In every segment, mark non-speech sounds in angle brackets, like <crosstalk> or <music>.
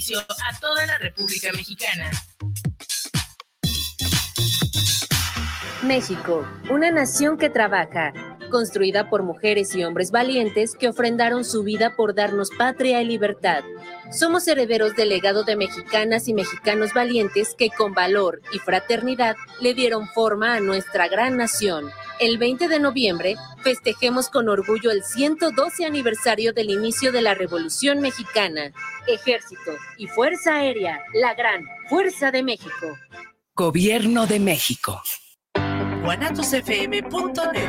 servicio a toda la República Mexicana. México, una nación que trabaja, construida por mujeres y hombres valientes que ofrendaron su vida por darnos patria y libertad. Somos herederos del legado de mexicanas y mexicanos valientes que con valor y fraternidad le dieron forma a nuestra gran nación. El 20 de noviembre festejemos con orgullo el 112 aniversario del inicio de la Revolución Mexicana. Ejército y Fuerza Aérea, la gran Fuerza de México. Gobierno de México guanatosfm.net.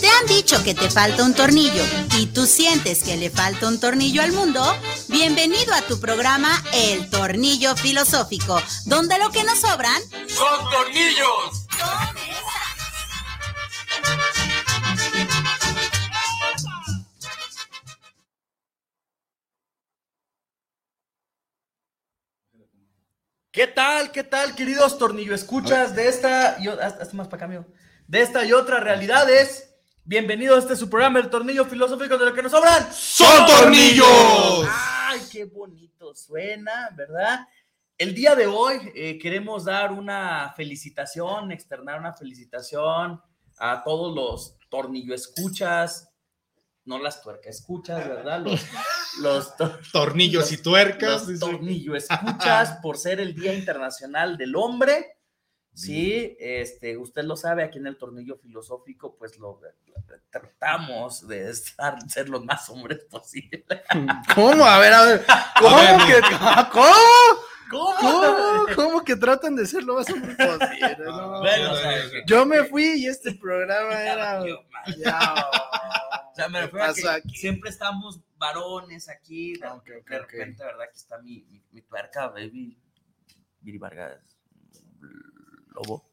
¿Te han dicho que te falta un tornillo y tú sientes que le falta un tornillo al mundo? Bienvenido a tu programa El Tornillo Filosófico, donde lo que nos sobran son tornillos. ¿Qué tal, qué tal, queridos tornillo escuchas de esta y o- haz- hazte más para acá, amigo. De esta y otras realidades? Bienvenidos a este su programa El Tornillo Filosófico de lo que nos sobran. ¡Son tornillos! Ay, qué bonito suena, ¿verdad? El día de hoy eh, queremos dar una felicitación, externar una felicitación a todos los tornillo escuchas, no las tuerca escuchas, ¿verdad? Los, <laughs> los tor- Tornillos y tuercas. los dice. tornillo <laughs> escuchas por ser el Día Internacional del Hombre. Sí, este, usted lo sabe, aquí en el tornillo filosófico, pues lo, lo- tratamos de estar- ser los más hombres posible. ¿Cómo? A ver, a ver. ¿Cómo ver, que <laughs> ¿cómo? ¿Cómo? ¿Cómo? ¿Cómo que tratan de ser lo más hombre posible? No. Bueno, no, o sea, no, no. Yo me fui y este programa era. valió madre. <laughs> Ya. O sea, me ¿Qué refiero a que pasó aquí? siempre estamos varones aquí. De, Ah, ok, ok, de ok. repente, ¿verdad? Aquí está mi, mi, mi tuerca, baby. Viri Vargas. Lobo.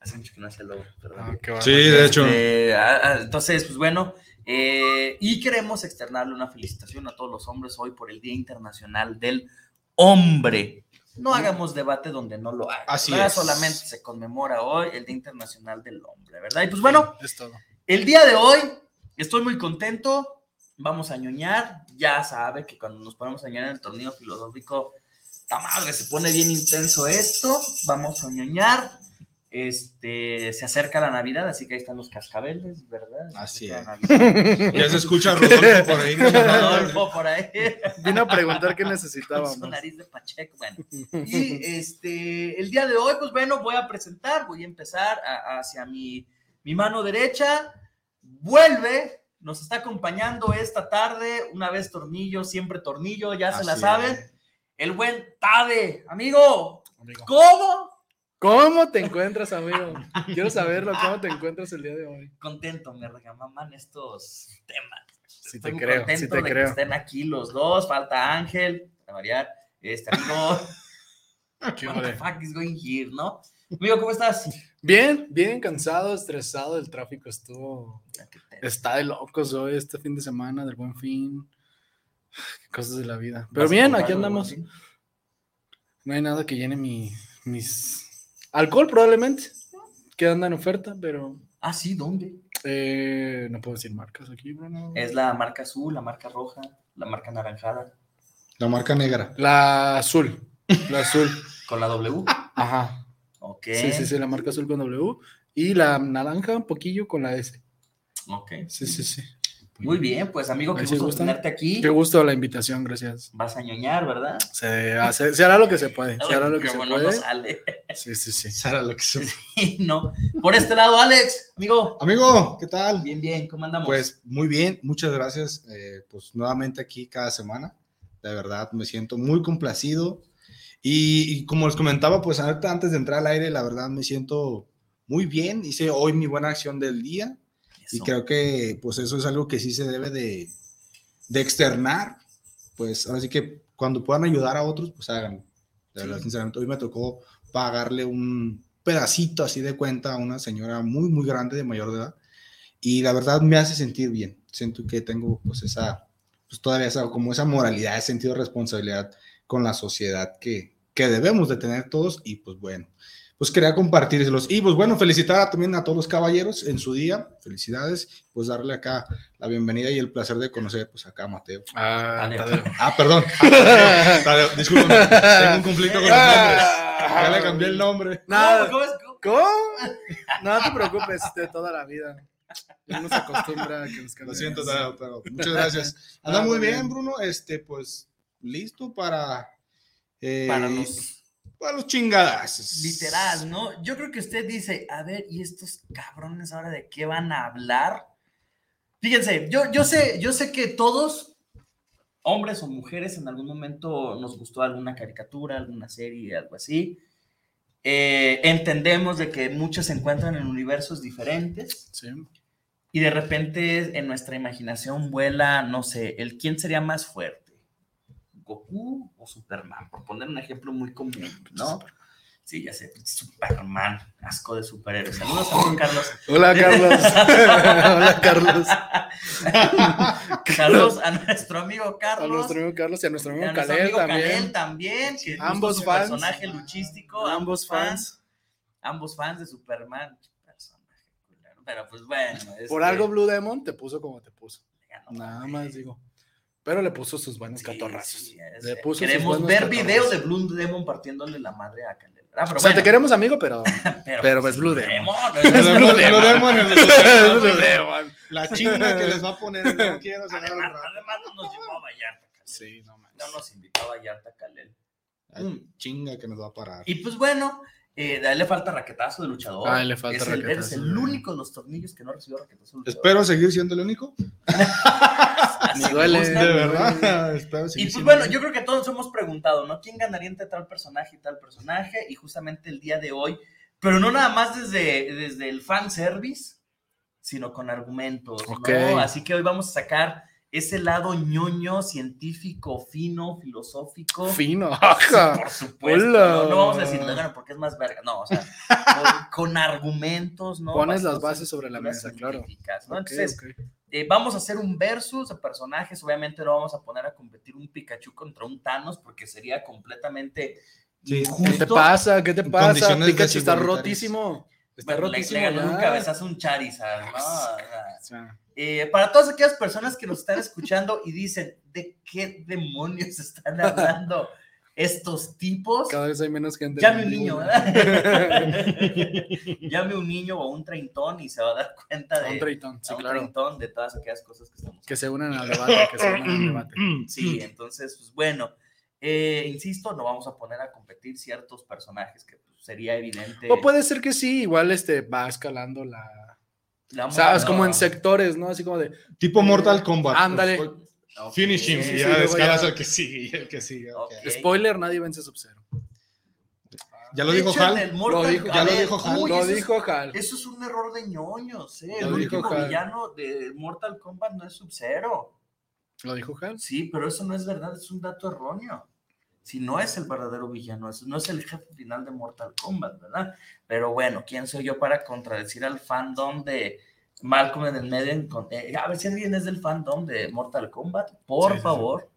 Hace mucho que no hace lobo, perdón. Ah, qué bárbaro. Sí, de hecho. Este, ah, ah, entonces, pues bueno, eh, y queremos externarle una felicitación a todos los hombres hoy por el Día Internacional del Hombre. No hagamos debate donde no lo hay. Así ¿verdad? es. Solamente se conmemora hoy el Día Internacional del Hombre, ¿verdad? Y pues bueno, Es todo. el día de hoy estoy muy contento. Vamos a ñoñar. Ya sabe que cuando nos ponemos a ñoñar en el torneo filosófico, la madre se pone bien intenso esto. Vamos a ñoñar. Este, se acerca la Navidad, así que ahí están los cascabeles, ¿verdad? Se Así acerca la Ya se escucha a Rodolfo por ahí. Navidad. <laughs> ¿no? Rodolfo por ahí. Vino a preguntar qué Con necesitábamos. su nariz de Pacheco, <laughs> bueno. Y este, el día de hoy, pues bueno, voy a presentar, voy a empezar a- hacia mi, mi mano derecha. Vuelve, nos está acompañando esta tarde, una vez tornillo, siempre tornillo, ya se la Así saben. es. El buen Tade, amigo, Amigo. ¿cómo? ¿Cómo te encuentras, <laughs> amigo? Quiero saberlo, ¿cómo te encuentras el día de hoy? Contento, me regamaman estos temas. Sí, Estoy te muy creo, contento sí, de te que creo. estén aquí los dos, falta Ángel, para variar, este <laughs> amigo, what the fuck is going here, ¿no? Amigo, ¿cómo estás? Bien, bien cansado, estresado, el tráfico estuvo. Está de locos hoy, este fin de semana, del buen fin. <sighs> Cosas de la vida. Pero ¿Vas a bien, tomar aquí algo, andamos. Martín? No hay nada que llene mi, mis. Alcohol, probablemente. Que anda en oferta, pero. Ah, sí, ¿dónde? eh, no puedo decir marcas aquí, Bruno. Es la marca azul, la marca roja, la marca naranjada, La marca negra. La azul. <laughs> La azul. con la <laughs> W. Ajá. Ok. Sí, sí, sí, la marca azul con W. Y la naranja, un poquillo con la S. Ok. Sí, sí, sí. Muy bien, pues amigo, qué Ahí sí gusto gustan. tenerte aquí. Qué gusto la invitación, gracias. Vas a ñoñar, ¿verdad? Se, hace- se hará lo que se puede. Se hará lo que Pero se bueno, no puede. sale. <laughs> Sí, sí, sí. Sara, lo que se- no. Por este lado, Alex, amigo. Amigo, ¿qué tal? Bien, bien, ¿cómo andamos? Pues muy bien, muchas gracias. eh, pues nuevamente aquí cada semana. De verdad, me siento muy complacido. Y, y como les comentaba, pues ahorita antes de entrar al aire, la verdad me siento muy bien. Hice hoy mi buena acción del día. Eso. Y creo que pues eso es algo que sí se debe de, de externar, pues ahora sí que cuando puedan ayudar a otros, pues háganlo. De verdad, sinceramente, hoy me tocó pagarle un pedacito así de cuenta a una señora muy, muy grande de mayor de edad y la verdad me hace sentir bien. Siento que tengo pues esa, pues todavía esa, como esa moralidad, ese sentido de responsabilidad con la sociedad que, que debemos de tener todos y pues bueno, pues quería compartírselos. Y pues bueno, felicitar también a todos los caballeros en su día, felicidades, pues darle acá la bienvenida y el placer de conocer pues acá a Mateo. Ah, Tadeo. Tadeo. Ah, perdón, Tadeo, Tadeo, discúlpame, tengo un conflicto con los nombres, Ah. ya le cambié el nombre. Nada. ¿Cómo es? ¿Cómo? ¿Cómo? No te preocupes, de toda la vida. Uno se acostumbra a que nos Lo cambien. siento, Tadeo, pero muchas gracias. Anda Ah, muy muy bien. bien, Bruno, este, pues, listo para... eh, Para los para los chingadazos. literal, ¿no? Yo creo que usted dice, a ver, ¿y estos cabrones ahora de qué van a hablar? Fíjense, yo, yo, sé, yo sé que todos, hombres o mujeres, en algún momento nos gustó alguna caricatura, alguna serie, algo así. Eh, entendemos de que muchos se encuentran en universos diferentes. Sí. Y de repente en nuestra imaginación vuela, no sé, el quién sería más fuerte, Goku o Superman, por poner un ejemplo muy común, ¿no? Sí, ya sé, Superman, asco de superhéroes. Saludos a Juan <laughs> Carlos. Hola, Carlos. Hola, Carlos. Saludos a nuestro amigo A Carlos. nuestro amigo Carlos y a nuestro y amigo a nuestro Calel amigo Kalel también. también, que puso Ambos su fans. personaje luchístico, Ambos fans. ambos fans de Superman, Qué personaje culero. pero pues bueno, Por este, algo Blue Demon te puso como te puso. ganó, Nada güey. más digo. Pero le puso sus buenos Sí, catorrazos. sí, es- le puso sus queremos buenos ver catorrazos. videos de Blue Demon partiéndole la madre a Caleb. Ah, pero O sea, bueno, te queremos <laughs> amigo, pero. <laughs> pero, pero es Blue Demon. <laughs> Lo no es Blue demos- Demon. lo demos en el- Blue Demon. La chinga que les va a poner. No quiero cenar al Además, rato. además no nos llevó a Vallarta. Kalel. Sí, no más. No nos invitó a Vallarta Caleb. La chinga que nos va a parar. Y pues bueno, eh, a él le falta raquetazo de luchador. Ah, le falta es el, raquetazo, Eres el güey. único de los tornillos que no recibió raquetazo de luchador. Espero seguir siendo el único. Así me duele. gusta. De Claro, verdad. <laughs> Espero Y seguir pues siendo bueno, el yo creo que todos hemos preguntado, ¿no? ¿Quién ganaría entre tal personaje y tal personaje? Y justamente el día de hoy, pero no nada más desde, desde el fanservice, sino con argumentos, Ok. ¿no? Así que hoy vamos a sacar ese lado ñoño, científico, fino, filosófico. Fino. <laughs> Sí, ajá. por supuesto. Hola. No, No vamos a decir, bueno, porque es más verga. No, o <laughs> sea, con, con argumentos, ¿no? Pones las Basados bases en sobre la estructuras mesa, claro. científicas, ¿no? Ok, Entonces, ok. eh, vamos a hacer un versus de personajes. Obviamente no vamos a poner a competir un Pikachu contra un Thanos porque sería completamente Sí. ¿Qué te injusto. pasa? ¿Qué te En pasa? condiciones Pikachu está desigualitarias. rotísimo. Está Bueno, le, rotísimo. le ganó un ya. cabezazo a un Charizard. ¿no? O sea, O sea, eh, para todas aquellas personas que nos están escuchando y dicen, ¿de qué demonios <laughs> están hablando estos tipos? Cada vez hay menos gente. Llame un en niño, vivo. <laughs> ¿verdad? <laughs> Llame un niño o un treintón y se va a dar cuenta de, Un Drayton, a sí, un claro. treintón de todas aquellas cosas que estamos Que se unan al debate, que se unan al <clears throat> debate. Mm, Sí, entonces, pues bueno, eh, insisto, no vamos a poner a competir ciertos personajes que pues, sería evidente. O puede ser que sí, igual este va escalando la. la O vamos sea, a- es como en no. sectores, ¿no? Así como de. Eh, Tipo Mortal Kombat. Ándale. Ok. Finish him. Sí, y sí, ya luego descalas ya. al que sigue. y El que sigue. ok. Ok. Spoiler, nadie vence Sub-Zero. Ya lo De dijo hecho, en Hal. el Mortal- Lo dijo- a ya lo ver, dijo Hal. uy, Lo eso es- dijo Hal. Eso es un error de ñoños, ¿eh? Lo El dijo último Hal. villano de Mortal Kombat no es Sub-Zero. Lo dijo Hal. Sí, pero eso no es verdad, es un dato erróneo. Si no es el verdadero villano, es- no es el jefe final de Mortal Kombat, ¿verdad? Pero bueno, ¿quién soy yo para contradecir al fandom de Malcolm en el medio? En con- eh, a ver si alguien es del fandom de Mortal Kombat, por Sí, sí, sí. favor,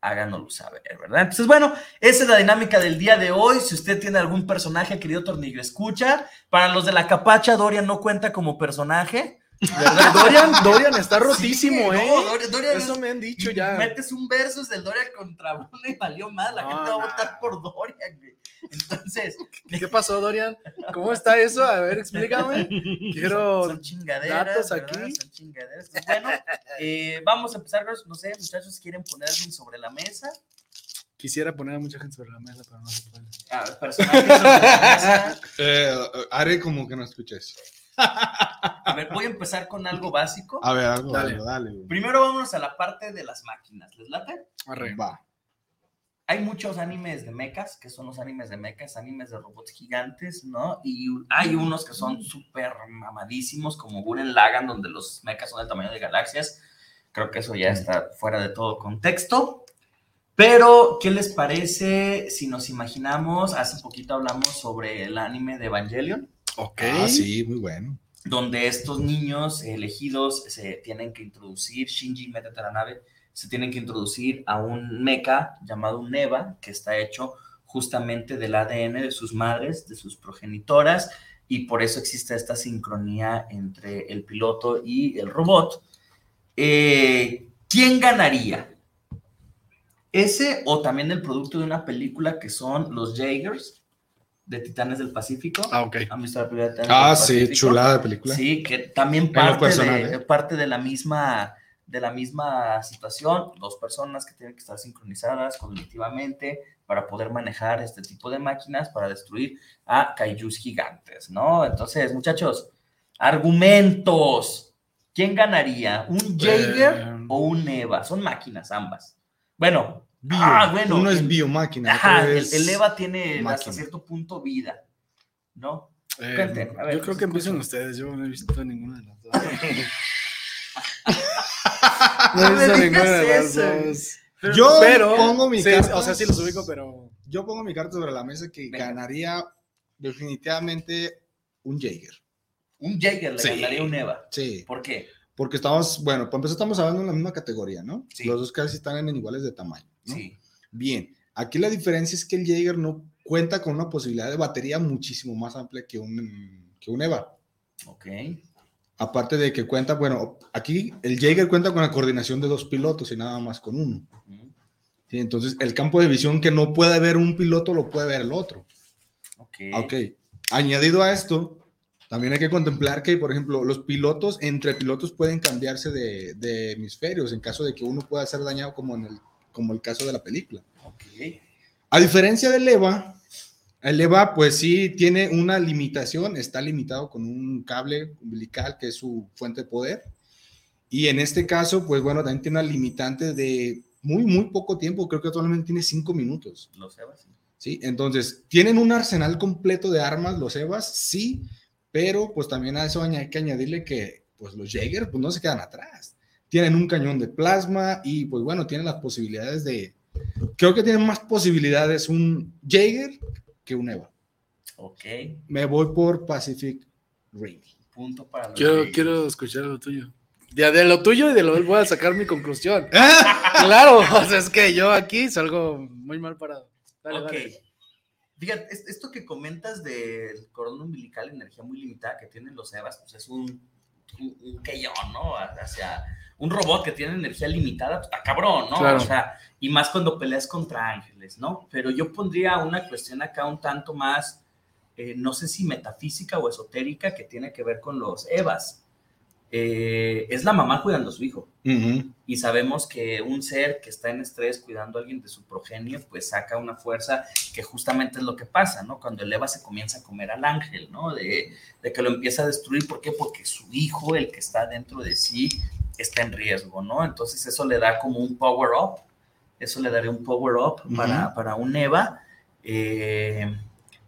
háganoslo saber, ¿verdad? Entonces, bueno, esa es la dinámica del día de hoy. Si usted tiene algún personaje, querido Tornillo, escucha. Para los de la capacha, Dorian no cuenta como personaje. <laughs> ¿Verdad? Dorian, Dorian está rotísimo, Sí, ¿eh? no, Dorian- Dorian Eso es- me han dicho y ya. Metes un versus del Doria contra Bruno y valió más. La No, gente va a votar no. por Doria, güey. Entonces, ¿Qué pasó, Dorian? ¿Cómo está eso? A ver, explícame. <laughs> Quiero. son chingaderas. datos ¿verdad? aquí. Son chingaderas. Pues <laughs> bueno, eh, vamos a empezar. No sé, muchachos, ¿quieren poner alguien sobre la mesa? Quisiera poner a mucha gente sobre la mesa, pero no se puede. Ah, personajes sobre la mesa. Eh, haré como que no escuches. A ver, voy a empezar con algo básico. A ver, algo. Dale. Dale, dale. güey. Primero vámonos a la parte de las máquinas. ¿Les late? Arre. Va. hay muchos animes de mechas, que son los animes de mechas, animes de robots gigantes, ¿no? Y hay unos que son súper mamadísimos, como Guren Lagan, donde los mechas son del tamaño de galaxias. Creo que eso ya está fuera de todo contexto. Pero, ¿qué les parece si nos imaginamos? Hace poquito hablamos sobre el anime de Evangelion, Ok. Ah, sí, muy bueno. donde estos niños elegidos se tienen que introducir, Shinji, métete a la nave, se tienen que introducir a un mecha llamado un Eva, que está hecho justamente del ADN de sus madres, de sus progenitoras, y por eso existe esta sincronía entre el piloto y el robot. Eh, ¿Quién ganaría? Ese o también el producto de una película que son los Jaegers de Titanes del Pacífico. Ah, ok. ¿Han visto la película de Titanes Ah, del sí, Pacífico? chulada de película. Sí, que también lo parte, personal, de, ¿eh? parte de la misma de la misma situación, dos personas que tienen que estar sincronizadas cognitivamente para poder manejar este tipo de máquinas para destruir a kaijus gigantes, ¿no? Entonces, muchachos, argumentos. ¿Quién ganaría? ¿Un Jaeger Eh. o un Eva? Son máquinas ambas. Bueno, Bio. Ah, bueno, Uno el- es biomáquina. ajá, otro el, es- el Eva tiene hasta máquina. cierto punto vida, ¿no? Eh, Cuenten, a ver, yo creo los que empiecen ustedes. Yo no he visto ninguna de las <laughs> dos. No no he me visto digas ninguna de las eso. dos. Yo pongo mi sí, carta. O sea, sí los ubico, pero. Yo pongo mi carta sobre la mesa que Venga. ganaría definitivamente un Jaeger. Un Jaeger le Sí. ganaría a un Eva. Sí, ¿Por qué? porque estamos, bueno, para empezar estamos hablando en la misma categoría, ¿no? Sí. Los dos casi están en iguales de tamaño. ¿no? Sí. Bien, aquí la diferencia es que el Jaeger no cuenta con una posibilidad de batería muchísimo más amplia que un, que un EVA. Ok. Aparte de que cuenta, bueno, aquí el Jaeger cuenta con la coordinación de dos pilotos y nada más con uno. ujú, ¿sí? Entonces, el campo de visión que no puede ver un piloto lo puede ver el otro. Ok. Ok, añadido a esto, también hay que contemplar que, por ejemplo, los pilotos, entre pilotos pueden cambiarse de, de hemisferios en caso de que uno pueda ser dañado como en el, como el caso de la película. ok. A diferencia del EVA, el EVA pues sí tiene una limitación, está limitado con un cable umbilical que es su fuente de poder. Y en este caso, pues bueno, también tiene una limitante de muy, muy poco tiempo, creo que actualmente tiene cinco minutos. Los Evas. sí. ¿sí? Entonces, ¿tienen un arsenal completo de armas los EVAs? Sí, pero pues también a eso hay que añadirle que pues los Jaeger pues no se quedan atrás. Tienen un cañón de plasma y pues bueno, tienen las posibilidades de... Creo que tienen más posibilidades un Jaeger que un EVA. Ok. Me voy por Pacific Rim. Punto para los Quiero, Jaegers. quiero escuchar lo tuyo. De, de lo tuyo y de lo voy a sacar mi <laughs> conclusión. claro, o sea, es que yo aquí salgo muy mal parado. Dale, Ok. dale. Fíjate, es- esto que comentas del cordón umbilical, energía muy limitada que tienen los Evas, pues es un, un, un quellón, ¿no? Hacia un robot que tiene energía limitada, pues está cabrón, ¿no? Claro. O sea, y más cuando peleas contra ángeles, ¿no? Pero yo pondría una cuestión acá un tanto más, eh, no sé si metafísica o esotérica, que tiene que ver con los Evas. Eh, es la mamá cuidando a su hijo Ujú. y sabemos que un ser que está en estrés cuidando a alguien de su progenio, pues saca una fuerza que justamente es lo que pasa, ¿no? Cuando el Eva se comienza a comer al ángel, ¿no? De, de que lo empieza a destruir, ¿por qué? Porque su hijo, el que está dentro de sí, está en riesgo, ¿no? Entonces eso le da como un power up, eso le daría un power up para, para un Eva. Eh,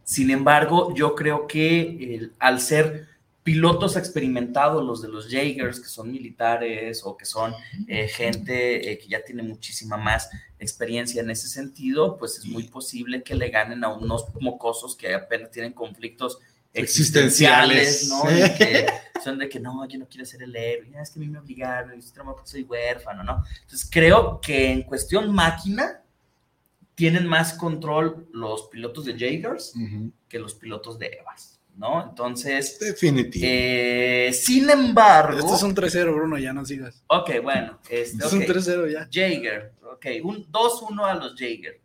sin embargo, yo creo que el- al ser pilotos experimentados, los de los Jaegers, que son militares o que son eh, gente eh, que ya tiene muchísima más experiencia en ese sentido, pues es muy posible que le ganen a unos mocosos que apenas tienen conflictos existenciales, Existenciales. ¿no? Y que <laughs> son de que no, yo no quiero ser el héroe, "Ah, es que a mí me obligaron, yo soy- soy huérfano, ¿no? Entonces creo que en cuestión máquina tienen más control los pilotos de Jaegers Ujú. que los pilotos de Evas, ¿no? Entonces, Definitivo. eh, sin embargo, Esto Este es un 3-0, Bruno, ya no sigas. ok, bueno, este, Esto es un ok. 3-0 ya. Jaeger, ok, un 2-1 a los Jaeger,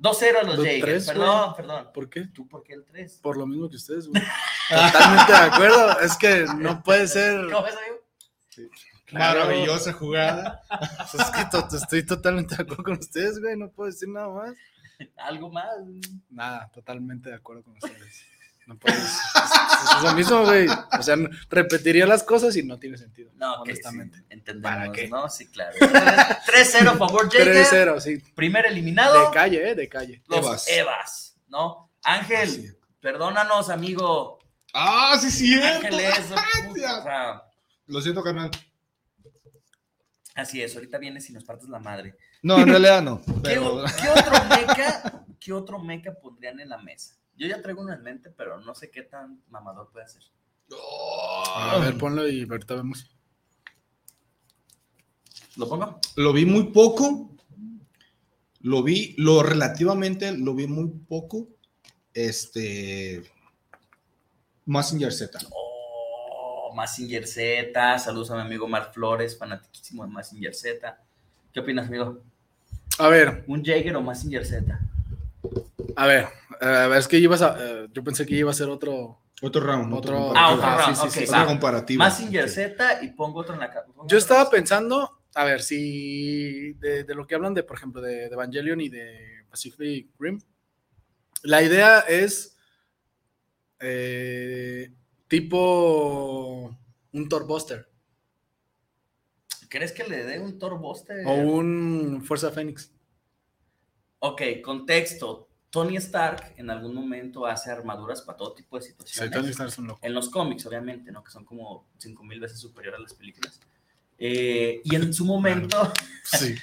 2-0 a los Los Jaeger, tres, perdón, perdón, ¿Por qué? ¿tú por qué el 3? Por lo mismo que ustedes, <laughs> güey. Totalmente de acuerdo. Es que no puede ser. ¿Cómo ves, amigo? Claro. Maravillosa jugada. <laughs> Es que to- estoy totalmente de acuerdo con ustedes, güey. No puedo decir nada más. Algo más. Nada, totalmente de acuerdo con ustedes. No puedes. Es, es- es lo mismo, güey. O sea, no- repetiría las cosas y no tiene sentido. No, que honestamente. sí, entendemos, ¿Para qué? ¿no? Sí, claro. Entonces, 3-0 a favor Jaeger, 3-0, sí. primer De eliminado, calle, eh, de calle. los Evas. Evas. ¿no? Ángel, Así es. perdónanos, amigo. Ah, sí, es cierto. Ángel es, puta, o sea, Lo siento, carnal. Así es, ahorita vienes y nos partes la madre. No, en realidad no. ¿Qué, pero- <laughs> o- qué otro meca, qué otro meca pondrían en la mesa? Yo ya traigo uno en mente, pero no sé qué tan mamador puede ser. A Ah. ver, ponlo y ahorita vemos. ¿Lo pongo? Lo vi muy poco. Lo vi, lo relativamente, lo vi muy poco. Este. Messenger Z. Oh, Massinger Z. Saludos a mi amigo Mar Flores, fanatiquísimo de Massinger Z. ¿Qué opinas, amigo? A ver, ¿Un Jaeger o Massinger Z? a ver. eh, es que ibas a. eh, yo pensé que iba a ser otro. Otro round. Otro- Ah, otro sí, round. sí, sí, ok, sí. va. Otra comparativa. Mazinger Ok. Z y pongo otro en la ca- pongo Yo otro estaba en la- pensando, a ver, si de, de lo que hablan de, por ejemplo, de, de Evangelion y de Pacific Rim, la idea es eh, tipo un Torbuster ¿Crees que le dé un torboste? o Oh, un Fuerza Fénix. Ok, contexto. Tony Stark en algún momento hace armaduras para todo tipo de situaciones. Tony Stark es un loco. En los cómics, obviamente, ¿no? Que son como 5000 veces superior a las películas. Eh, y en su <laughs> momento Sí.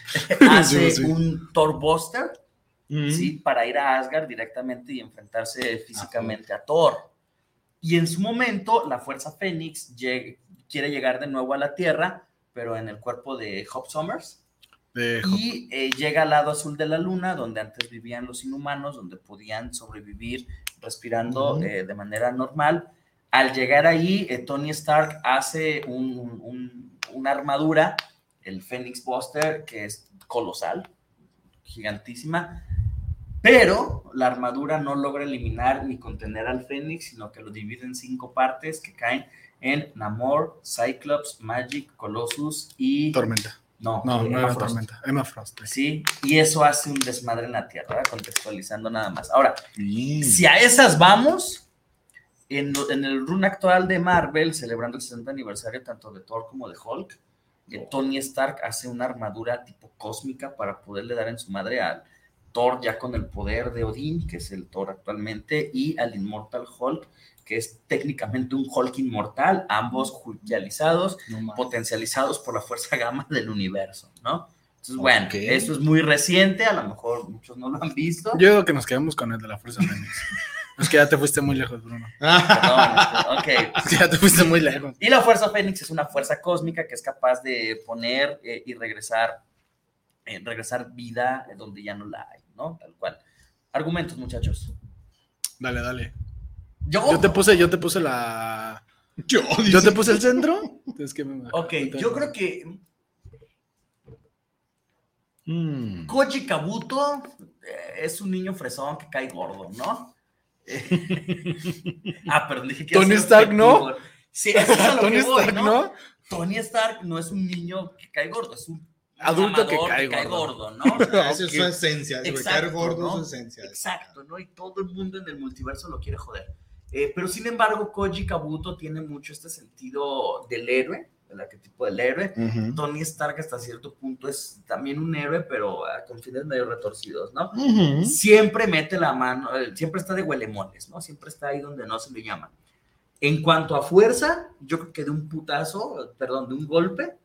hace Sí, sí. un Thor Buster, Mm. ¿sí? Para ir a Asgard directamente y enfrentarse físicamente a Thor. Y en su momento, la Fuerza Fénix lleg- quiere llegar de nuevo a la Tierra, pero en el cuerpo de Hop Summers. De- Y eh, llega al lado azul de la luna, donde antes vivían los inhumanos, donde podían sobrevivir respirando Ujú. eh, de manera normal. Al llegar ahí, eh, Tony Stark hace un, un- un- una armadura, el Phoenix Buster, que es colosal, gigantísima, pero la armadura no logra eliminar ni contener al Fénix, sino que lo divide en cinco partes que caen en Namor, Cyclops, Magic, Colossus y... Tormenta. no, No, eh, no Emma era Frost. Tormenta. Emma Frost. sí. Sí, y eso hace un desmadre en la tierra, ¿verdad? contextualizando nada más. Ahora, Bien. si a esas vamos, en, lo- en el run actual de Marvel, celebrando el 60 aniversario tanto de Thor como de Hulk, eh, Tony Stark hace una armadura tipo cósmica para poderle dar en su madre al Thor ya con el poder de Odín, que es el Thor actualmente, y al Inmortal Hulk, que es técnicamente un Hulk inmortal, ambos judicializados No mames. potencializados por la fuerza gamma del universo, ¿no? Entonces, bueno, Ok. eso es muy reciente, a lo mejor muchos no lo han visto. Yo creo que nos quedamos con el de la Fuerza Fénix. <laughs> es que ya te fuiste muy lejos, Bruno. <laughs> Perdón, este, ok. Es que ya te fuiste muy lejos. Y la fuerza Fénix es una fuerza cósmica que es capaz de poner eh, y regresar, eh, regresar vida donde ya no la hay, ¿no? Tal cual. Argumentos, muchachos. Dale, dale. Yo, Yo te puse, yo te puse la. Yo, Yo dice. te puse el centro. Es que me- ok, yo creo que Mm. Koji Kabuto eh, es un niño fresón que cae gordo, ¿no? <laughs> Eh, ah, perdón, dije que iba a Tony ser Stark, ¿no? objetivo. Sí, eso es a lo Tony que voy, Stark, ¿no? ¿no? Tony Stark no es un niño que cae gordo, es un Adulto que mamador cae gordo, gordo. ¿no? <laughs> Esa Ah, es su <laughs> Ok. esencia. güey, Exacto, caer gordo ¿no? es su esencia. Exacto, ¿no? Y todo el mundo en el multiverso lo quiere joder. Eh, pero sin embargo, Koji Kabuto tiene mucho este sentido del héroe, del arquetipo del héroe, Ujú. Tony Stark hasta cierto punto es también un héroe, pero ah, con fines medio retorcidos, ¿no? Ujú. Siempre mete la mano, eh, siempre está de huelemones, ¿no? Siempre está ahí donde no se le llama. En cuanto a fuerza, yo creo que de un putazo, eh, perdón, de un golpe,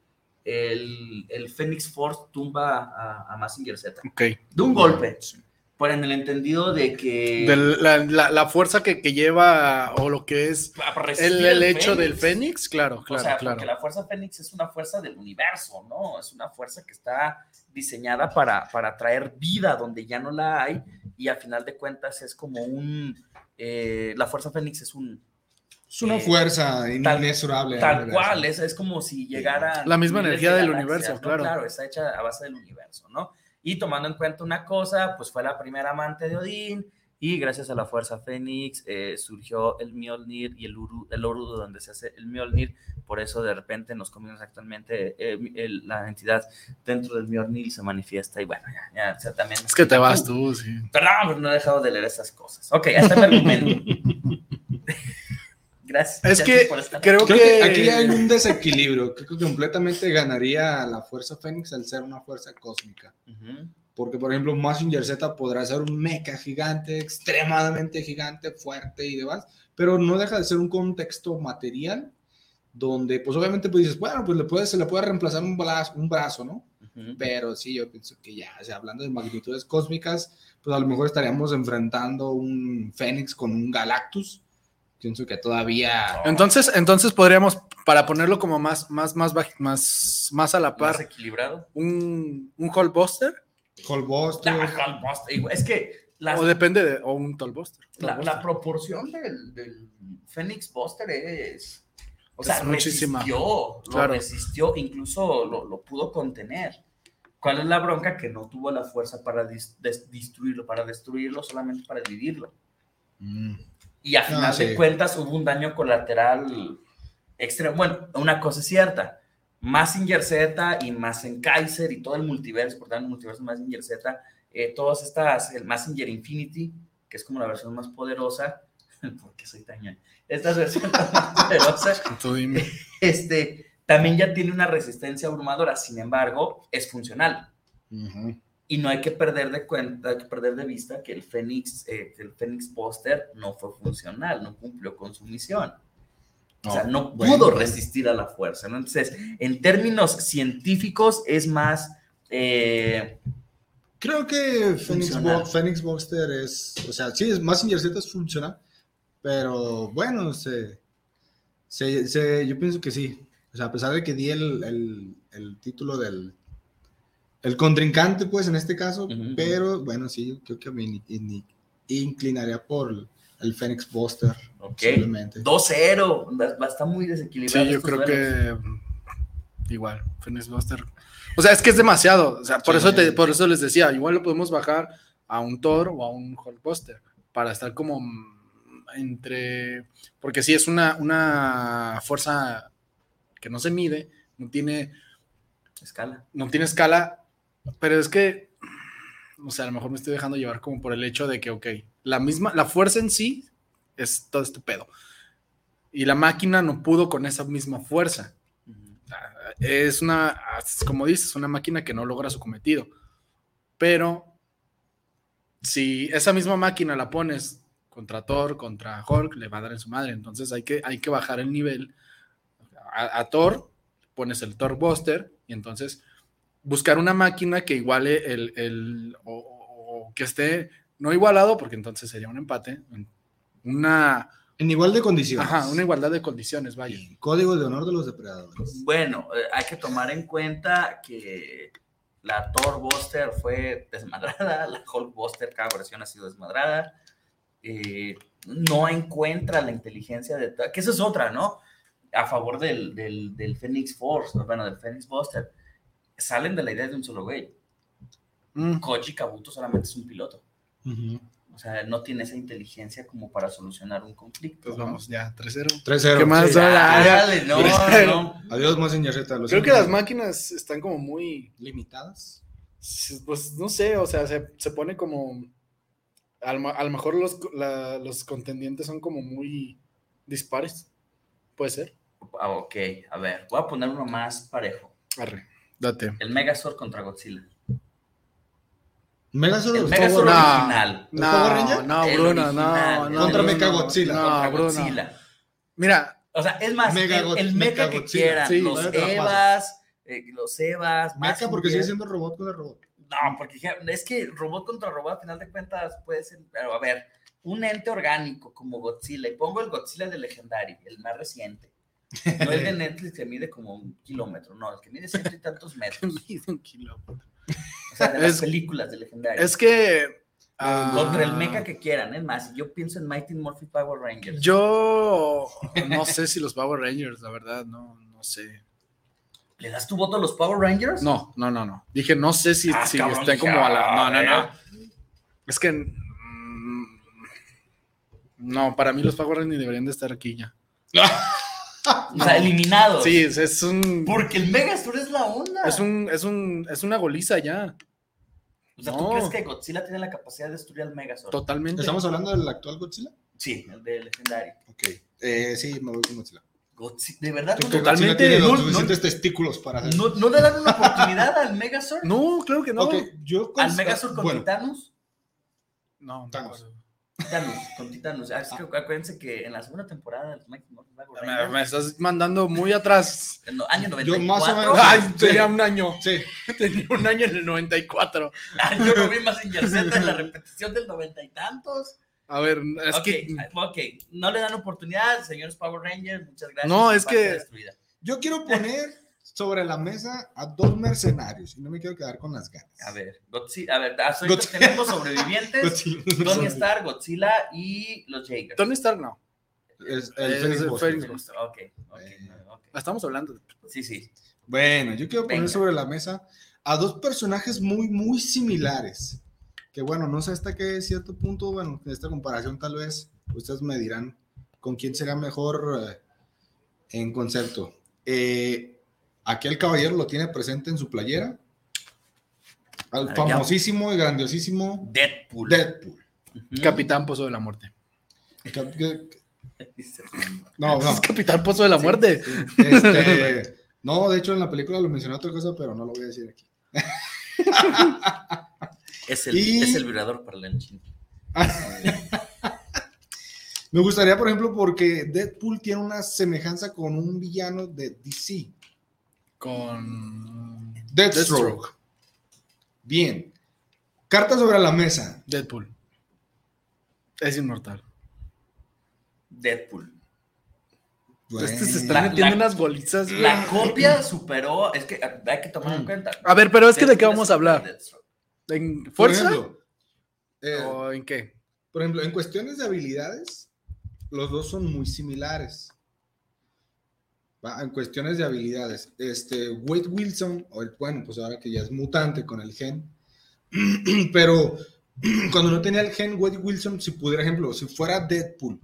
el, el Phoenix Force tumba a, a Mazinger Z. Ok. De un golpe. Por en el entendido de que... De la, la- la fuerza que, que lleva o lo que es para resistir el, el hecho Pues Fénix. del Fénix, claro, claro, o sea, claro. porque la fuerza Fénix es una fuerza del universo, ¿no? Es una fuerza que está diseñada para, para traer vida donde ya no la hay y a final de cuentas es como un... eh, la fuerza Fénix es un... Es una Eh, fuerza inexorable. Tal ¿verdad? cual, es, es como si llegara... La misma miles de energía del galaxias, universo, ¿no? claro. Claro, está hecha a base del universo, ¿no? Y tomando en cuenta una cosa, pues fue la primera amante de Odín y gracias a la fuerza Fénix eh, surgió el Mjolnir y el Uru, el Oru donde se hace el Mjolnir. Por eso de repente en los cómics actualmente eh, el- la entidad dentro del Mjolnir se manifiesta y bueno, ya, ya, o sea, también... Es que te vas tú, sí. Perdón, pero no he dejado de leer esas cosas. Ok, hasta el <laughs> argumento. gracias. Es muchachos, que por estar creo, Creo que, que aquí hay un desequilibrio. Creo que completamente ganaría la fuerza Fénix al ser una fuerza cósmica. Ujú. Porque, por ejemplo, Massinger Z podrá ser un mecha gigante, extremadamente gigante, fuerte y demás, pero no deja de ser un contexto material donde pues obviamente pues dices, bueno, pues le puede, se le puede reemplazar un brazo, un brazo, ¿no? Ujú. Pero sí, yo pienso que ya, o sea, hablando de magnitudes cósmicas, pues a lo mejor estaríamos enfrentando un Fénix con un Galactus. Pienso que todavía... Entonces, entonces podríamos, para ponerlo como más, más, más, baj- más, más a la Más par, equilibrado. un, un Hulkbuster, Hulkbuster, Ah, Hulkbuster, igual. Es que las- o depende de, o un Tollbuster. la, la proporción del, del Phoenix Buster es. O Es sea, muchísima. resistió, lo Claro. resistió, incluso lo, lo pudo contener. ¿Cuál es la bronca? Que no tuvo la fuerza para dis- des- destruirlo, para destruirlo, solamente para dividirlo. Mm. Y a No, final de sí. cuentas hubo un daño colateral extremo. Bueno, una cosa es cierta. Massinger Z y en Kaiser y todo el multiverso, por tanto, el multiverso Massinger Z, eh, todas estas, el Massinger Infinity, que es como la versión más poderosa, <laughs> porque soy tan ñoño? Esta versión <laughs> más poderosa, Tú dime. este, también ya tiene una resistencia abrumadora, sin embargo, es funcional. Ujú. Y no hay que perder de cuenta, hay que perder de vista que el Fénix, eh, que el Fénix Poster no fue funcional, no cumplió con su misión. o sea, no bueno, pudo bueno. resistir a la fuerza. ¿no? Entonces, en términos científicos, es más. eh, Creo que Phoenix, Funcional. Bo- Phoenix Boxster es, o sea, sí, es más Z es funcional, pero bueno, se, se- se- yo pienso que sí. O sea, a pesar de que di el, el- el título del el contrincante, pues en este caso, Ujú. pero bueno, sí, yo creo que me in- in- inclinaría por el, el Phoenix Boxster. ok, Posiblemente. 2-0. Va, va a estar muy desequilibrado. Sí, yo estos creo duelos. que igual, Phoenix Buster. O sea, es que es demasiado. O sea, por Sí. eso te, por eso les decía, igual lo podemos bajar a un Thor o a un Hulkbuster para estar como mm, entre, porque sí es una, una fuerza que no se mide, no tiene, Escala. no tiene escala, pero es que, o sea, a lo mejor me estoy dejando llevar como por el hecho de que, ok, la misma, la fuerza en sí es todo este pedo. Y la máquina no pudo con esa misma fuerza es una, es como dices, una máquina que no logra su cometido. Pero si esa misma máquina la pones contra Thor, contra Hulk, le va a dar en su madre. Entonces hay que, hay que bajar el nivel a, a Thor, pones el Thor Buster y entonces buscar una máquina que iguale el, el- o, o- o que esté no igualado, porque entonces sería un empate. Una, En igual de condiciones. ajá, una igualdad de condiciones, vaya. Código de honor de los depredadores. Bueno, eh, hay que tomar en cuenta que la Thor Buster fue desmadrada, <laughs> la Hulk Buster cada versión ha sido desmadrada. eh, no encuentra la inteligencia de. ta- Que eso es otra, ¿no? A favor del, del, del Phoenix Force, bueno, del Phoenix Buster. Salen de la idea de un solo güey. Mm. Koji Kabuto solamente es un piloto. Ujú. O sea, no tiene esa inteligencia como para solucionar un conflicto. Pues ¿no? vamos, ya, 3-0. 3-0. ¿Qué más? Sí. Ah, ya. Dale, no, <laughs> no. Adiós, Mazinger Z. lo Creo siento. que las máquinas están como muy, limitadas. pues no sé, o sea, se, se pone como, a lo, a lo mejor los, co- la- los contendientes son como muy dispares, puede ser. Ah, ok, a ver, voy a poner uno más parejo. Arre, date. El Megazord contra Godzilla. Megazord El o Megazord no. original. Power No, Ranger? no, El Bruno, original, no, el no. Contra Bruno, Mecha Godzilla. no, contra Bruno. Godzilla. Mira, O sea, es más, Mega el, Go- el mecha Mecha que Godzilla. quieran. Sí, los no te Evas, eh, los Evas. Mecha porque Mazinger. sigue siendo robot con el robot. No, porque dije, es que robot contra robot, al final de cuentas, puede ser. Pero a ver, un ente orgánico como Godzilla, y pongo el Godzilla de Legendary, el más reciente. No <laughs> el de Netflix que mide como un kilómetro, no, el que mide ciento y <laughs> tantos metros. O sea, de las Es- películas de Legendary. es que... Contra el ah, mecha que quieran, es más, yo pienso en Mighty Morphin Power Rangers. Yo no sé si los Power Rangers, la verdad, no, no sé. ¿Le das tu voto a los Power Rangers? No, no, no, no. Dije, no sé si, Ah, si cabrón, estén dije, como a la... No, no, ah, no. Es que... mm, No, para mí los Power Rangers ni deberían de estar aquí ya. O sea, No. eliminados. Sí, es, es un... Porque el Megazord es la onda. Es un... Es un... Es una goliza ya. o sea, ¿tú no. crees que Godzilla tiene la capacidad de destruir al Megazord? Totalmente. ¿Estamos hablando del actual Godzilla? sí, el de Legendary. Ok. Eh, sí, me voy con Godzilla. Godzi- de verdad, Creo no, que Total- Totalmente, Godzilla tiene no, los no. suficientes testículos para hacer. no- no le dan una oportunidad al <laughs> Megazord. No, claro que no. Ok, yo Al cons- Megazord con bueno, Titanus. No, no. Thanos. Titanus, con Titanus. Ah, es que acuérdense que en la segunda temporada de los Mighty Morphin Power Me, Rangers, me estás mandando muy atrás. en los años Yo 94. más o menos- Ay, Sí. tenía un año. Sí, Tenía un año en el 94. Ah, <laughs> <laughs> Yo no vi más Z en la repetición del noventa y tantos. A ver, es ok, que. ok, no le dan oportunidad, señores Power Rangers, muchas gracias. No, es Parte que- destruida. yo quiero poner sobre la mesa a dos mercenarios y no me quiero quedar con las ganas. A ver, Godzilla, a ver, hasta ahorita Godzilla. tenemos sobrevivientes, Sí, Tony Stark, Godzilla y los Jaegers. Tony Stark no. Es- Eh, el es Fénix el Boston. Fénix. Ok, ok, Eh. ok. La estamos hablando. Sí, sí. Bueno, yo quiero poner Venga. sobre la mesa a dos personajes muy, muy similares. Que bueno, no sé hasta qué cierto punto, bueno, en esta comparación tal vez ustedes me dirán con quién será mejor eh, en concepto. Eh, aquel caballero lo tiene presente en su playera. Al Ah, ya. famosísimo y grandiosísimo Deadpool. Deadpool. Ujú. Capitán Pozo de la Muerte. Cap- que- Dice, No, <laughs> Es no. Capitán Pozo de la Muerte. este, no, de hecho en la película lo mencioné otra cosa, pero no lo voy a decir aquí. Es el, Y- es el vibrador para la enchina. Me gustaría, por ejemplo, porque Deadpool tiene una semejanza con un villano de DC, Con. Deathstroke. Deathstroke. Bien. Carta sobre la mesa. Deadpool. Es inmortal. Deadpool. Este se Bueno, está La- metiendo la- unas bolsas. güey. La copia superó, es que hay que tomar en cuenta. A ver, Mm. Ah, pero es que de qué Deadpool vamos es a superior hablar. Deathstroke. ¿En por fuerza? Oh. ejemplo, eh, ¿O en qué? por ejemplo, en cuestiones de habilidades, los dos son muy similares. Va, En cuestiones de habilidades, este Wade Wilson, o el- bueno, pues ahora que ya es mutante con el gen, <clears throat> pero <clears throat> cuando no tenía el gen Wade Wilson, si pudiera, ejemplo, si fuera Deadpool,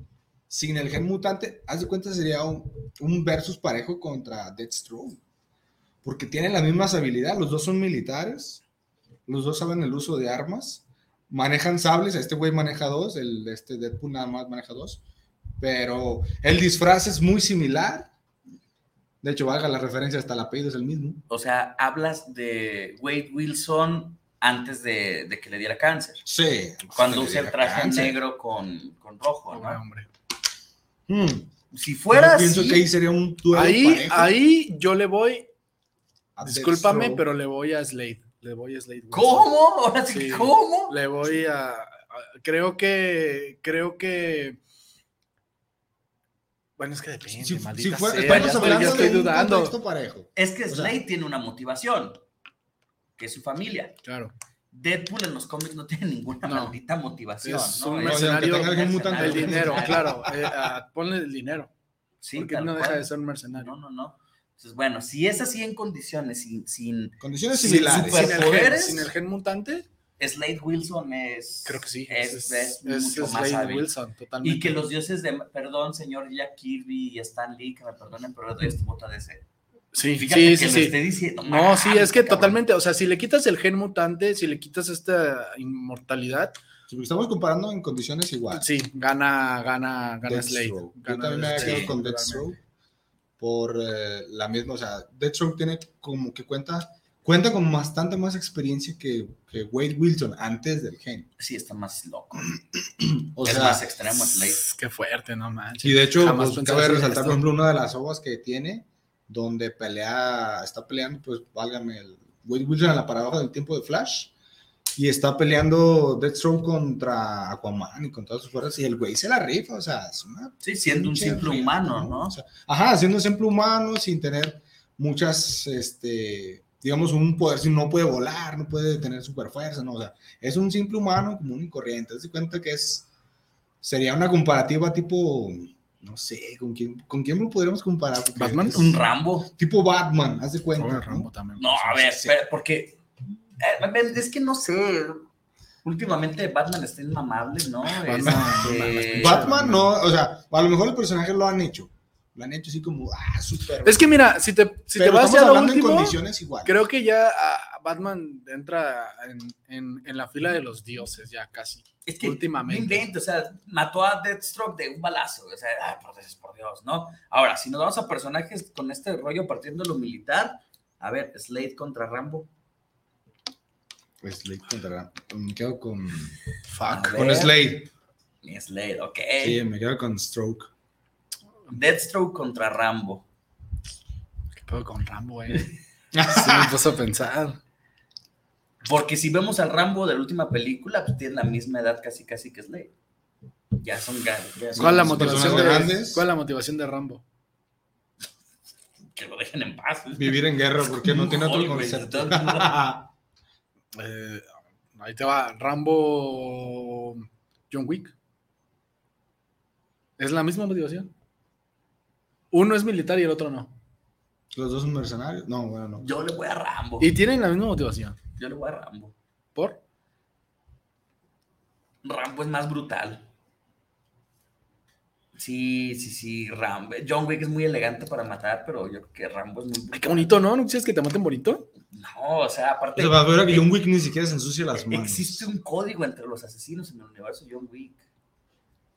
sin el gen mutante, haz de cuenta sería un, un versus parejo contra Deathstroke, porque tienen las mismas habilidades, los dos son militares, los dos saben el uso de armas, manejan sables, este güey maneja dos, el este Deadpool nada más maneja dos, pero el disfraz es muy similar. De hecho, valga la referencia, hasta el apellido es el mismo. O sea, hablas de Wade Wilson antes de, de que le diera cáncer. Sí. Cuando usa el traje negro con, con rojo, Ay, ¿no? hombre. Si fuera Hmm. Yo pienso así, que ahí sería un duelo Ahí, parejo ahí yo le voy. a Discúlpame, Deathstroke. pero le voy a Slade. Le voy a Slade. Wilson. ¿cómo? Ahora sí, Sí. ¿cómo? Le voy a, a- Creo que. Creo que. Bueno, es que Si, depende. si maldita fuera- sea, estamos ya estoy- hablando ya estoy de un dudando. contexto parejo. Es que O sea- Slade tiene una motivación, que es su familia. Claro. Deadpool en los cómics no tiene ninguna No. maldita motivación, Es ¿no? un Es- mercenario, Oye, aunque tenga algún mutante, El Claro. <laughs> dinero, claro. eh, ah, ponle el dinero. Sí, porque tal no deja cual. de ser un mercenario. No, no, no. Entonces, bueno, si es así en condiciones, sin, sin Condiciones Sí, similares. sin, el gen, Superpoderes. sin el gen mutante, Slade Wilson es. creo que sí. Es, es, es mucho es más Slade hábil. Wilson, totalmente. Y que los dioses de. Perdón, señor Jack Kirby y Stan Lee, que me perdonen, pero le doy este voto a DC. Sí, Fíjate sí, que sí. lo sí. esté diciendo. "Ah, No, sí, es que cabrón. totalmente, o sea, si le quitas el gen mutante, si le quitas esta inmortalidad, Si Estamos comparando en condiciones iguales. sí, gana, gana, gana Slade. Deathstroke. Yo Gana también me Slade, quedo con totalmente. Deathstroke por eh, la misma, o sea, Deathstroke tiene como que cuenta cuenta con bastante más experiencia que, que Wade Wilson antes del gen. Sí, está más loco. O es sea, más extremo Slade. Qué fuerte, no manches. Y de hecho, Jamás pues, pensé cabe hacer resaltar, esto. por ejemplo, una de las obras que tiene, donde pelea, está peleando, pues, válgame, el Wade Wilson en la paradoja del tiempo de Flash, y está peleando Deathstroke contra Aquaman y con todas sus fuerzas, y el güey se la rifa, o sea, es una... Sí, siendo un pinche simple riata, humano, ¿no? O sea, ajá, siendo un simple humano, sin tener muchas, este, digamos, un poder, si no puede volar, no puede tener super fuerza, ¿no? O sea, es un simple humano común y corriente, te cuenta que es sería una comparativa tipo, no sé, ¿con quién, con quién lo podríamos comparar? Porque ¿Batman? es Un Rambo. tipo Batman, haz de cuenta. Pobre ¿no? Rambo también. No, a ver, sí. pero- porque. eh, a ver, es que no sé. Últimamente Batman está inmamable, ¿no? Este, Batman no, o sea, a lo mejor el personaje lo han hecho. Lo han hecho así como, ah, super. Es que mira, si te, si te Pero vas estamos ya a lo hablando en último, condiciones iguales. creo que ya ah, Batman entra en, en- en la fila de los dioses ya casi. Es que Últimamente. no inventes, o sea, mató a Deathstroke de un balazo, o sea, ah, por Dios, por Dios, ¿no? Ahora, si nos vamos a personajes con este rollo partiendo de lo militar, a ver, Slade contra Rambo. Pues Slade contra Rambo. Me quedo con, A Fuck. ver, con Slade. Mi Slade, ok. Sí, me quedo con Stroke. Deathstroke contra Rambo. ¿Qué pedo con Rambo, eh? <laughs> Sí, me puso a pensar. Porque si vemos al Rambo de la última película, pues tiene la misma edad casi casi que Slade. Ya son grandes. ya son- ¿Cuál la Son motivación de, personas grandes. ¿Cuál la motivación de Rambo? Que lo dejen en paz. Vivir en guerra porque no tiene otro Ay, güey, concepto. <laughs> entonces, no. Eh, ahí te va, Rambo John Wick. Es la misma motivación. Uno es militar y el otro no. Los dos son mercenarios. No, bueno, no. Yo le voy a Rambo. Y tienen la misma motivación. Yo le voy a Rambo. ¿Por? Rambo es más brutal. Sí, sí, sí, Rambo. John Wick es muy elegante para matar, pero yo creo que Rambo es muy Ay, qué bonito, ¿no? ¿No quisieras que te maten bonito? No, o sea, aparte. O sea, para ver que John Wick ni siquiera se ensucia las manos. Existe un código entre los asesinos en el universo de John Wick.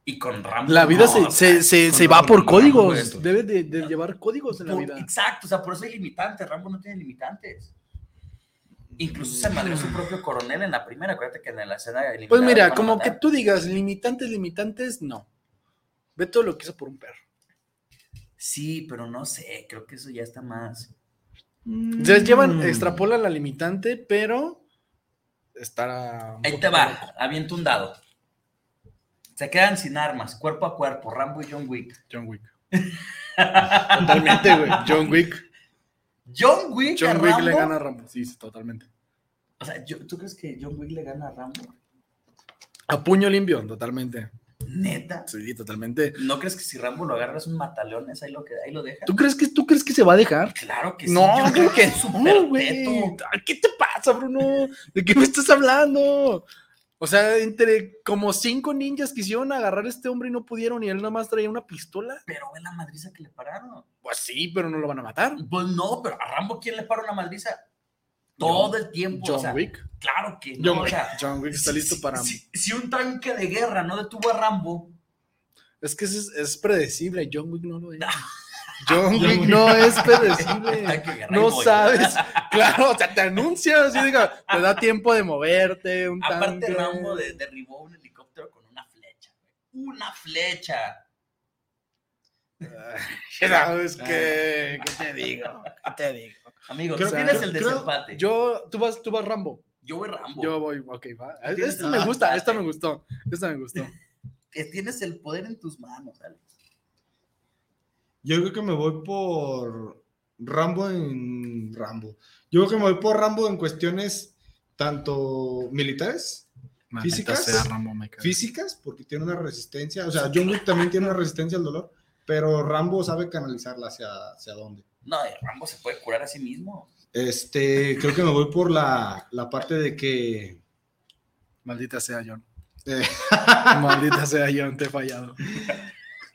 Y con Rambo. La vida no, se, o sea, se- se- con se Rambo va por no, Rambo códigos. esto. Debes de, de llevar códigos en la por- vida. Exacto, o sea, por eso hay limitantes. Rambo no tiene limitantes. Incluso se madrió su propio coronel en la primera. Acuérdate que en la escena. Pues eliminada mira, van a como que matar. tú digas limitantes, limitantes, no. Ve todo lo que hizo por un perro. Sí, pero no sé, creo que eso ya está más. Ya llevan, Mm. extrapola la limitante, pero estará. un Ahí te poquito va, loco. aviento un dado. Se quedan sin armas, cuerpo a cuerpo, Rambo y John Wick. John Wick. Totalmente, güey. John <laughs> Wick. John Wick, a John Wick le Rambo? gana a Rambo. Sí, sí, totalmente. O sea, yo- ¿tú crees que John Wick le gana a Rambo? A puño limpio, totalmente. Neta. Sí, totalmente. ¿No crees que si Rambo lo agarra es un mataleones? Ahí lo, que, ahí lo deja. ¿Tú crees que, tú crees que se va a dejar? Claro que sí. No, yo creo que es un No, super güey. teto. Ay, ¿Qué te pasa, Bruno? ¿De qué me estás hablando? O sea, entre como cinco ninjas quisieron agarrar a este hombre y no pudieron, y él nomás traía una pistola. Pero ve la madriza que le pararon. Pues sí, pero no lo van a matar. Pues no, pero a Rambo, ¿quién le para una madriza? Todo el tiempo. John o sea, Wick. Claro que no. John o Wick. sea, John Wick <laughs> está listo para. Si, si un tanque de guerra no detuvo a Rambo, Es que es, es predecible. John Wick no lo es. No. <laughs> John John Wick Wick. no <laughs> es un predecible. tanque de guerra Eh, No ahí voy. sabes. <laughs> Claro, o sea, te anuncias y diga, te da tiempo de moverte, un Aparte, tanque. Rambo de- derribó un helicóptero con una flecha. güey. Una flecha. Ay, ¿Sabes Ah. qué? ¿Qué te digo? ¿Qué te digo? Amigo, Creo- tú tienes creo- el creo- desempate. Yo, Yo, tú vas, tú vas Rambo. voy Rambo. Yo voy, ok, va. Tienes Esta el me gusta, desempate. esta me gustó, esta me gustó. Eh, Tienes el poder en tus manos, Alex. Yo creo que me voy por Rambo en Rambo. Yo creo que me voy por Rambo en cuestiones tanto militares, Maldita ¿Físicas? sea, Rambo, me físicas, porque tiene una resistencia. O sea, John Wick también tiene una resistencia al dolor, pero Rambo sabe canalizarla hacia, hacia dónde. No, eh, Rambo se puede curar a sí mismo. Este, creo que me voy por la, la parte de que. Maldita sea <laughs> John. eh, Maldita sea John, te he fallado.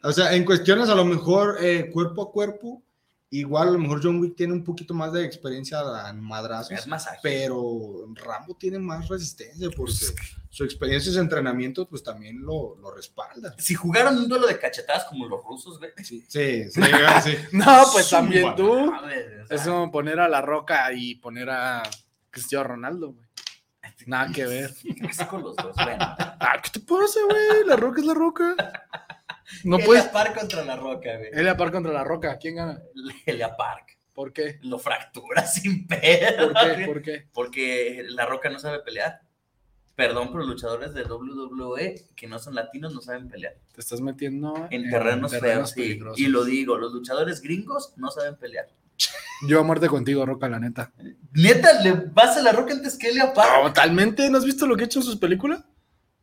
O sea, en cuestiones a lo mejor eh, cuerpo a cuerpo, igual a lo mejor John Wick tiene un poquito más de experiencia en Es madrazos, masaje. pero Rambo tiene más resistencia porque su experiencia y su entrenamiento pues también lo, lo respalda. Si jugaron un duelo de cachetadas como los rusos, güey. Sí, sí, <laughs> sí, ah, sí. No, pues también tú. A ver, o sea, Es <laughs> como poner a La Roca y poner a Cristiano Ronaldo, güey. Nada que ver. qué asco los dos. Bueno, Ah, ¿qué te pasa, güey? La Roca es La Roca. <laughs> No Elia puedes. Park contra la roca, güey. Elia Park contra La Roca. ¿Quién gana? <laughs> Elia Park. ¿Por qué? Lo fractura <laughs> sin pedo. ¿Por <laughs> qué? güey. ¿Por qué? porque La Roca no sabe pelear. Perdón, pero luchadores de WWE que no son latinos no saben pelear. Te estás metiendo En terrenos, feos. sí. peligrosos. Y lo digo, los luchadores gringos no saben pelear. Yo a muerte contigo, Roca, la neta. Neta, le vas a La Roca antes que Elia Park. Totalmente. ¿No has visto lo que he hecho en sus películas?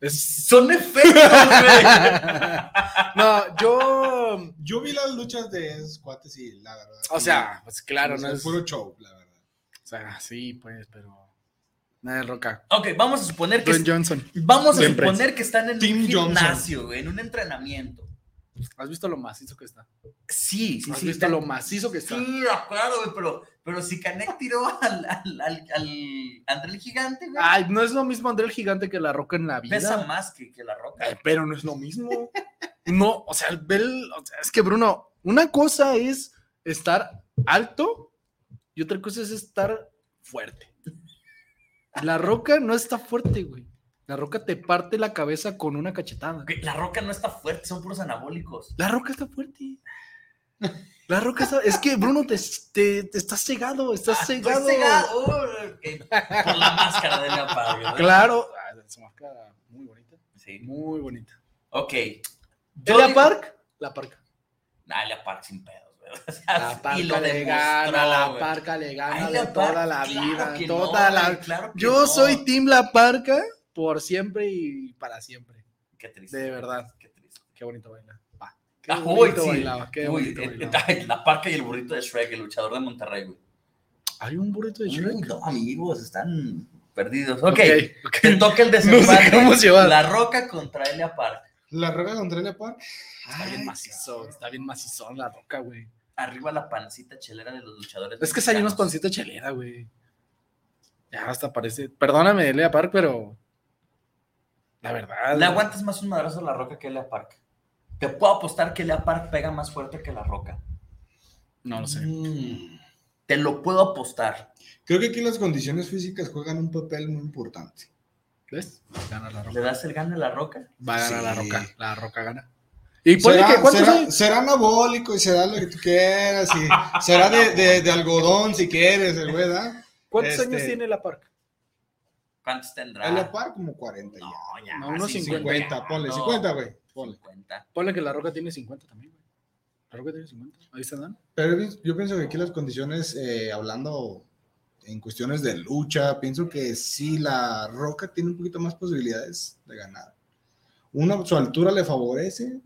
Es- <laughs> Son efectos, güey. No, yo. Yo vi las luchas de esos cuates y la verdad. O sí, sea, pues claro, o no sea, es. puro show, la verdad. O sea, sí, pues, pero. Nada de Roca. ok, vamos a suponer Dwayne que, Johnson. vamos a Siempre. suponer que están en un Tim Johnson. gimnasio, güey, en un entrenamiento. ¿Has visto lo macizo que está? Sí, sí, ¿Has sí. visto están- lo macizo que está? Sí, de acuerdo, güey, pero, pero si Canek tiró al, al, al, al André el Gigante, güey, Ay, no es lo mismo André el Gigante que La Roca en la vida. pesa más que, que La Roca. Ay, pero no es lo mismo. No, o sea, el Bel- o sea, es que Bruno, una cosa es estar alto y otra cosa es estar fuerte. La Roca no está fuerte, güey. La roca te parte la cabeza con una cachetada. Ok, La roca no está fuerte, son puros anabólicos. La roca está fuerte. La roca está. Es que Bruno te, te- te estás cegado, estás Ah, estoy Pues cegado. cegado. Oh, ok. Por la máscara de leopardo. ¿verdad? Claro. Ah, es una máscara muy bonita. Sí. Muy bonita. Ok. Yo ¿La digo- Park? La Park. Ah, Elia Park sin pedos, güey. <laughs> O sea, La y Park Ah, lo le demostró, gana, la güey. Parca le Ay, gana de Elia toda Park, la claro vida. que no, toda la güey, claro que Yo no. soy Team La Parca por siempre y para siempre. Qué triste. de verdad. Qué triste. Qué bonito baila. Va. Qué Ah, uy, bonito sí. bailaba. Qué Uy, bonito eh, <laughs> bailaba. eh, la parca y el burrito de Shrek, el luchador de Monterrey, güey. Hay un burrito de Uy, Shrek. no, amigos, están perdidos. Mm. Ok, ok. te <laughs> toca el No sé desempate. cómo llevar. la roca contra Elia Park. La roca contra Elia Park. Está bien Ay, macizo, está bien macizón la roca, güey. Arriba la pancita chelera de los luchadores. Es que salió unos mexicanos. pancitos chelera, güey. Ya hasta parece. Perdóname, Elia Park, pero. La verdad. Le güey. aguantas más un madrazo a la roca que a Elia Park. Te puedo apostar que Elia Park pega más fuerte que la roca. No lo sé. Mm. Te lo puedo apostar. Creo que aquí las condiciones físicas juegan un papel muy importante. ¿Ves? Gana la ¿Le roca. das el gane a la roca? Va a ganar la Sí. roca. La roca gana. ¿Y ponle Será, que cuántos será- hay? será anabólico y será lo que tú quieras. Y será de, de- de algodón si quieres, el güey, ¿verdad? ¿Cuántos Este- años tiene la Park? ¿Cuántos tendrá? Elia Park como 40 ya. No, ya. No, unos sí, 50, ponle, no. 50, güey. Ponle. 50. Ponle que la roca tiene 50 también, güey. La roca tiene 50. Ahí se dan. Pero yo- yo pienso que aquí las condiciones, eh, hablando en cuestiones de lucha, pienso que sí, la Roca tiene un poquito más posibilidades de ganar. Una, su altura le favorece,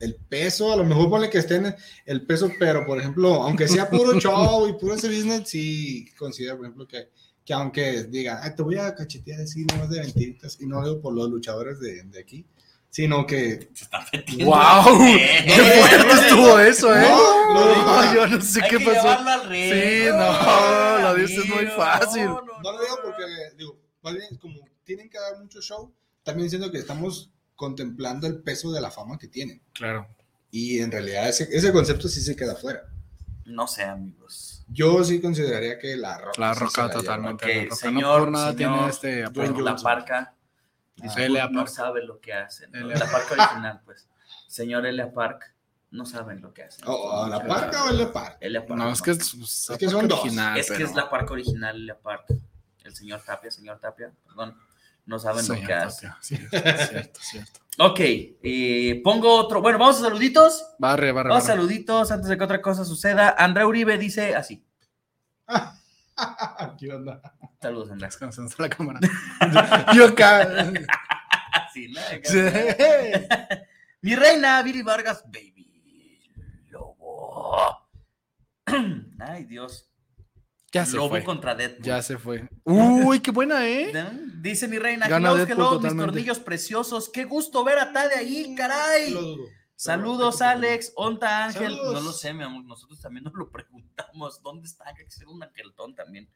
el peso, a lo mejor ponle que estén el peso, pero por ejemplo, aunque sea puro show y puro ese business, sí considero, por ejemplo, que, que aunque digan, "Ay, te voy a cachetear así, nomás de ventilitas, y no digo por los luchadores de, de aquí, sino que... Se está metiendo. ¡Wow! <laughs> Eh, ¡Qué fuerte estuvo eso, eh! No, no, No, no. yo no sé Hay qué que pasó. llevarlo al ring. Sí, no, lo dices muy no, fácil. no, no, No lo digo porque, digo, más bien, como tienen que dar mucho show, también siento que estamos contemplando el peso de la fama que tienen. Claro. Y en realidad ese, ese concepto sí se queda fuera. No sé, amigos. Yo sí consideraría que la roca. La sí se roca la lleva. totalmente. Ok, la roca. señor, no por nada señor, tiene este apodo. Dueño, la parca Ah, Elia no Park. sabe lo que hacen. ¿no? Elia La parca original, pues. Señor Elia Park, no saben lo que hacen. o- o Oh, la parca o la parca. Elia Park, No, es que es, Es que son dos. original, Es que pero- es la parca original, Elia Park. El señor Tapia, señor Tapia, perdón. No saben lo Señor que hacen. Tapia, Cierto, <laughs> cierto, cierto. Ok, eh, pongo otro. Bueno, vamos a saluditos. Barre, barre, Vamos a barre. saluditos antes de que otra cosa suceda. Andrea Uribe dice así. ¿Qué onda? Saludos, Andrea. Es que no se nos va la cámara. <laughs> Yo acá. <laughs> <laughs> Así, ¿no? Sí. Mi reina, Viri Vargas, baby. Lobo. <clears throat> Ay, Dios. Ya se Lobo fue. contra Deadpool. Ya se fue. Uy, qué buena, ¿eh? ¿Eh? Dice mi reina, Gana hello, Deadpool hello, mis totalmente. tornillos preciosos. Qué gusto ver a Tade ahí, caray. Lo dudo. Saludos, Pero- Alex. Onta Ángel. Saludos. No lo sé, mi amor. Nosotros también nos lo <laughs> preguntamos. ¿Dónde está? Hay que ser un angeltón también.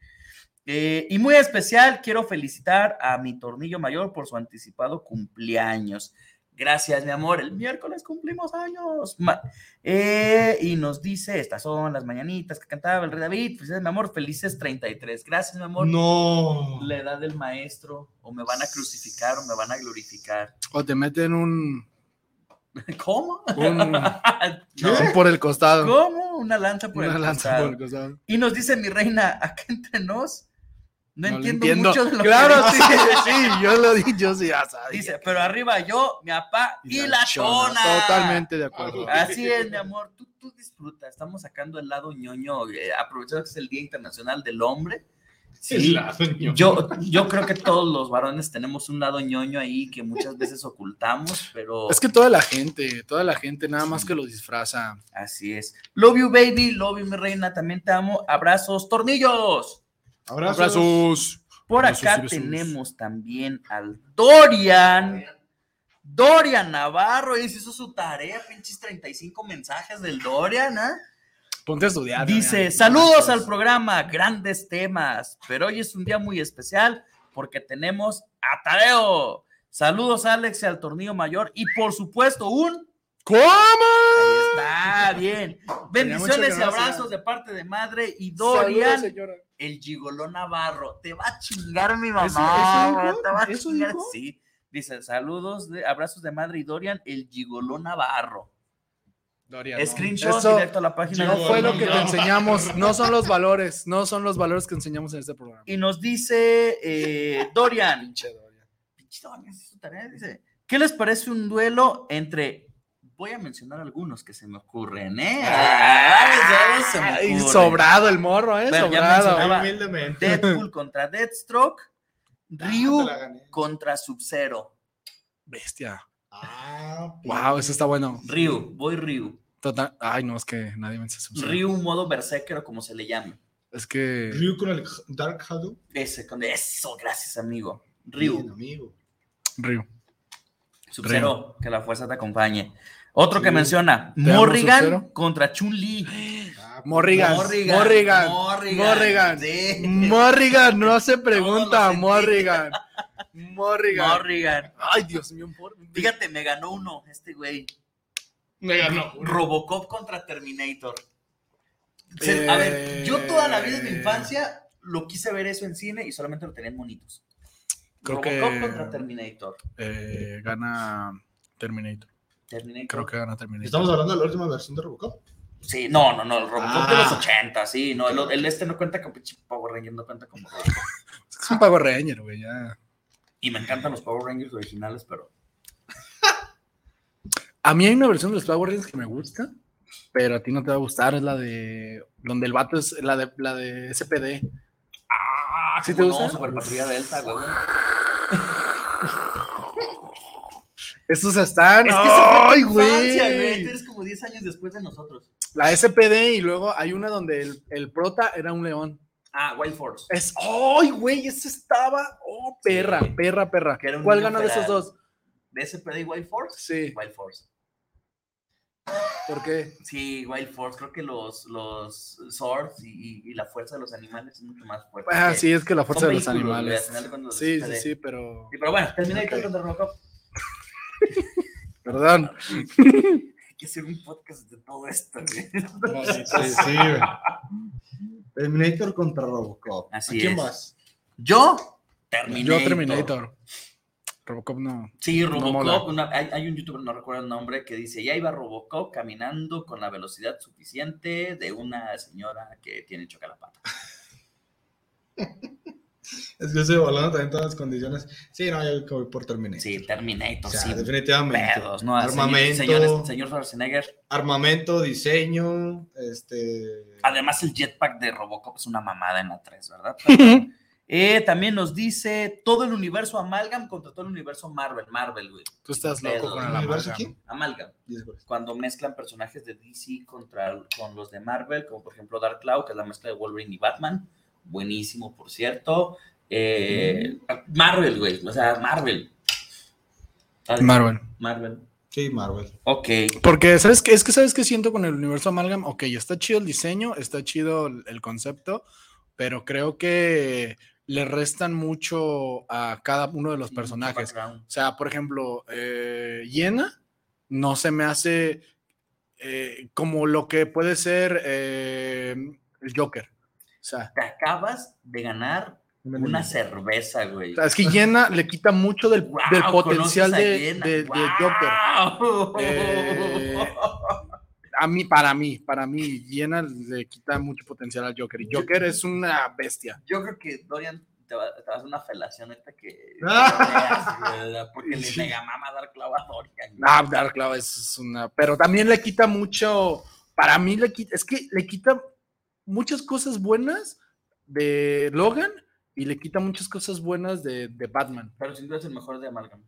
Eh, y muy especial, quiero felicitar a mi tornillo mayor por su anticipado cumpleaños. Gracias, mi amor. El miércoles cumplimos años. Ma- eh, y nos dice: Estas son las mañanitas que cantaba el rey David. Felicidades, mi amor. Felices 33. Gracias, mi amor. No. La edad del maestro. O me van a crucificar o me van a glorificar. <laughs> O te meten un. ¿Cómo? un No. un por el costado. ¿Cómo? Una lanza por Una el lanza costado. por el costado. Y nos dice mi reina, acá entre nos, no, No le entiendo, mucho de lo claro, que sí, sí, yo lo dije, yo sí, ya sabía. <laughs> dice. Dice, pero arriba yo, mi papá y, la chona. Totalmente de acuerdo. Ah, Así es, mi amor, tú, tú disfruta, estamos sacando el lado ñoño, eh, aprovechando que es el Día Internacional del Hombre. Sí, yo, yo creo que todos los varones tenemos un lado ñoño ahí que muchas veces ocultamos, pero Es que toda la gente, toda la gente, nada más Sí. que lo disfraza. así es. Love you, baby, love you, mi reina, también te amo. Abrazos, tornillos. Abrazos. Abrazos. Por Besos y acá besos. tenemos también al Dorian. Dorian Navarro, y se hizo su tarea, pinches 35 mensajes del Dorian, ¿ah? Ponte a estudiar. Dice, Adrián. saludos al programa, grandes temas, pero hoy es un día muy especial porque tenemos a Tadeo. Saludos Alex y al tornillo mayor y por supuesto un ¿Cómo? Está bien. Bendiciones y gracias. abrazos de parte de madre y Saludos, Dorian, señora. el gigoló Navarro. Te va a chingar mi ¿Eso- mamá. eso güey, dijo? Te va a ¿Eso chingar. dijo? Sí. Dice, saludos, de, abrazos de madre y Dorian, el gigoló Navarro. Dorian, no. Screenshot Eso directo a la página. no de- fue lo que te enseñamos. No son los valores. No son los valores que enseñamos en este programa. Y nos dice eh, Dorian, Pinche Dorian. pinche Dorian, es su tarea, dice, ¿Qué les parece un duelo entre... Voy a mencionar algunos que se me ocurren, ¿eh? Ay, se me Ay, ocurren. sobrado el morro, ¿eh? Bueno, ya sobrado. mencioné. Ahí humildemente. <laughs> Deadpool contra Deathstroke. Ryu Ah, te la gané. contra Sub-Zero. Bestia. Ah, Wow, eso está bueno. Ryu, voy Ryu. Total. Ay, no, es que nadie me se subsidió. Ryu modo berserker o como se le llame. Es que. Ryu con el Dark Shadow. Ese, con eso, gracias amigo. Bien, Ryu, amigo. Ryu. Sub-Zero, que la fuerza te acompañe. Otro que Sí. menciona, amo, Morrigan Sub-Zero. contra Chun-Li. Ah, Morrigan. Morrigan. Morrigan. Morrigan. sí. no se pregunta. Todos los Morrigan. Morrigan. Morrigan. Ay, Dios mío. por- Fíjate, me ganó uno este güey. Me ganó. Robocop contra Terminator. O sea, Eh, A ver, yo toda la vida de mi infancia lo quise ver eso en cine y solamente lo tenían monitos. Creo Robocop que- contra Terminator. Eh, gana Terminator. Terminator. Creo que gana Terminator. Estamos hablando de la última versión de Robocop. Sí, no, no, no, el Robocop Ah. de los 80, sí, no, el, el este no cuenta con pinche Power Ranger, no cuenta como Es un pago Ranger, güey. Ya. Y me encantan los Power Rangers originales, pero A mí hay una versión de los Power Rangers que me gusta, pero a ti no te va a gustar. Es la de. Donde el vato es la de, la de SPD. Ah, ¿Sí ¿cómo te gusta? No, Super Patrulla Delta, güey. Estos están. Es que eso fue ¡Ay, tu infancia, güey! Tú eres como 10 años después de nosotros. La SPD y luego hay una donde el, el prota era un león. Ah, Wild Force. Es, ¡ay, güey! Ese estaba, ¡oh, perra, Sí. perra, perra! Que era un ¿Cuál niño ganó de esos feral. dos? ¿De SPD y Wild Force? Sí, Wild Force. ¿por qué? Sí, Wild Force, creo que los, los swords y, y- y la fuerza de los animales es mucho más fuerte. Ah, que- sí, es que la son fuerza de los vehículos, güey, al animales. final cuando los Sí, sí, SPD. sí, pero. Sí, Pero bueno, terminé Ok. contra Robocop. Perdón. Hay que hacer un podcast de todo esto. güey. Sí, sí, güey. Terminator contra Robocop. Así ¿A quién es. vas? Yo, Terminator. Yo Terminator. Robocop <laughs> no. Sí, Robocop. mola. una- hay, hay un youtuber, no recuerdo el nombre, que dice: Ya iba Robocop caminando con la velocidad suficiente de una señora que tiene choca la pata. Es que yo estoy evaluando también todas las condiciones. Sí, no, yo creo que voy por Terminator. Sí, Terminator, O sea, sí. definitivamente. Pedos, ¿no? Armamento. Señor, señores- señor Schwarzenegger. Armamento, diseño, este... Además, el jetpack de Robocop es una mamada en la 3, ¿verdad? <laughs> Pero- Eh, también nos dice todo el universo Amalgam contra todo el universo Marvel. Marvel, güey. Tú estás loco Pedo. con ¿El la universo amalgama. quién? Amalgam. Cuando mezclan personajes de DC contra, con los de Marvel, como por ejemplo Dark Cloud, que es la mezcla de Wolverine y Batman. Buenísimo, por cierto. Eh, Marvel, güey. O sea, Marvel. Marvel. Marvel. Sí, Marvel. Ok. Porque, ¿sabes qué? Es que, ¿sabes qué siento con el universo Amalgam? Ok, está chido el diseño, está chido el el concepto, pero creo que le restan mucho a cada uno de los personajes. Background. O sea, por ejemplo, eh, Yena no se me hace eh, como lo que puede ser eh, el Joker. O sea, Te acabas de ganar una cerveza, güey. o sea, es que Yena le quita mucho del, Wow, del conoces potencial a de, Yena. de- de Wow. Joker. Eh, A mí, para mí, para mí, Yena le quita mucho potencial al Joker. Y Joker es una bestia. Yo creo que Dorian te va, te va a hacer una felación esta que. Ah. que veas, güey, porque le mega mama dar clavo a Dorian. güey. Ah, Dark Cloud es, es una. Pero también le quita mucho. Para mí, le quita. Es que le quita muchas cosas buenas de Logan y le quita muchas cosas buenas de, de Batman. Pero sin duda es el mejor de Amalgam.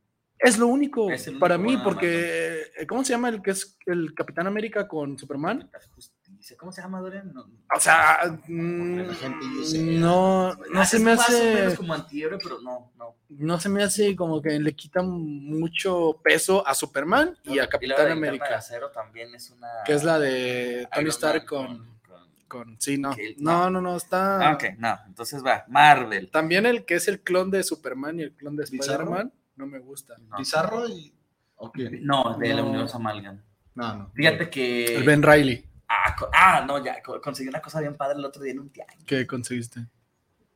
Es lo único, Es el único para mí, bueno de porque. eh, ¿Cómo se llama el que es el Capitán América con Superman? pues, Justicia. ¿Cómo se llama Dorian? No, O sea. Porque la gente dice, mm, No, no Ah, se es me más o menos hace. como antihéroe, pero no, no. no se me hace como que le quita mucho peso a Superman y a la Capitán de Linterna de América, Acero también es una. que es la de Tony Iron Stark Man con, con- con- sí, no, que- no, no, no, está Ah, ok, no. Entonces va. Marvel. también el que es el clon de Superman y el clon de ¿Bizarro? Spider-Man no me gusta. No. Pizarro y... Ok. No, de la No. Universo Amalgam. No, no. Fíjate que. El Ben Riley, Ah, co- ah, no, ya. co- Conseguí una cosa bien padre el otro día en un tianguis. ¿qué conseguiste?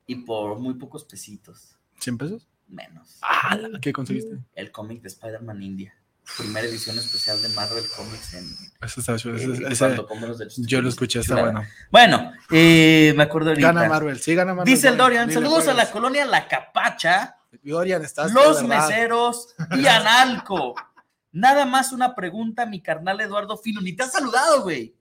Y por muy pocos pesitos. ¿100 pesos? Menos. ¿Qué conseguiste? El cómic de Spider-Man India. Primera edición especial de Marvel Comics en. Ese está chido, ese- en- ese- cuando compro los del- yo lo escuché, está Chulada. bueno. Bueno, eh, me acuerdo ahorita. Gana Marvel, sí, gana Marvel. Dice el Dorian, Ni le saludos a la juegues. colonia La Capacha. Dorian, estás. de Los verdad. meseros y Analco. Nada más una pregunta, mi carnal Eduardo Fino. Ni te has saludado, güey.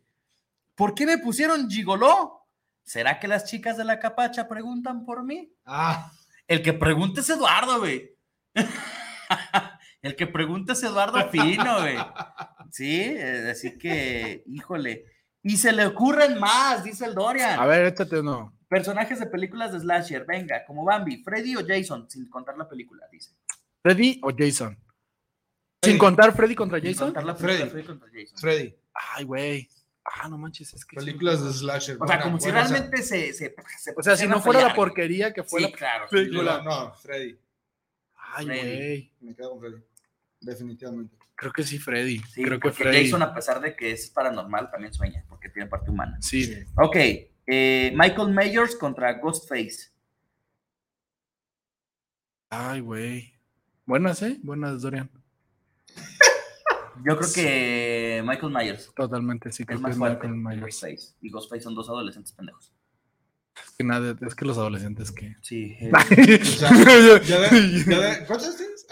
¿Por qué me pusieron gigoló? ¿Será que las chicas de la capacha preguntan por mí? Ah, El que pregunta es Eduardo, güey. <laughs> El que pregunta es Eduardo Fino, güey. Sí, eh, así que, híjole. Y se le ocurren más, dice el Dorian. A ver, échate uno. Personajes de películas de slasher, venga, como Bambi, Freddy o Jason, sin contar la película, dice. ¿Freddy o Jason? Sin Freddy. contar Freddy contra Sin Jason. contar la Freddy. película, Freddy contra Jason. Freddy. Ay, güey. Ah, no manches, es que. sí. Películas de slasher. O sea, buena, como si buena, o sea, realmente se, se, se O sea, si pusieran no a fuera la pelear. porquería que fue Sí, la. claro. película. No, Freddy. Ay, Freddy. güey. Me quedo con Freddy. Definitivamente. Creo que sí, Freddy. Sí, Creo que porque Freddy. Jason, a pesar de que es paranormal, también sueña, porque tiene parte humana. Sí. Ok, eh, Michael Myers contra Ghostface. Ay, güey. Buenas, ¿eh? Buenas, Dorian. Yo creo que Michael Myers Totalmente, sí, es creo que más es fuerte. que Michael Myers. Ghostface. Y Ghostface son dos adolescentes pendejos. Es que nada, es que los adolescentes que. <laughs> Sí. eh, <laughs> O <laughs> sea, ya de- ya de- ¿Cuántos tienes?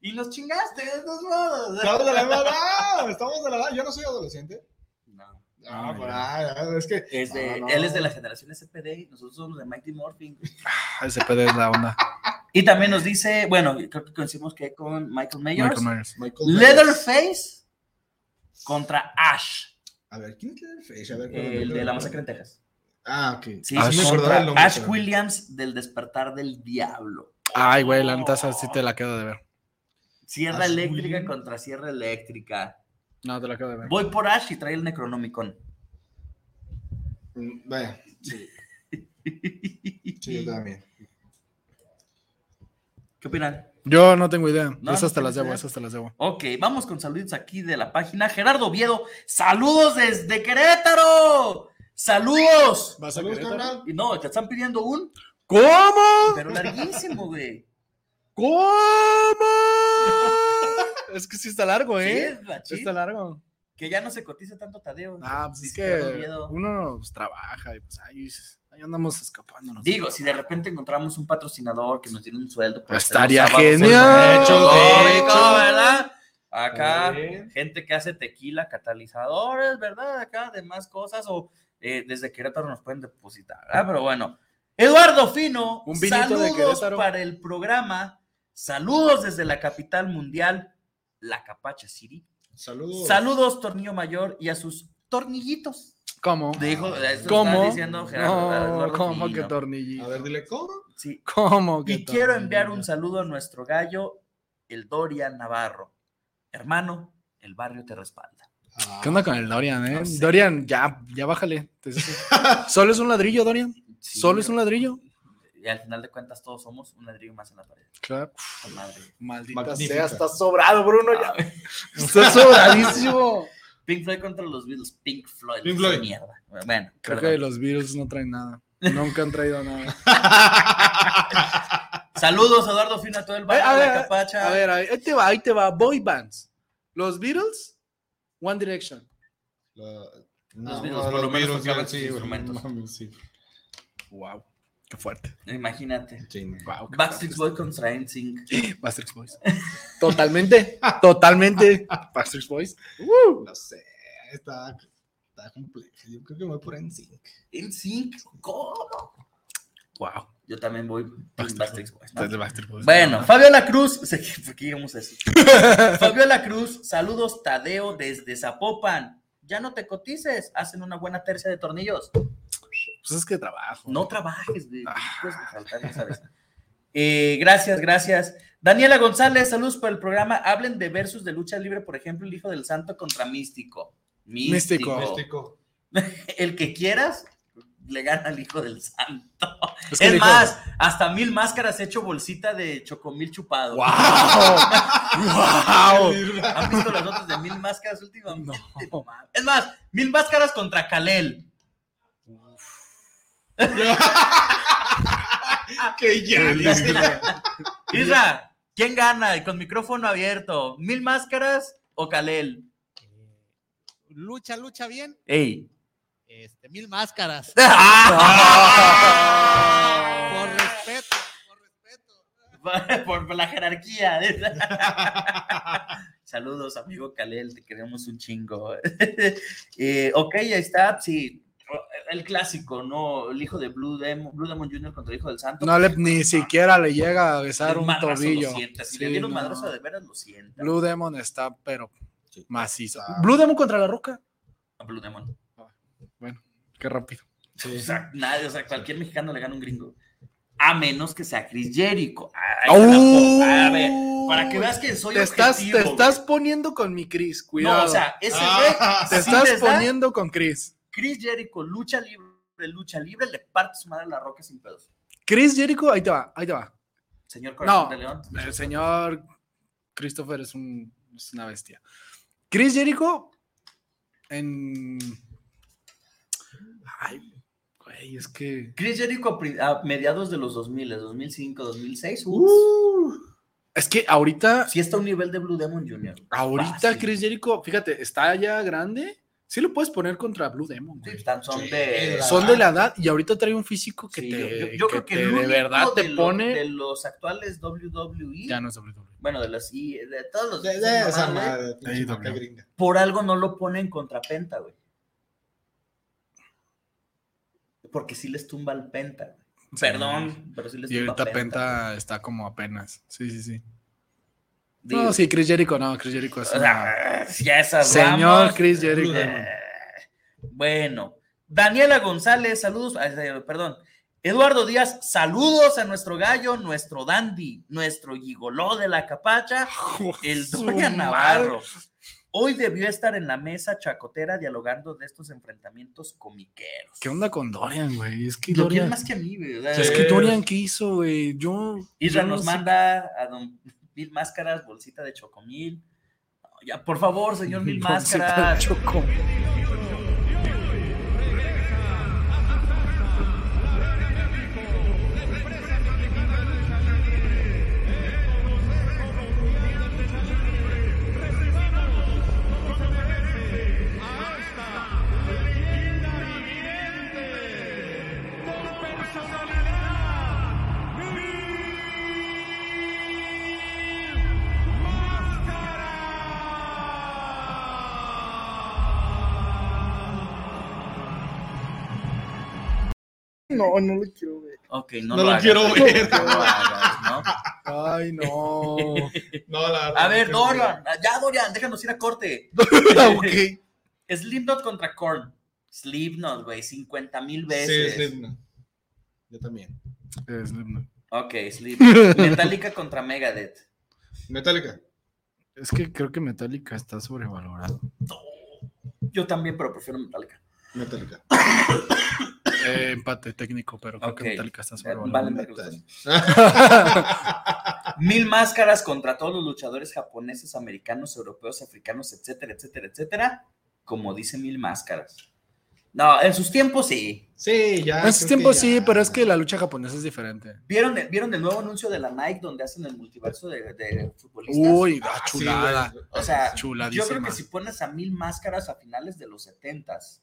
y nos chingaste de todos modos. Estamos de la misma edad. Estamos de la edad. Yo no soy adolescente. No. Ah, Ah, por ahí, es que. Es de- No, no. Él es de la generación SPD y nosotros somos de Mighty Morphin. güey. Ese pedo es <laughs> la onda. Y también nos dice, bueno, creo que coincidimos que con Michael Myers, Michael Myers. Michael Leatherface contra Ash, A ver, ¿quién es Leatherface? A ver, ¿cuál es el de la Leatherface? masacre en Texas. Ah, ok. Sí, Ash. sí, Me acordaba contra del nombre, Ash pero- Williams del despertar del diablo. Ay, güey, la neta esa sí te la quedo de ver. Sierra Ash eléctrica Williams. contra Sierra eléctrica. No, te la quedo de ver. Voy por Ash y trae el Necronomicon. <laughs> Mm, Vaya, sí. Sí, yo también. ¿Qué opinan? Yo no tengo idea. No, esas te no tienes las debo, idea. esas te las debo. Ok, vamos con saludos aquí de la página. Gerardo Oviedo, saludos desde Querétaro. Saludos. ¿Vas Saludos, carnal. Y no, te están pidiendo un, ¿Cómo? pero larguísimo, güey. ¿Cómo? <laughs> es que sí está largo, Sí, ¿eh? es bachín. Sí está largo. que ya no se cotiza tanto Tadeo. Ah, pues es Dice Gerardo que Oviedo. uno pues, trabaja y pues ahí, ahí andamos escapándonos. Digo, si de repente encontramos un patrocinador que nos diera un pues, sueldo. por hacer Estaría los sábados, genial. el momento De hecho, cómico, de Oh, ¿verdad? Acá, Bien. gente que hace tequila, catalizadores, ¿verdad? Acá, demás cosas, o eh, desde Querétaro nos pueden depositar, ¿verdad? Pero bueno. Eduardo Fino, Un vinito de saludos Querétaro. para el programa, saludos desde la capital mundial, la Capacha City. Saludos. Saludos, Tornillo Mayor, y a sus tornillitos. ¿Cómo? Dijo, eso ¿Cómo? está diciendo Gerardo. no, Eduardo ¿cómo que Fino. A tornillito? ver, dile, ¿cómo? Sí. ¿Cómo que Y quiero enviar tornillito? un saludo a nuestro gallo, el Dorian Navarro. Hermano, el barrio te respalda. Ah, ¿Qué onda con el Dorian, eh? No sé. Dorian, ya, ya bájale. <laughs> Te- Solo es un ladrillo, Dorian. Sí, Solo es un ladrillo. Y al final de cuentas, todos somos un ladrillo más en la pared. Claro. Con <laughs> madre. Maldita Magnífica. sea, está sobrado, Bruno. Ah, Ya. Está <laughs> sobradísimo. Pink Floyd contra los Beatles. Pink Floyd. Pink esa Floyd. Mierda. Bueno, Creo perdón. que los virus no traen nada. Nunca han traído nada. Saludos, Eduardo Fino, a todo el barrio Eh, a de la ver, Capacha. A ver, a ver, ahí te va, ahí te va. Boy bands. Los Beatles, One Direction. La- Los No, Beatles, por los lo menos Beatles, tocaban sí, sus güey, instrumentos. mames, sí. Wow, qué fuerte. Imagínate. Sí, no. Wow, qué Backstreet Boy contra NSYNC. fuerte. Backstreet Boys. Totalmente, totalmente. <laughs> Backstreet Boys. No sé, está, está compleja. Yo creo que me voy por NSYNC. NSYNC, ¿cómo? Wow. Yo también voy Backstreet, Boys. ¿no? Backstreet Boys. Bueno, Fabiola Cruz, <laughs> sé que- ¿por qué llegamos a eso? Fabiola Cruz, saludos Tadeo desde Zapopan. Ya no te cotices, hacen una buena tercia de tornillos. Pues es que trabajo. No trabajes, güey, no puedes faltar, ya sabes. Eh, gracias, gracias. Daniela González, saludos por el programa. Hablen de versus de lucha libre, por ejemplo, el hijo del santo contra místico. Místico. Místico. Místico. El que quieras, le gana al hijo del santo. Es Es, que dijo- más, Hasta mil máscaras he hecho bolsita de chocomil chupado. ¡Wow! ¡Wow! ¿Han visto las notas de mil máscaras últimamente? No mames. Es más, mil máscaras contra Kalel. <laughs> ¡Qué Isra, ¿quién gana? Y Con micrófono abierto. ¿Mil máscaras o Kalel? Eh, Lucha, lucha bien. ¡Ey! Este, mil máscaras. Por <laughs> ¡Ah! respeto, por respeto. <laughs> por, por la jerarquía. <laughs> Saludos, amigo Kalel, te queremos un chingo. <laughs> Eh, ok, ahí está, sí. El clásico, ¿no? El hijo de Blue Demon, Blue Demon Jr. contra el hijo del santo. No le, ni siquiera le llega a besar El un madrazo lo tobillo. sienta, Si Sí, le dieron un no. madrazo de veras, lo sienta. Blue Demon está, pero macizo. Ah. Blue Demon contra la roca. A Blue Demon. Qué rápido. O sea, nadie, o sea, cualquier mexicano le gana un gringo. A menos que sea Chris Jericho. Ay, se la ¡Oh! pongo. a ver, para que veas que soy Te estás, objetivo, te güey. estás poniendo con mi Chris, cuidado. No, o sea, ese güey Ah, <laughs> te sí estás les da- poniendo con Chris. Chris Jericho, lucha libre, lucha libre, le parte su madre a la roca sin pedos. Chris Jericho, ahí te va, ahí te va. Señor Corazón No. de León. El señor Christopher es, un- es una bestia. Chris Jericho en... Ay, güey, es que... Chris Jericho a pri- a mediados de los 2000, 2005, 2006. ups, Uh, es que ahorita, sí está a un nivel de Blue Demon Jr. ahorita fácil. Chris Jericho, fíjate, está ya grande. Sí lo puedes poner contra Blue Demon. güey. Sí, tan- son de... Sí, Son de la edad y ahorita trae un físico que Sí, te, yo, yo- yo que creo que te el de único verdad te de lo- pone... de los actuales WWE, Ya no es E. WWE. bueno, de los y de todos los De, de esa mamadas, madre, güey, pinche Ahí marca también. gringa. por algo no lo ponen contra Penta, güey. Porque sí les tumba al Penta. güey. Perdón, pero sí les Y tumba ahorita al Penta está como apenas. Sí, sí, sí. Digo, No, sí, Chris Jericho, no, Chris Jericho es o una... sea, <laughs> ya esas Ah. Señor vamos. Chris Jericho. Eh, Bueno, Daniela González, saludos, ah, eh, perdón. Eduardo Díaz, saludos a nuestro gallo, nuestro dandy, nuestro gigoló de la capacha, <laughs> el Su Doña madre. Navarro. Hoy debió estar en la mesa chacotera dialogando de estos enfrentamientos comiqueros. ¿Qué onda con Dorian, güey? Es que Lo quieren Dorian... más que a mí, güey. Es que Dorian, ¿qué hizo, güey? Yo... Isra yo no nos sé. <laughs> manda a don Mil Máscaras, bolsita de chocomil. Ya, por favor, señor Mil Bolsita de Máscaras. Choco. No, no lo quiero ver. Ok, no, No lo hagas, quiero no ver. lo hagas, ¿no? Ay, no. <laughs> No, la verdad A ver, que- Dorian, ya Dorian, déjanos ir a corte. Ah, ok. Slipknot contra Korn. Slipknot, güey, 50 mil Sí, veces. Slipknot. Yo también. Es- Ok, Slipknot. Metallica contra Megadeth. Metallica. Es que creo que Metallica está sobrevalorado. Yo también, pero prefiero Metallica. Metallica. Eh, empate técnico, pero creo Ok. que Metallica está Eh, sobrevalorado. valen verga ustedes. Mil máscaras contra todos los luchadores japoneses, americanos, europeos, africanos, etcétera, etcétera, etcétera. Como dice Mil Máscaras. No, en sus tiempos sí. Sí, ya. En ese creo tiempo ya. sí, pero es Ah, que la lucha japonesa es diferente. ¿Vieron el, ¿Vieron el nuevo anuncio de la Nike donde hacen el multiverso de, de futbolistas? Uy, la Ah, sí, chulada. güey. O sea, Chuladísima. yo creo que si pones a mil máscaras a finales de los 70s,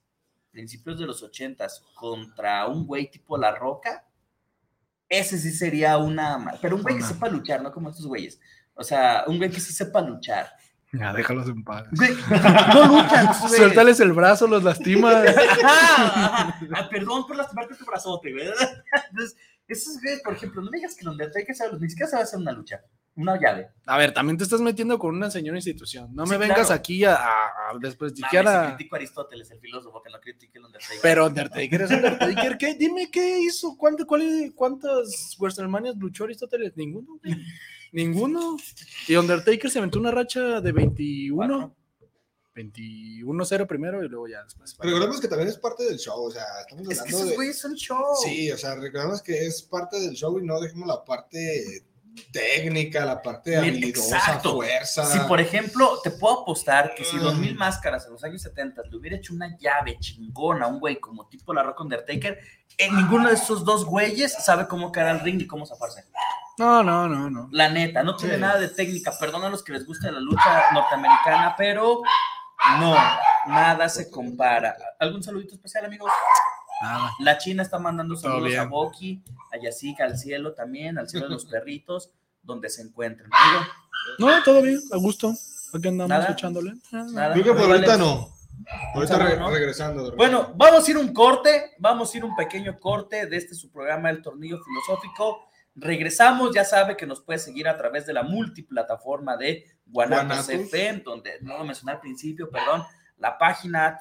principios de los 80s, contra un güey tipo La Roca, ese sí sería una. ma- Pero un güey que Una. sepa luchar, no como estos güeyes. O sea, un güey que sí sepa <laughs> luchar. Ya, déjalos en paz. Güey, <laughs> no luchan, güey. Suéltales el brazo, los lastimas. <laughs> Ajá, ajá. Ah, perdón por lastimarte tu brazote, güey. <laughs> Entonces, esos güeyes, por ejemplo, no me digas que donde hay que saber, ni siquiera sabe hacer una lucha, una llave. A ver, también te estás metiendo con una señora institución. No Sí, me vengas claro. aquí a, a- a desprestigiar Mames, sí a... critico a Aristóteles, el filósofo, que no critique el Undertaker. Pero Undertaker es Undertaker. ¿Qué? Dime qué hizo. ¿Cuánto, cuál, ¿Cuántas WrestleManias luchó Aristóteles? Ninguno, güey. Ninguno. Y Undertaker se aventó una racha de 21. Cuatro. 21-0 primero y luego ya después. Recordemos que también es parte del show, o sea, estamos Es que hablando esos de... güeyes son show. Sí, o sea, recordemos que es parte del show y no dejemos la parte técnica, la parte Bien, habilidosa, exacto. fuerza. Si, por ejemplo, te puedo apostar que si Mm. 2000 máscaras en los años 70 le hubiera hecho una llave chingona a un güey como tipo la Rock Undertaker, en ninguno de esos dos güeyes sabe cómo caer al ring y cómo zafarse. No, no, no, no. La neta, no tiene Sí. nada de técnica. Perdón a los que les gusta la lucha norteamericana, pero no, nada se compara. ¿Algún saludito especial, amigos? Nada. La China está mandando Todo saludos a bien. Boki, a Yasika, al cielo también, al cielo de los perritos, donde se encuentren. Digo, No, todo bien, a gusto. Aquí andamos Nada. echándole. nada, Creo que por igual ahorita es- no. Ahorita Sábado, re- ¿no? regresando. de Bueno, vamos a ir un corte, vamos a ir un pequeño corte de este su programa El Tornillo Filosófico. Regresamos, ya sabe que nos puede seguir a través de la multiplataforma de Guanatos Guanatos. FM, donde no lo mencioné al principio, perdón, la página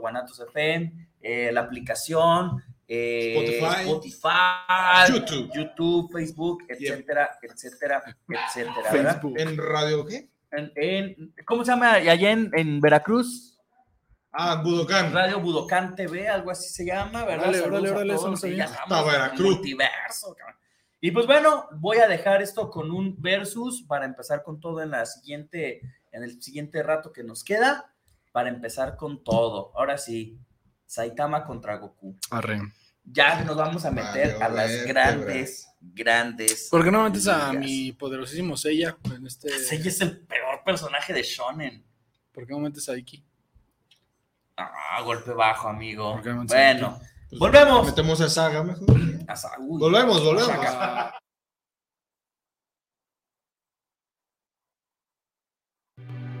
www.guanatosfm, eh, la aplicación, eh, Spotify. Spotify, YouTube. YouTube, Facebook, etcétera, etcétera, etcétera. ¿verdad? Facebook. ¿En radio qué? En- en- ¿Cómo se llama allá en, en Veracruz? Ah, Budokan. Radio Budocán TV, algo así se llama, ¿verdad? Órale, Saludos órale, a órale, eso no todos, sabía. ya Hasta estamos en el Veracruz. multiverso, cabrón. Y pues bueno, voy a dejar esto con un versus para empezar con todo en la siguiente, en el siguiente rato que nos queda, para empezar con todo. Ahora sí, Saitama contra Goku. Arre. Ya nos vamos a meter Valió a las vértebra. grandes, grandes. ¿Por qué no metes a ligas. mi poderosísimo Seiya en este? Seiya es el peor personaje de Shonen. ¿Por qué no metes a Iki? Ah, golpe bajo, amigo. ¿Por qué no me Bueno, Pues, volvemos. Metemos a Saga mejor. a Sa- uy, Volvemos, volvemos. saca.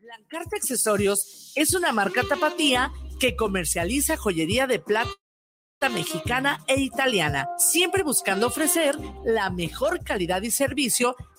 Blancarte Accesorios es una marca tapatía que comercializa joyería de plata mexicana e italiana, siempre buscando ofrecer la mejor calidad y servicio,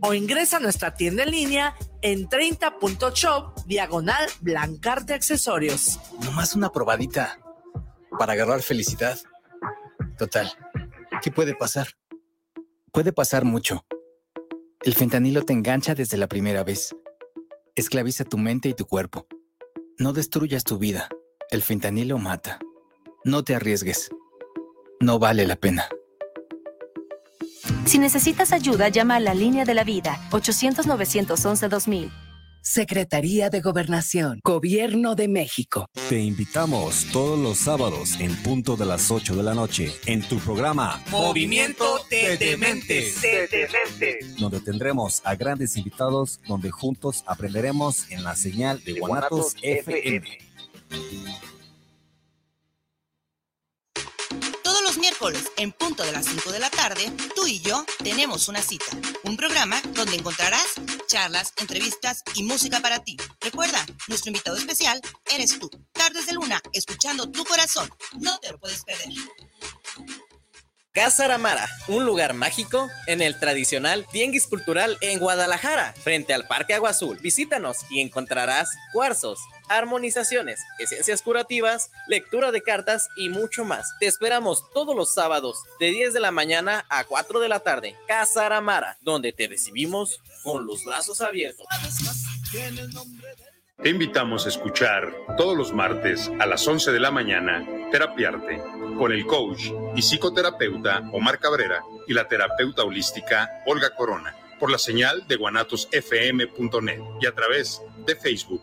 o ingresa a nuestra tienda en línea en 30.shop diagonal Blancarte Accesorios. Nomás una probadita para agarrar felicidad. Total, ¿qué puede pasar? Puede pasar mucho. El fentanilo te engancha desde la primera vez. Esclaviza tu mente y tu cuerpo. No destruyas tu vida. El fentanilo mata. No te arriesgues. No vale la pena. Si necesitas ayuda, llama a la línea de la vida 800-911-2000. Secretaría de Gobernación, Gobierno de México. Te invitamos todos los sábados en punto de las 8 de la noche en tu programa Movimiento Tetementes, donde tendremos a grandes invitados donde juntos aprenderemos en la señal de Guanatos FM. Todos los miércoles, en punto de las 5 de la tarde, tú y yo tenemos una cita, un programa donde encontrarás charlas, entrevistas y música para ti. Recuerda, nuestro invitado especial eres tú. Tardes de Luna, escuchando tu corazón. No te lo puedes perder. Casa Aramara, un lugar mágico en el tradicional tianguis cultural en Guadalajara, frente al Parque Agua Azul. Visítanos y encontrarás cuarzos, armonizaciones, esencias curativas, lectura de cartas y mucho más. Te esperamos todos los sábados de 10 de la mañana a 4 de la tarde. Casa Aramara, donde te recibimos con los brazos abiertos. Te invitamos a escuchar todos los martes a las 11 de la mañana Terapiarte con el coach y psicoterapeuta Omar Cabrera y la terapeuta holística Olga Corona por la señal de guanatosfm.net y a través de Facebook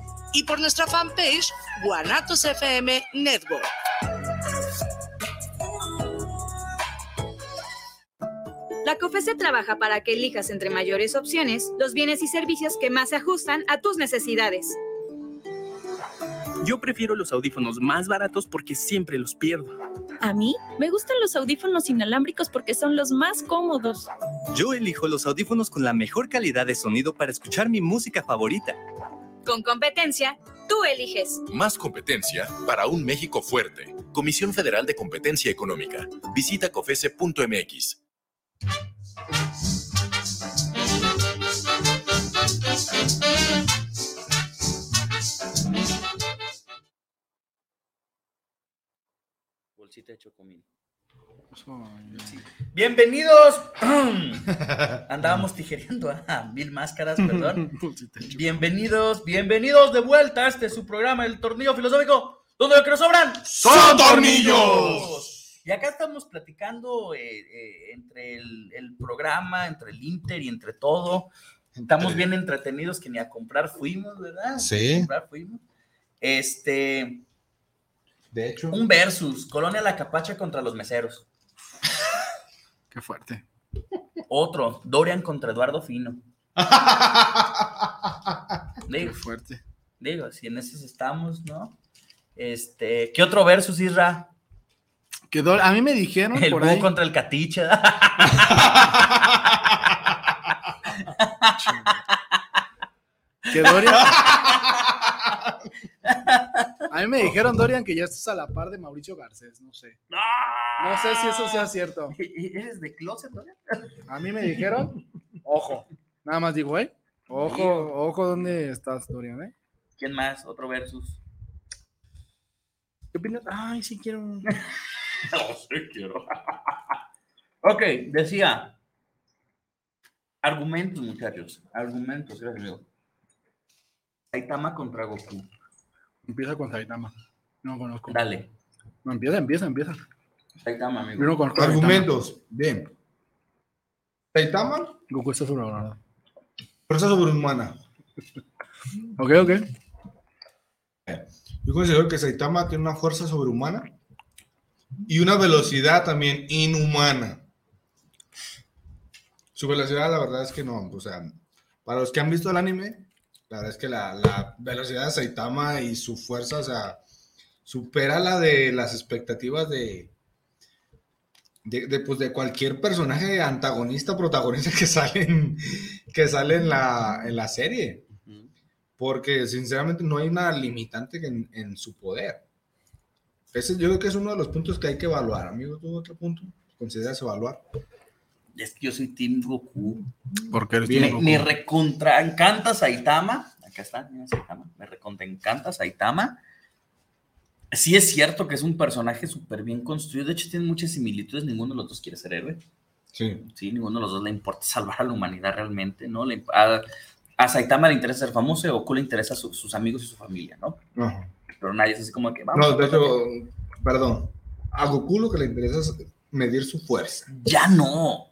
y por nuestra fanpage Guanatos FM Network. La COFESE trabaja para que elijas entre mayores opciones los bienes y servicios que más se ajustan a tus necesidades. Yo prefiero los audífonos más baratos porque siempre los pierdo. A mí me gustan los audífonos inalámbricos porque son los más cómodos. Yo elijo los audífonos con la mejor calidad de sonido para escuchar mi música favorita. Con competencia, tú eliges. Más competencia para un México fuerte. Comisión Federal de Competencia Económica. Visita cofese.mx. Bolsita de chocomil. <laughs> Bienvenidos. Andábamos tijereando a mil máscaras, <laughs> perdón. Bienvenidos, bienvenidos de vuelta a este su programa, el tornillo filosófico, donde lo que nos sobran ¡Son tornillos! Y acá estamos platicando eh, eh, entre el, el programa, entre el Inter y entre todo. Estamos bien entretenidos que ni a comprar fuimos, ¿verdad? Sí. Ni a comprar fuimos. Este, De hecho, un versus, Colonia La Capacha contra los meseros. <laughs> Qué fuerte. Otro, Dorian contra Eduardo Fino. digo, fuerte. Digo, si en esos estamos, ¿no? Este, ¿qué otro versus, Isra? Que Dor- a mí me dijeron El por búho ahí. contra el catiche. Que <laughs> Dorian. A mí me dijeron, Dorian, que ya estás a la par de Mauricio Garcés, no sé. No sé si eso sea cierto. <laughs> ¿Eres de closet, Dorian? A mí me dijeron, ojo. Nada más digo, eh. Ojo, ojo, ¿dónde estás, Dorian, eh? ¿Quién más? Otro versus. ¿Qué opinas? Ay, sí quiero. un- <laughs> No sé, quiero. ok, decía. Argumentos, muchachos. Argumentos, gracias, amigo. Saitama contra Goku. Empieza con Saitama. No conozco. Dale. No, empieza, empieza, empieza. Saitama, amigo. Yo no conozco a Saitama. argumentos. Bien. Saitama, Goku está sobrevalorado. fuerza sobrehumana. Ok, ok. Yo considero que Saitama tiene una fuerza sobrehumana y una velocidad también inhumana. Su velocidad, la verdad es que no. O sea, para los que han visto el anime, la verdad es que la, la velocidad de Saitama y su fuerza, o sea, supera la de las expectativas de. De, de, pues, de cualquier personaje antagonista, protagonista que sale en, que sale en, la, en la serie porque sinceramente no hay una limitante en, en su poder. Ese yo creo que es uno de los puntos que hay que evaluar, amigo. ¿Tú otro punto? ¿Consideras evaluar? Es que yo soy Team Goku. Porque eres Me, Team Goku. me recontra encanta Saitama. Acá está, mira Saitama. Me recontra encanta Saitama. Sí es cierto que es un personaje súper bien construido. De hecho, tiene muchas similitudes. Ninguno de los dos quiere ser héroe. Sí. Sí, ninguno de los dos le importa <laughs> salvar a la humanidad realmente, ¿no? Le- a, a Saitama le interesa ser famoso y a Goku le interesa su- sus amigos y su familia, ¿no? Ajá. Pero nadie es así como que vamos. No, de a- hecho, perdón. A Goku lo que le interesa es medir su fuerza. Ya no.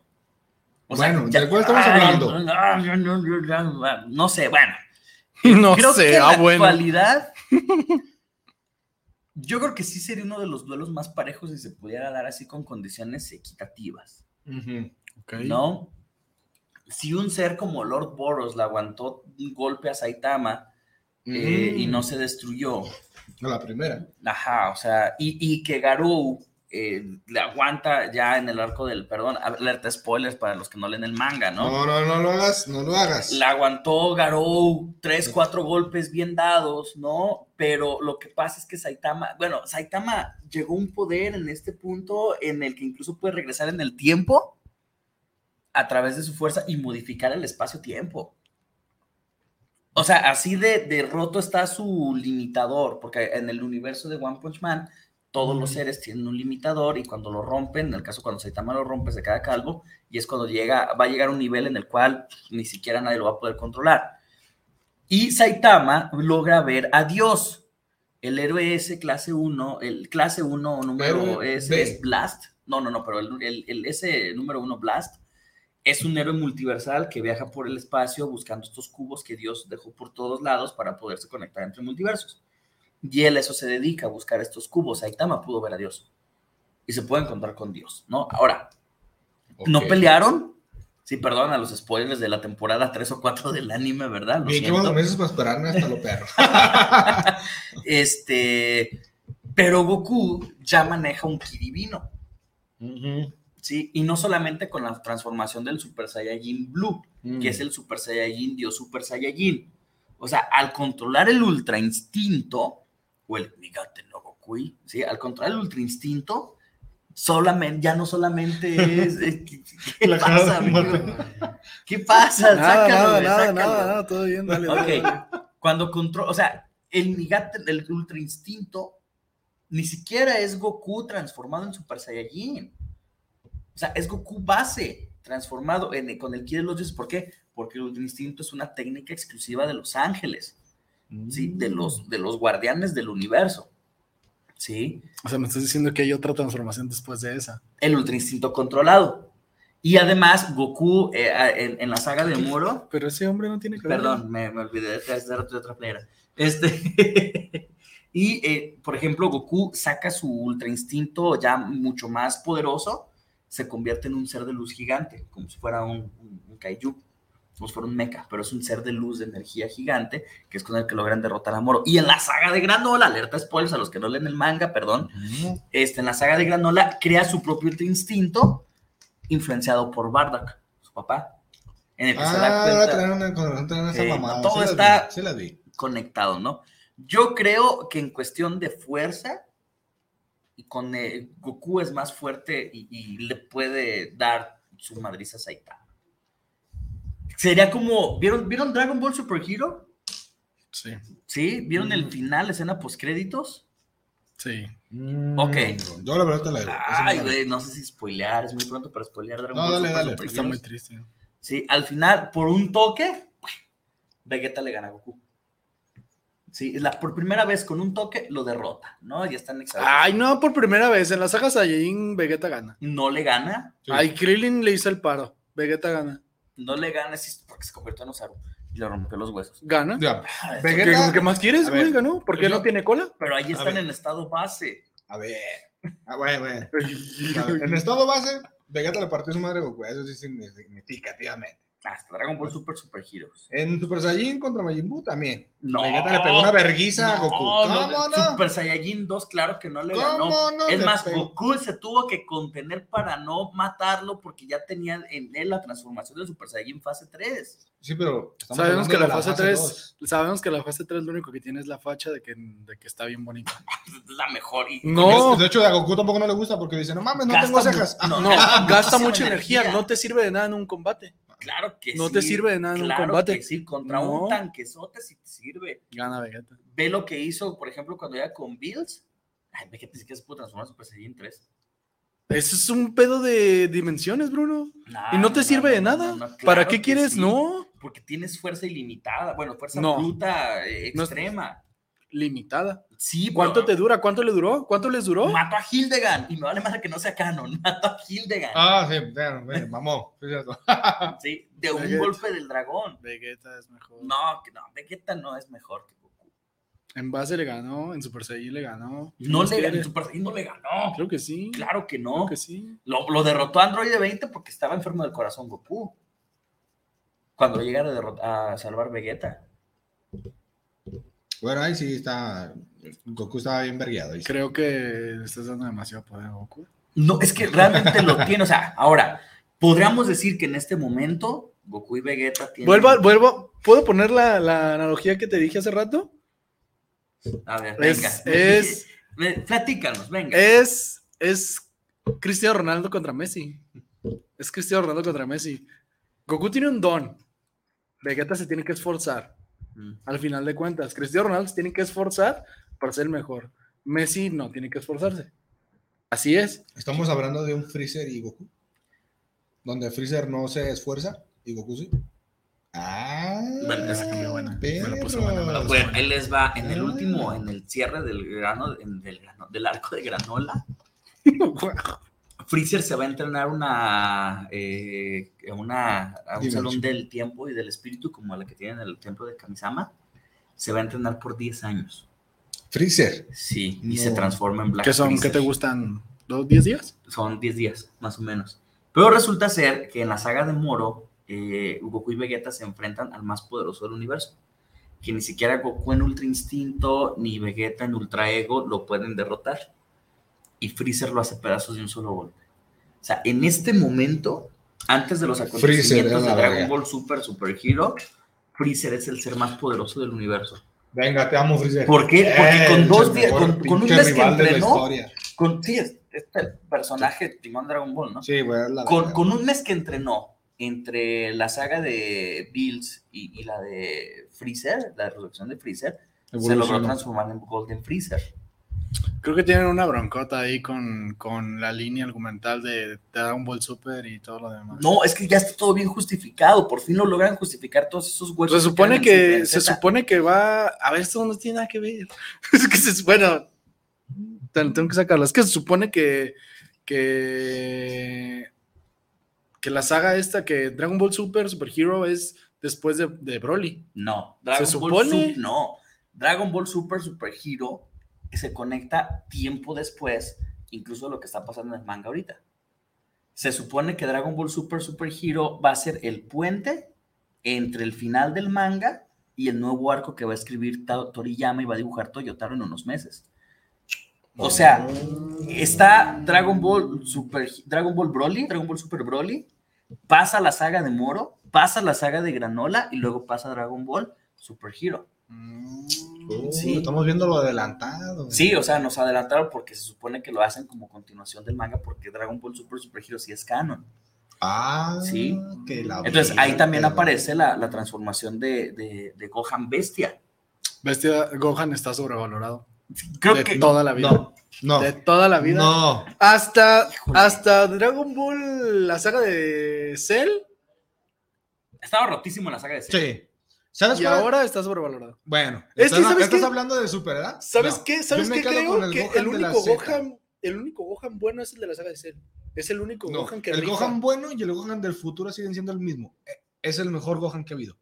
O sea, bueno, ya- ¿de cuál estamos Ay, hablando? no, no, no, no, no, no sé, bueno. <laughs> No creo sé, que en ah, la bueno. <laughs> actualidad, yo creo que sí sería uno de los duelos más parejos si se pudiera dar así con condiciones equitativas, Eh, ¿no? Si un ser como Lord Boros le aguantó un golpe a Saitama eh, y no se destruyó. No, la primera. Ajá, o sea, y, y que Garou eh, le aguanta ya en el arco del, perdón, alerta spoilers para los que no leen el manga, ¿no? No, no, no lo hagas, no lo hagas. La aguantó Garou, tres, cuatro golpes bien dados, ¿no? Pero lo que pasa es que Saitama, bueno, Saitama llegó a un poder en este punto en el que incluso puede regresar en el tiempo a través de su fuerza y modificar el espacio-tiempo. O sea, así de, de roto está su limitador, porque en el universo de One Punch Man todos los seres tienen un limitador y cuando lo rompen, en el caso cuando Saitama lo rompe, se queda calvo y es cuando llega, va a llegar a un nivel en el cual ni siquiera nadie lo va a poder controlar. Y Saitama logra ver a Dios. El héroe S clase 1, el clase 1 número S es, es Blast. No, no, no, pero el, el, el S número 1 Blast es un héroe multiversal que viaja por el espacio buscando estos cubos que Dios dejó por todos lados para poderse conectar entre multiversos. Y él a eso se dedica, a buscar estos cubos. Saitama pudo ver a Dios. Y se puede encontrar con Dios, ¿no? Ahora, okay. ¿no pelearon? Sí, perdón a los spoilers de la temporada 3 o 4 del anime, ¿verdad? Bien, que bueno, meses para esperarme hasta lo perro. este, pero Goku ya maneja un ki divino. Uh -huh. Sí, y no solamente con la transformación del Super Saiyajin Blue, uh -huh. <laughs> que es el Super Saiyajin Dios Super Saiyajin. O sea, al controlar el Ultra Instinto, o el Nigate no Gokui, ¿sí? Al controlar el ultra instinto, solamente, ya no solamente es. ¿Qué, <laughs> qué pasa, amigo? ¿Qué pasa? Nada, sácalo, nada, sácalo. nada, nada, Ah, todo bien, dale, okay. dale. Cuando controla, o sea, el Nigate, el ultra instinto, ni siquiera es Goku transformado en Super Saiyajin. O sea, es Goku base transformado en, con el Ki de los dioses. ¿Por qué? Porque el ultra instinto es una técnica exclusiva de Los Ángeles. ¿sí? De los, de los guardianes del universo, ¿sí? O sea, me estás diciendo que hay otra transformación después de esa. El ultra instinto controlado. Y además, Goku eh, en, en, la saga de Muro. Pero ese hombre no tiene que Perdón, me, me, olvidé de hacer otra playera. Este. <laughs> y, eh, por ejemplo, Goku saca su ultra instinto ya mucho más poderoso, se convierte en un ser de luz gigante, como si fuera un, un, un kaiju pues fueron mecha, pero es un ser de luz, de energía gigante, que es con el que logran derrotar a Moro. Y en la saga de Granola, alerta spoilers a los que no leen el manga, perdón, este, en la saga de Granola crea su propio instinto, influenciado por Bardock, su papá. En el que ah, se da cuenta, traen una, traen una eh, mamada. Todo sí está vi, sí conectado, ¿no? Yo creo que en cuestión de fuerza, y con el, Goku es más fuerte y, y le puede dar su madriz a Saitama. Sería como, ¿vieron, ¿vieron Dragon Ball Super Hero? Sí. ¿Sí? ¿Vieron mm. el final, escena postcréditos? Sí. Mm. Ok. Yo la verdad te la digo. Ay, güey, no sé si spoilear, es muy pronto para spoilear Dragon no, Ball dale, Super, dale, Super Está Heroes. muy triste. ¿no? Sí, al final, por un toque, Vegeta le gana a Goku. Sí, la, por primera vez con un toque lo derrota, ¿no? Ya están exaltados. Ay, no, por primera vez. En las sagas Saiyajin, Vegeta gana. ¿No le gana? Sí. Ay, Krillin le hizo el paro. Vegeta gana no le ganas porque se convirtió en Osaru y le rompió los huesos. Gana. Ya. Vegeta, ¿Qué, ¿Qué, más quieres, güey? ¿Ganó? ¿Por qué yo, no tiene cola? Pero ahí están en estado base. A ver. Ah, bueno, bueno. A ver. En estado base, Vegeta le partió su madre Goku. Eso sí significativamente. Hasta Dragon Ball Super Super Heroes. En Super Saiyajin contra Majin Buu también. No. Vegeta le pegó una verguiza no, a Goku. ¿Cómo no? no? Super Saiyajin 2, claro que no le ganó. No es más, pego. Goku se tuvo que contener para no matarlo porque ya tenía en él la transformación de Super Saiyajin fase 3. Sí, pero sabemos que la, la fase, fase 3, 2. sabemos que la fase 3 lo único que tiene es la facha de que, de que está bien bonita. la mejor. Y no. De hecho, a Goku tampoco no le gusta porque dice, no mames, no tengo cejas. No, gasta, gasta mucha energía. energía, no te sirve de nada en un combate. Claro que no sí. No te sirve de nada en claro un combate. Que sí, contra no. un tanquesote sí te sirve. Gana Vegeta. Ve lo que hizo, por ejemplo, cuando era con Bills. Ay, Vegeta sí que se pudo transformar en Super Saiyan 3. Eso es un pedo de dimensiones, Bruno. Nah, y no te sirve nah, de nada. Nah, claro ¿Para qué quieres? Sí, no. Porque tienes fuerza ilimitada. Bueno, fuerza no. bruta, eh, extrema. limitada. Sí, ¿Cuánto te dura? ¿Cuánto le duró? ¿Cuánto les duró? Mato a Hildegard. Y me vale más a que no sea canon. <laughs> Mato a Hildegard. <laughs> Ah, sí, bueno, bueno mamó. Sí, cierto. sí, de un Vegeta. golpe del dragón. Vegeta es mejor. No, no, Vegeta no es mejor que Goku. En base le ganó, en Super Saiyan le ganó. No le ganó, en Super Saiyan no le ganó. Creo que sí. Claro que no. Creo que sí. Lo, lo derrotó Android de 20 porque estaba enfermo del corazón Goku. Cuando llegara a, a salvar Vegeta. Bueno, ahí sí está. Goku estaba bien vergueado. ahí sí. Creo que le estás dando demasiado poder a Goku. No, es que realmente <laughs> lo tiene. O sea, ahora, podríamos decir que en este momento Goku y Vegeta tienen. Vuelvo, vuelvo. ¿Puedo poner la, la analogía que te dije hace rato? A ver, Es- venga. es- Eh, Ve- Platícanos, venga. Es, es Cristiano Ronaldo contra Messi. Es Cristiano Ronaldo contra Messi. Goku tiene un don. Vegeta se tiene que esforzar. Mm. Al final de cuentas, Cristiano Ronaldo se tiene que esforzar para ser el mejor. Messi no tiene que esforzarse. Así <laughs> es. Estamos hablando de un Freezer y Goku. Donde Freezer no se esfuerza y Goku sí. Ah, Bueno, esa cambió buena. perro. Bueno, Pues, él les va en Ah. el último, en el cierre del grano, en- del, grano- del arco de granola. Freezer se va a entrenar una, eh, a una, a un Dimensión. salón del tiempo y del espíritu como la que tiene en el templo de Kamisama. Se va a entrenar por 10 años. Freezer. Sí, y No. se transforma en Black ¿Qué son? ¿Qué Freezer. te gustan? ¿Dos, diez días? Son 10 días, más o menos. Pero resulta ser que en la saga de Moro, eh, Goku y Vegeta se enfrentan al más poderoso del universo. Que ni siquiera Goku en Ultra Instinto ni Vegeta en Ultra Ego lo pueden derrotar. Y Freezer lo hace pedazos de un solo golpe. O sea, en este momento, antes de los Freezer acontecimientos era de la Dragon verga. Ball Super Super Hero, Freezer es el ser más poderoso del universo. Venga, te amo, Freezer. ¿Por qué? Porque Eh, con dos el días, mejor con, con un pinche mes que rival de la entrenó, historia. con, sí, es- este personaje Timón Dragon Ball, ¿no? Sí, güey, es la con, verga. con un mes que entrenó entre la saga de Bills y, y la de Freezer, la resurrección de Freezer, se logró Evolucionó. transformar en Golden Freezer. Creo que tienen una broncota ahí con, con la línea argumental de Dragon Ball Super y todo lo demás. No, es que ya está todo bien justificado, por fin lo logran justificar todos esos huecos. Se supone quedan en que, Super se Z. supone que va. A ver, esto no tiene nada que ver. <laughs> Es que se, bueno, ten- tengo que sacarlo. Es que se supone que. que. que la saga esta, que Dragon Ball Super, Super Hero, es después de, de Broly. No, Dragon se Ball supone. Sup- no, Dragon Ball Super Super Hero se conecta tiempo después, incluso de lo que está pasando en el manga ahorita. Se supone que Dragon Ball Super Super Hero va a ser el puente entre el final del manga y el nuevo arco que va a escribir Ta- Toriyama y va a dibujar Toyotaro en unos meses. O sea, Mm. está Dragon Ball Super Dragon Ball Broly, Dragon Ball Super Broly, pasa la saga de Moro, pasa la saga de Granola y luego pasa Dragon Ball Super Hero. Uh, Sí. Estamos viendo lo adelantado. Sí, o sea, nos adelantaron porque se supone que lo hacen como continuación del manga porque Dragon Ball Super Super Hero sí es canon. Ah, Sí. que la Entonces ahí verga. también aparece la, la transformación de, de- de Gohan Bestia. Bestia Gohan está sobrevalorado. Creo de que- toda la vida. no, De toda la vida. No. Hasta, hasta Dragon Ball, la saga de Cell. Estaba rotísimo en la saga de Cell. Sí. ¿Sabes y cuál? ahora está sobrevalorado. Bueno, Es que, estás, ¿sabes estás qué? hablando de super, ¿verdad? ¿Sabes No, qué? ¿Sabes yo me qué quedo creo? con el que Gohan el de la único Z. Gohan, el único Gohan bueno es el de la saga de Cell. Es el único No, Gohan que el rifa. Gohan bueno y el Gohan del futuro siguen siendo el mismo. E- Es el mejor Gohan que ha habido.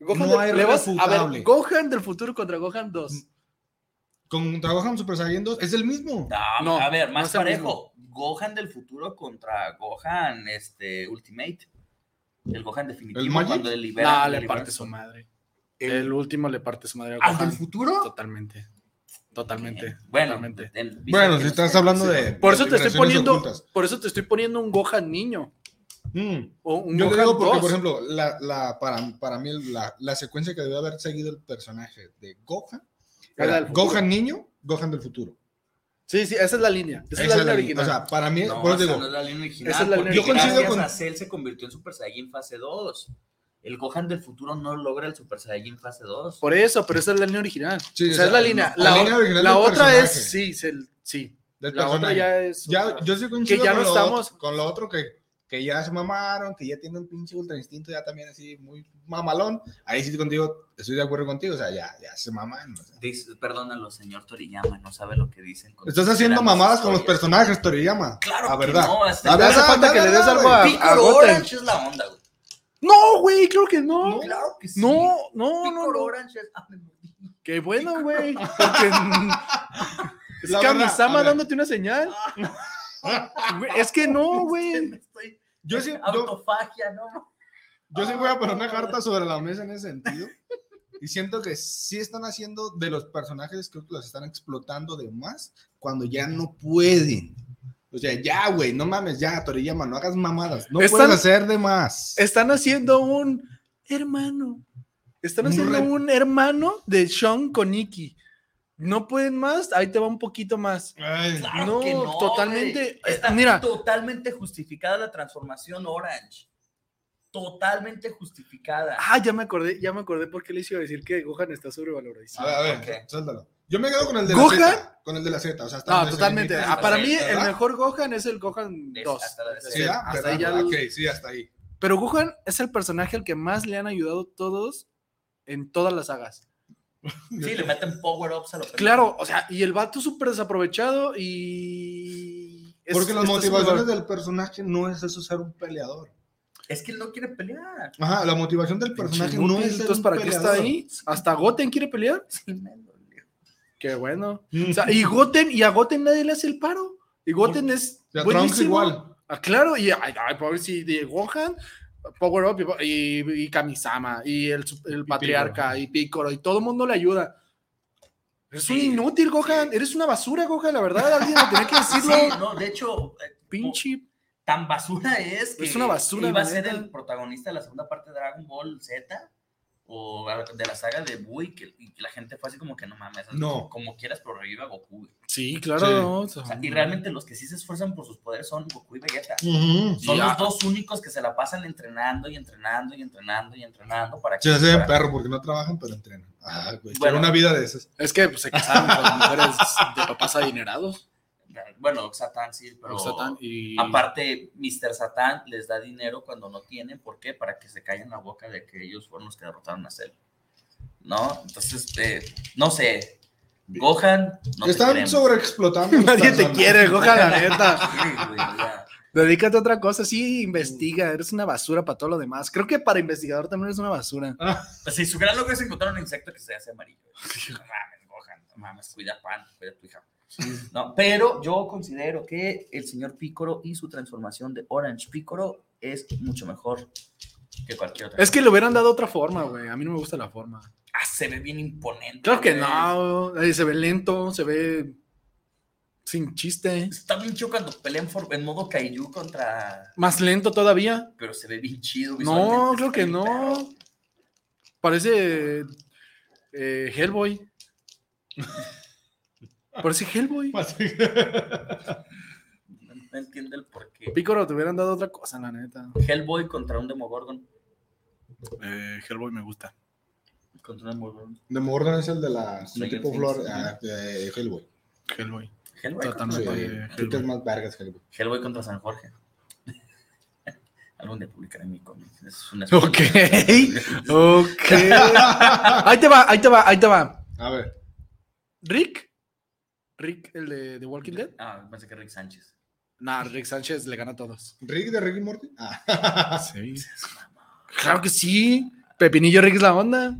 Gohan no del- hay le vas- a refutable. ver, Gohan del futuro contra Gohan 2. Contra Gohan Super Saiyan 2 es el mismo. Ah, No, a ver, no más es el parejo. Gohan del futuro contra Gohan este, Ultimate. El Gohan definitivo ¿El Magic? cuando le liberan- No, le le liberan parte su su- madre. El, Ah, último le parte su madre a ¿Al Gohan. del futuro? Totalmente. Totalmente. Bueno, totalmente. en- Bueno, si estás hablando de. Por eso te estoy generaciones poniendo, ocultas. por eso te estoy poniendo un Gohan niño. Mm. O un Yo te Gohan digo porque, 2. por ejemplo, la, la- para, para mí la, la secuencia que debió haber seguido el personaje de Gohan Era era del futuro. Gohan niño, Gohan del futuro. Sí, sí, esa es la línea. Esa, es la línea original. O sea, para mí, No, por eso esa digo, no es la línea original. esa es la porque línea original. gracias Yo coincido a Cell se convirtió en Super Saiyajin fase 2. El Gohan del futuro no logra el Super Saiyajin fase 2. Por eso, pero esa es la línea original. Sí, o sea, o es la sea, línea. la La, o- línea original la del otra es, personaje. sí, se- sí. del La otra personaje. ya es. Ya, yo sí coincido que ya con no lo estamos- otro- con lo otro que, que ya se mamaron, que ya tienen pinche ultra instinto, ya también así muy mamalón. Ahí sí contigo, estoy de acuerdo contigo, o sea, ya, ya se maman. o sea. Dice- perdónalo, señor Toriyama, no sabe lo que dicen. con Estás sus haciendo grandes mamadas con los historias. personajes, Toriyama. Claro la que verdad. no, hasta La que hace verdad, falta la que le des verdad, algo güey. a- Piccolo Agoten. Orange es la onda, güey. No, güey, claro que no. Claro que sí. No, no, no. Piccolo no. Orange es. ah, me morí. Qué bueno, güey. Porque. es La verdad, a Kamisama ver. dándote una señal. Güey, es que no, Me güey. estoy- Yo sí, yo, Autofagia, no. <laughs> yo sí voy a poner una carta sobre la mesa en ese sentido. Y siento que sí están haciendo de los personajes, creo que los están explotando de más cuando ya no pueden. O sea, ya, güey, no mames, ya, Toriyama, no hagas mamadas. No Están- puedes hacer de más. Están haciendo un hermano. Están Un haciendo re- un hermano de Sean con Nicky. No pueden más, ahí te va un poquito más. Claro que no, totalmente. güey. eh, Está mira, totalmente justificada la transformación Orange. Totalmente justificada. ah, ya me acordé, ya me acordé por qué le iba a decir que Gohan está sobrevalorizado. A ver, a ver, suéltalo. Yo me quedo con el de ¿Gohan? la Z. Con el de la Z. O sea, hasta No, donde se totalmente. limita Ah, para mí, ¿verdad? el mejor Gohan es el Gohan 2. hasta la Sí, ¿verdad? Hasta ¿verdad? ahí ya- Ok, sí, hasta ahí. Pero Gohan es el personaje al que más le han ayudado todos en todas las sagas. Sí, le meten power-ups a los Claro, o sea, y el vato súper desaprovechado y. es- Porque las está motivaciones súper- del personaje no es eso ser un peleador. Es que él no quiere pelear. Ajá, la motivación del personaje Inútil, no es ser pues, Entonces, un ¿para qué está peleador. ahí? ¿Hasta Goten quiere pelear? Qué bueno. O sea, y Goten, y a Goten nadie le hace el paro. Y Goten es. Y a Trunks buenísimo. igual. Ah, claro, y ay, ay, pobre sí, de Gohan, Power Up y, y Kamisama, y el, su- el patriarca, y Piccolo, y todo el mundo le ayuda. Eres un inútil, Gohan. Eres una basura, Gohan, la verdad. Alguien lo tenía que <laughs> decirlo. Sí, no, de hecho, eh, pinche. Tan basura es que Es una basura, iba a la ser neta. el protagonista de la segunda parte de Dragon Ball Z o a- de la saga de Buu y que, y que la gente fue así como que no mames, No. como quieras, pero reviva a Goku. güey". Sí, claro, Sí. no, o sea, O sea, y realmente los que sí se esfuerzan por sus poderes son Goku y Vegeta. Ujú. Son Ya. los dos únicos que se la pasan entrenando y entrenando y entrenando y entrenando para que Ya se ven para- perro porque no trabajan, pero entrenan. Ah, güey, Bueno. quiero una vida de esas. Es que pues, se casaron con mujeres de papás adinerados. Bueno, Satán sí, pero Oxatán y- aparte Mr. Satán les da dinero cuando no tienen, ¿por qué? Para que se callen la boca de que ellos fueron los que derrotaron a Cell. ¿No? Entonces, eh, no sé. Gohan, no te Están queremos. <laughs> sobreexplotando. los Nadie te <laughs> personajes. quiere, Gohan, la neta. Sí, güey, ya. Dedícate a otra cosa, sí, investiga, eres una basura para todo lo demás. Creo que para investigador también eres una basura. Pues sí, su gran logro es encontrar un insecto que se hace amarillo. No <laughs> mames, Gohan, no mames, cuida pan, cuida tu hija. No, pero yo considero que el señor Picoro y su transformación de Orange Picoro es mucho mejor que cualquier otra. Es que le hubieran dado otra forma, güey. A mí no me gusta la forma. Ah, se ve bien imponente. Claro que güey. no, eh, se ve lento, se ve sin chiste. Está bien chido cuando pelean for- en modo Kaiju contra. Más lento todavía. Pero se ve bien chido. No, visualmente, creo está que bien no. Parece eh, <laughs> Hellboy. Parece Hellboy. <laughs> perro. No entiendo el porqué. Picoro, te hubieran dado otra cosa, la neta. Hellboy contra un Demogorgon. Eh, Hellboy me gusta. Contra un Demogorgon. Demogorgon es el de la Stranger tipo Things. flor. Ah, eh, Hellboy. Hellboy. Hellboy contra- Sí, Hellboy. creo que es más vergas Hellboy. Hellboy contra San Jorge. <laughs> Algún de publicar en mi cómic. Es una <laughs> Ok, ok. Ahí te va, ahí te va, ahí te va. A ver. Rick. Rick, el de, de Walking Dead. Ah, pensé que Rick Sánchez. Nah, Rick Sánchez le gana a todos. ¿Rick de Rick y Morty? Ah. Sí. Claro que sí. Pepinillo Rick es la onda.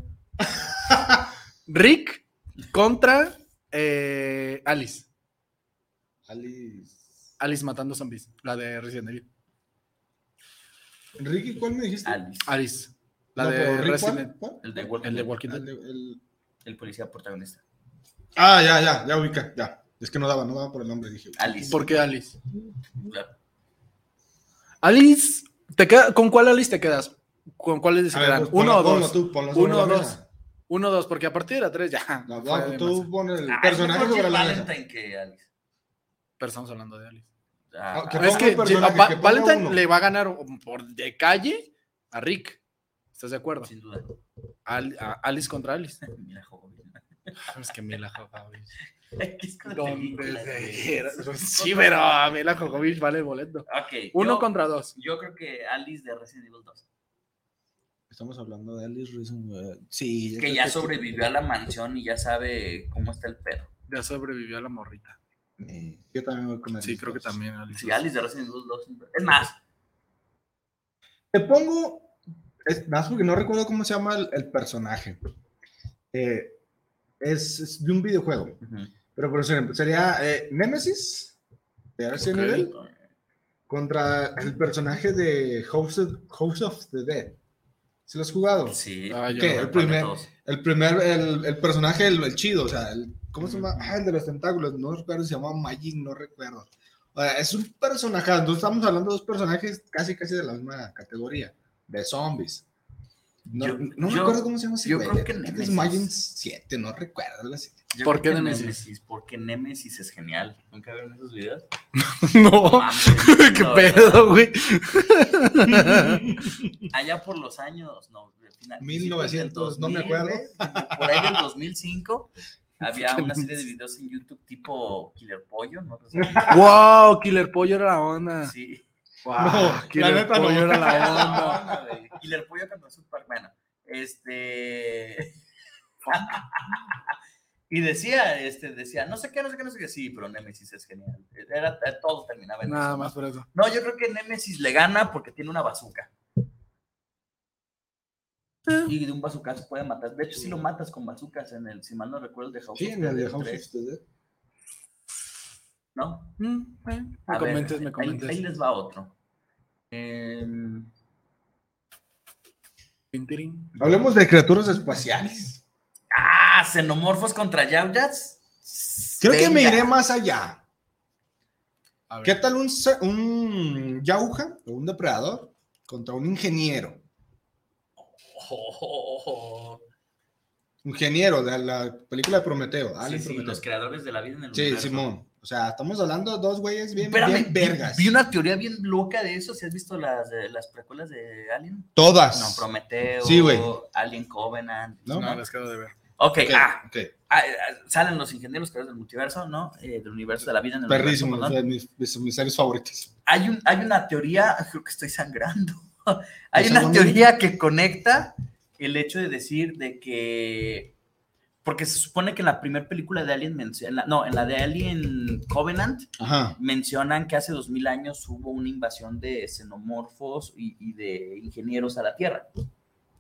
Rick contra eh, Alice. Alice. Alice matando zombies. La de Resident Evil. ¿Ricky cuál me dijiste? Alice. La No, de pero Rick, ¿cuál? Resident ¿Cuál? El de Walking, Ah, El de Dead. Walking Dead. El policía protagonista. Ah, ya, ya, ya ubica, ya. Es que no daba, no daba por el nombre, dije. Alice. ¿Por qué Alice? Claro. Alice, ¿te queda- ¿con cuál Alice te quedas? ¿Con cuáles se A ver, quedan? pues, uno ponlo- o ponlo dos. tú, ponlo sobre uno o la dos. mesa. Uno o dos, porque a partir de la tres ya. No, fuera no, de tú masa. pon el Ah, personaje es mejor sobre Jill la mesa. Valentine que Alice. Pero estamos hablando de Alice. Ah, que ah, ponga es que un personaje, Va- que ponga Valentine uno. le va a ganar um, por de calle a Rick. ¿Estás de acuerdo? Sin duda. <laughs> Al- a- Alice contra Alice. Mila Jovovich. es que Mila Jovovich. <laughs> Es como películas, ¿Dónde güey. se quiera. Sí, pero a Mila Jovovich vale el boleto. Ok, Uno yo- contra dos. Yo creo que Alice de Resident Evil 2. Estamos hablando de Alice Reason. güey. Sí. yo Que creo ya sí. sobrevivió a la mansión y ya sabe cómo está el pedo. Ya sobrevivió a la morrita. Eh, Yo también voy con Alice. Sí, creo que también Alice. Sí, Alice de Resident Evil 2. Es más, Te pongo. Es, nada más porque no recuerdo cómo se llama el, el personaje. Eh, es, es de un videojuego. Pero por ejemplo, sería eh, Nemesis de Resident Ok. Evil contra el personaje de House of, House of the Dead. ¿Se lo has jugado? Sí. Ah, ¿Qué? <laughs> El primer, el primer, el, el personaje, el, el chido, o sea, el, ¿cómo se llama? Ah, el de los tentáculos, no recuerdo, se llamaba Magic, no recuerdo. O sea, es un personaje, entonces estamos hablando de dos personajes casi, casi de la misma categoría, de zombies. No, Yo- no yo- recuerdo cómo se llama ese yo güey, eh, creo que creo es Nemesis. Magic 7, no recuerdo. algo así. Yo ¿Por creo qué que Nemesis? Porque Nemesis es genial. ¿Nunca vieron esos videos? No, Mames, <laughs> qué no, <laughs> pedo, güey. <laughs> Allá por los años, no, al final. 1900, no me 2000, acuerdo. güey, Por ahí del 2005 <laughs> había una serie de videos en YouTube tipo Killer Pollo, ¿no? wow, Killer Pollo era la onda. <laughs> Sí. Wow, No, Killer la neta no. Pollo era la Era onda. la <laughs> onda, güey. Killer Pollo contra Super Bueno, este. <laughs> y decía, este, decía, no sé qué, no sé qué, no sé qué, sí, pero Nemesis es genial. Era, todo terminaba en Nada eso, más ¿no? por eso. No, yo creo que Nemesis le gana porque tiene una bazooka. Y de un bazookazo puede matar. De hecho, sí lo matas con bazucas en el, si mal no recuerdo, el de House Sí, of en el de Dead House tres, of the Dead. ¿No? Me Mm, eh. A ver, comentes, me ahí- comentes. Ahí, les va otro. Em, Hablemos de criaturas espaciales. ah, xenomorfos contra Yaudas. Creo que me Venga. iré más allá. ¿Qué tal un, se- un yauja o un depredador contra un ingeniero? Oh, Ingeniero de la película de Prometeo. Sí, Alien sí, Prometeo. los creadores de la vida en el Ah, Sí, universo. Simón. O sea, estamos hablando de dos güeyes bien, Espérame, bien vi- vergas. Vi una teoría bien loca de eso. ¿Si has visto las, de- las precuelas de Alien? Todas. No, Prometeo. Pues, Sí, güey. Alien Covenant. No, No, las acabo de ver. Ok, Ok, ah, ok. ah, ah, salen los ingenieros creadores del multiverso, ¿no? Eh, del universo de la vida en el Perrísimo, universo. fue de perdón. mis, de mis series favoritas. Hay, un, hay una teoría, <laughs> creo que estoy sangrando. <laughs> hay ¿Estás una sangrando? teoría que conecta el hecho de decir de que. Porque se supone que en la primera película de Alien, mencio- en la- no, en la de Alien Covenant, Ajá. mencionan que hace 2000 años hubo una invasión de xenomorfos y, y de ingenieros a la Tierra,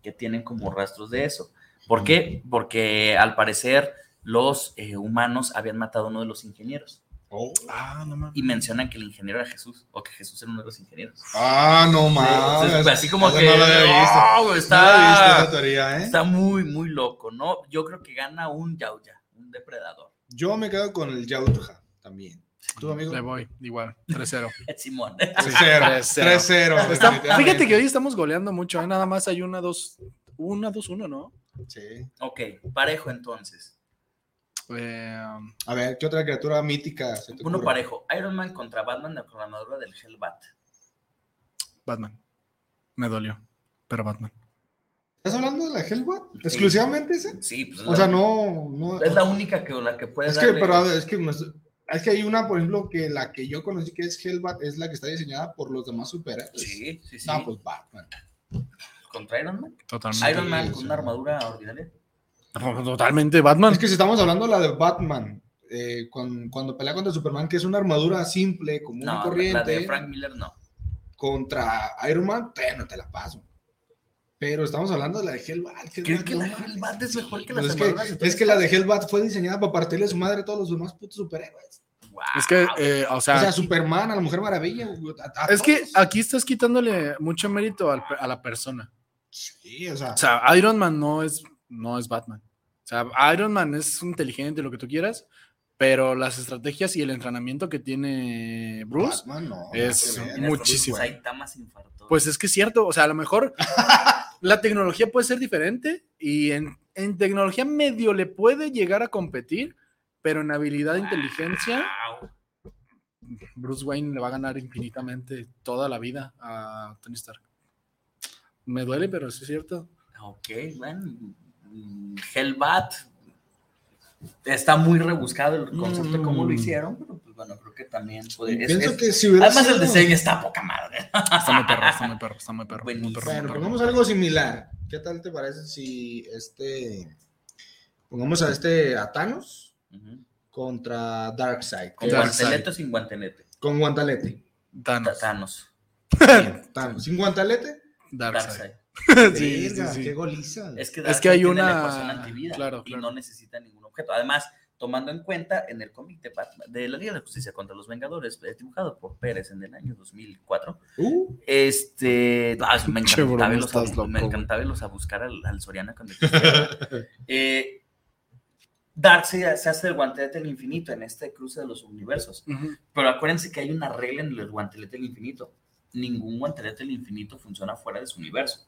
que tienen como rastros de eso. ¿Por qué? Porque al parecer los eh, humanos habían matado a uno de los ingenieros. Ah, no mames. Y mencionan que el ingeniero era Jesús, o que Jesús era uno de los ingenieros. Ah, no Sí, mames. entonces, así como Esa que. no la había visto. ¡oh, güey! No la había visto está, esa teoría, ¿eh? está muy, muy loco, ¿no? Yo creo que gana un Yauya, un depredador. <laughs> Yo me quedo con el Yauja también. ¿Tú, amigo? Le voy, igual, 3-0. Simón. 3-0. 3-0. Está- Fíjate definitivamente. que hoy estamos goleando mucho, ¿eh? nada más hay una, dos, una, dos, uno, ¿no? Sí. Ok, parejo entonces. Eh, A ver, ¿qué otra criatura mítica? se te Uno ocurre? parejo. Iron Man contra Batman con la armadura del Hellbat. Batman. Me dolió, pero Batman. ¿Estás hablando de la Hellbat? Sí. ¿Exclusivamente esa? Sí, pues. O sea, no. no Es la única que, la que puede Es que, darle- pues. pero a ver, es que, no es es que hay una, por ejemplo, que la que yo conocí que es Hellbat, es la que está diseñada por los demás superhéroes. Sí, sí, sí. No, pues Batman. Contra Iron Man. Totalmente. Iron Man con sí. una armadura ordinaria. Totalmente, Batman. Es que si estamos hablando de la de Batman, eh, con- cuando pelea contra Superman, que es una armadura simple, común No, y la corriente, de Frank Miller no. contra Iron Man, te, no te la paso. Pero estamos hablando de la de Hellbat. ¿Crees que no la mames. Hellbat es mejor que las Pues es, armaduras? de que, Tony es que la de Stark? Hellbat fue diseñada para partirle su madre a todos los demás putos superhéroes. Guau. Es que, eh, o sea, O sea, Superman, a la Mujer Maravilla. güey, a- a es que todos. aquí estás quitándole mucho mérito al pe- a la persona. Sí, o sea. O sea, Iron Man no es, no es Batman. O sea, Iron Man es inteligente, lo que tú quieras, pero las estrategias y el entrenamiento que tiene Bruce, Batman, no, es nada que pues, ver. muchísimo. Saitama se infartó. pues es que es cierto. O sea, a lo mejor la tecnología puede ser diferente y en, en tecnología medio le puede llegar a competir, pero en habilidad e inteligencia, Guau. Bruce Wayne le va a ganar infinitamente toda la vida a Tony Stark. Me duele, pero sí es cierto. Ok, bueno. mm, Hellbat. Está muy rebuscado el concepto de cómo lo Mm. hicieron, pero pues bueno, creo que también puede. es- Pienso es- que si hubiera Además, el sido- diseño está poca madre. Está muy perro, está muy perro, está muy perro. muy perro, muy Buenísimo. Bueno, perro. pongamos algo similar. ¿Qué tal te parece si este. Pongamos a este a Thanos <laughs> Ujú. contra Darkseid. Con que- guantelete o sin guantelete. Con guantelete. Thanos. Tatanos. Bien, Thanos. Sin guantelete. Darkseid. Sí, sí, Verga, sí. Qué goliza. Es que, Es que Darkseid hay tiene la una- ecuación antivida claro, y claro. no necesita ningún objeto. Además, tomando en cuenta en el cómic de, Batman- de la Liga de la Justicia contra los Vengadores, eh, dibujado por Pérez en el año 2004. Uh. Este, ah, me Pinche broma, encantaba verlos estás a, loco, me güey. encantaba irlos a buscar al, al Soriana cuando existía. <laughs> Eh, Dark se, se hace el guantelete del infinito en este cruce de los universos. Ujú. Pero acuérdense que hay una regla en el guantelete del infinito. Ningún guantelete del infinito funciona fuera de su universo.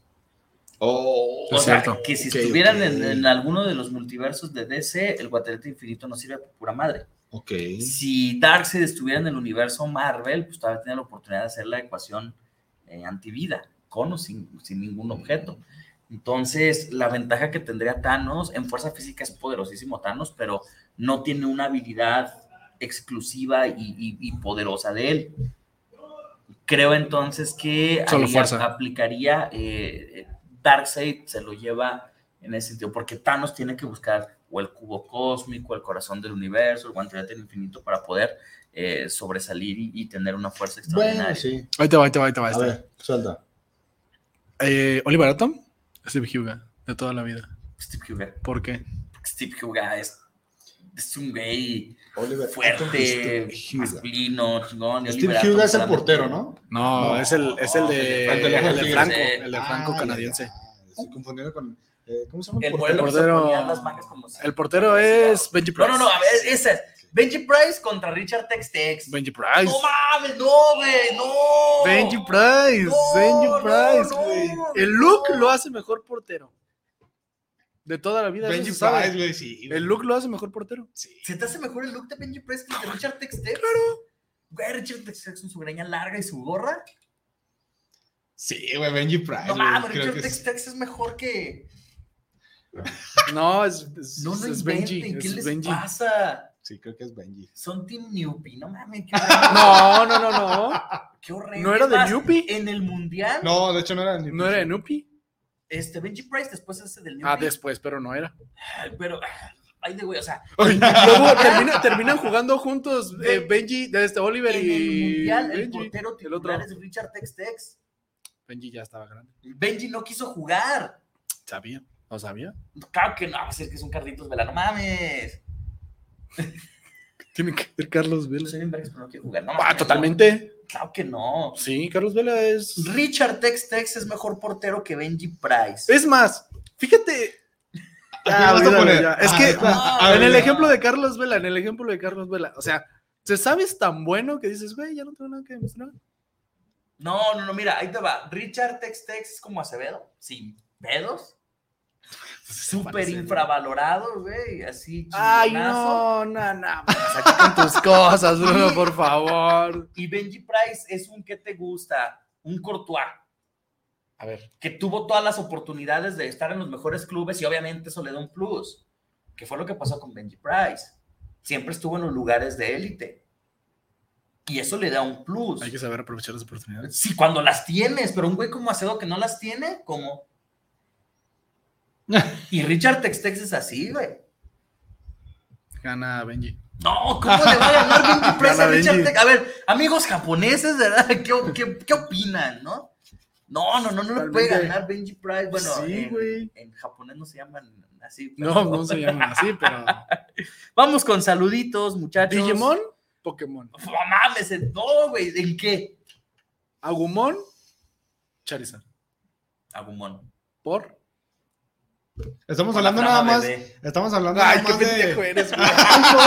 o Es sea, cierto. que si Ok, estuvieran ok. en, en alguno de los multiversos de DC, el guantelete infinito no sirve por pura madre. Ok. Si Darkseid estuviera en el universo Marvel, pues todavía tenía la oportunidad de hacer la ecuación eh, antivida, con o sin, sin ningún objeto. Entonces, la ventaja que tendría Thanos, en fuerza física es poderosísimo Thanos, pero no tiene una habilidad exclusiva y, y- y poderosa de él. Creo entonces que Solo ahí fuerza. aplicaría eh, eh, Darkseid, se lo lleva en ese sentido, porque Thanos tiene que buscar o el cubo cósmico, el corazón del universo, el guantelete del infinito para poder eh, sobresalir y, y tener una fuerza extraordinaria. Bueno, sí. Ahí te va, ahí te va, ahí te va. A este. ver, suelta. Eh, Oliver Atom, Steve Huga, de toda la vida. Steve Huga. ¿Por qué? Steve Huga es, es un gay Oliver fuerte, Atom, Steve Huga. masculino, chingón. y Steve Oliver Atom Huga es el solamente- portero, ¿no? No, es el, es el de, el de- el de sí, Franco, sí. el de Franco Ah, canadiense. Estoy confundiendo con. eh, ¿Cómo se llama? El El modelo que se ponía las portero, mangas como si- el portero es Benji No, Price. no, no, a ver, ese es. Benji Price contra Richard Tex Tex. Benji Price. No mames, no, güey, no. Benji Price, No, Benji no, Price, no, güey. no. el look lo hace mejor portero. De toda la vida. eso Benji se sabe. Price, güey, sí. El look lo hace mejor portero. ¿Se te hace mejor el look de Benji Price que el de Richard Tex Tex? Claro. Güey, Richard Tex Tex con su greña larga y su gorra. Sí, güey, Benji Price. No güey, mames, creo Richard que es- Tex Tex es mejor que. No, es, es- No, no es inventen, Benji. ¿qué es les Benji. pasa? Sí, creo que es <laughs> Benji. Son Team Newbie, no mames. No, no, no, no. <laughs> Qué horrible. ¿No era de Más, Newpi? En el mundial, No, de hecho no era ni. ¿No era de Nupi? este Benji Price después hace del Newbie. Ah, después, pero no era. Pero, ah, ay, de güey, o sea, Luego termina- terminan jugando juntos eh, Benji, de este Oliver en el y mundial el Benji. portero el otro. titular es Richard Tex Tex. Benji ya estaba grande. Benji no quiso jugar. ¿Sabía? ¿No sabía? Claro que no, va a ser que es un Carlitos Vela, no mames. Tiene que ser Carlos Vela. Soy bien vergas, pero no quiero jugar. No, Ah, mames, totalmente. no. Claro que no. Sí, Carlos Vela es. Richard Tex Tex es mejor portero que Benji Price. Es más, fíjate. Ah, Ya, vas a olvídalo poner. ya. Es Ah, que ah, en el ah, ejemplo de Carlos Vela, en el ejemplo de Carlos Vela, o sea, te sabes tan bueno que dices, güey, ya no tengo nada que demostrar. No, no, no, mira, ahí te va. Richard Tex Tex es como Acevedo, sin pedos. Súper infravalorado, güey, así Ay, chingonazo. no, no, no. Saca con tus cosas, Bruno, por favor. Y Benji Price es un que te gusta, un Courtois. A ver. que tuvo todas las oportunidades de estar en los mejores clubes y obviamente eso le da un plus, que fue lo que pasó con Benji Price. Siempre estuvo en los lugares de élite. Y eso le da un plus. Hay que saber aprovechar las oportunidades. Sí, cuando las tienes, pero un güey como Acedo que no las tiene, <laughs> como... y Richard Textex es así, güey. Gana Benji. No, ¿cómo le va a <laughs> ganar Benji Price a Gana Richard Benji. Tex? A ver, amigos japoneses, ¿verdad? <laughs> ¿Qué, qué, qué opinan, no? No, no, no, no le puede Totalmente. ganar Benji Price. Bueno, Sí, en- güey. en japonés no se llaman así. No, pero- no se llaman así, <laughs> pero. Vamos con saluditos, muchachos. Digimon, Pokémon. No mames, en- no, güey, ¿en qué? Agumon, Charizard. Agumon. <laughs> Por. <laughs> Estamos Con la hablando nada trama, más. bebé. Estamos hablando Ay, nada qué más de- pendejo eres, güey.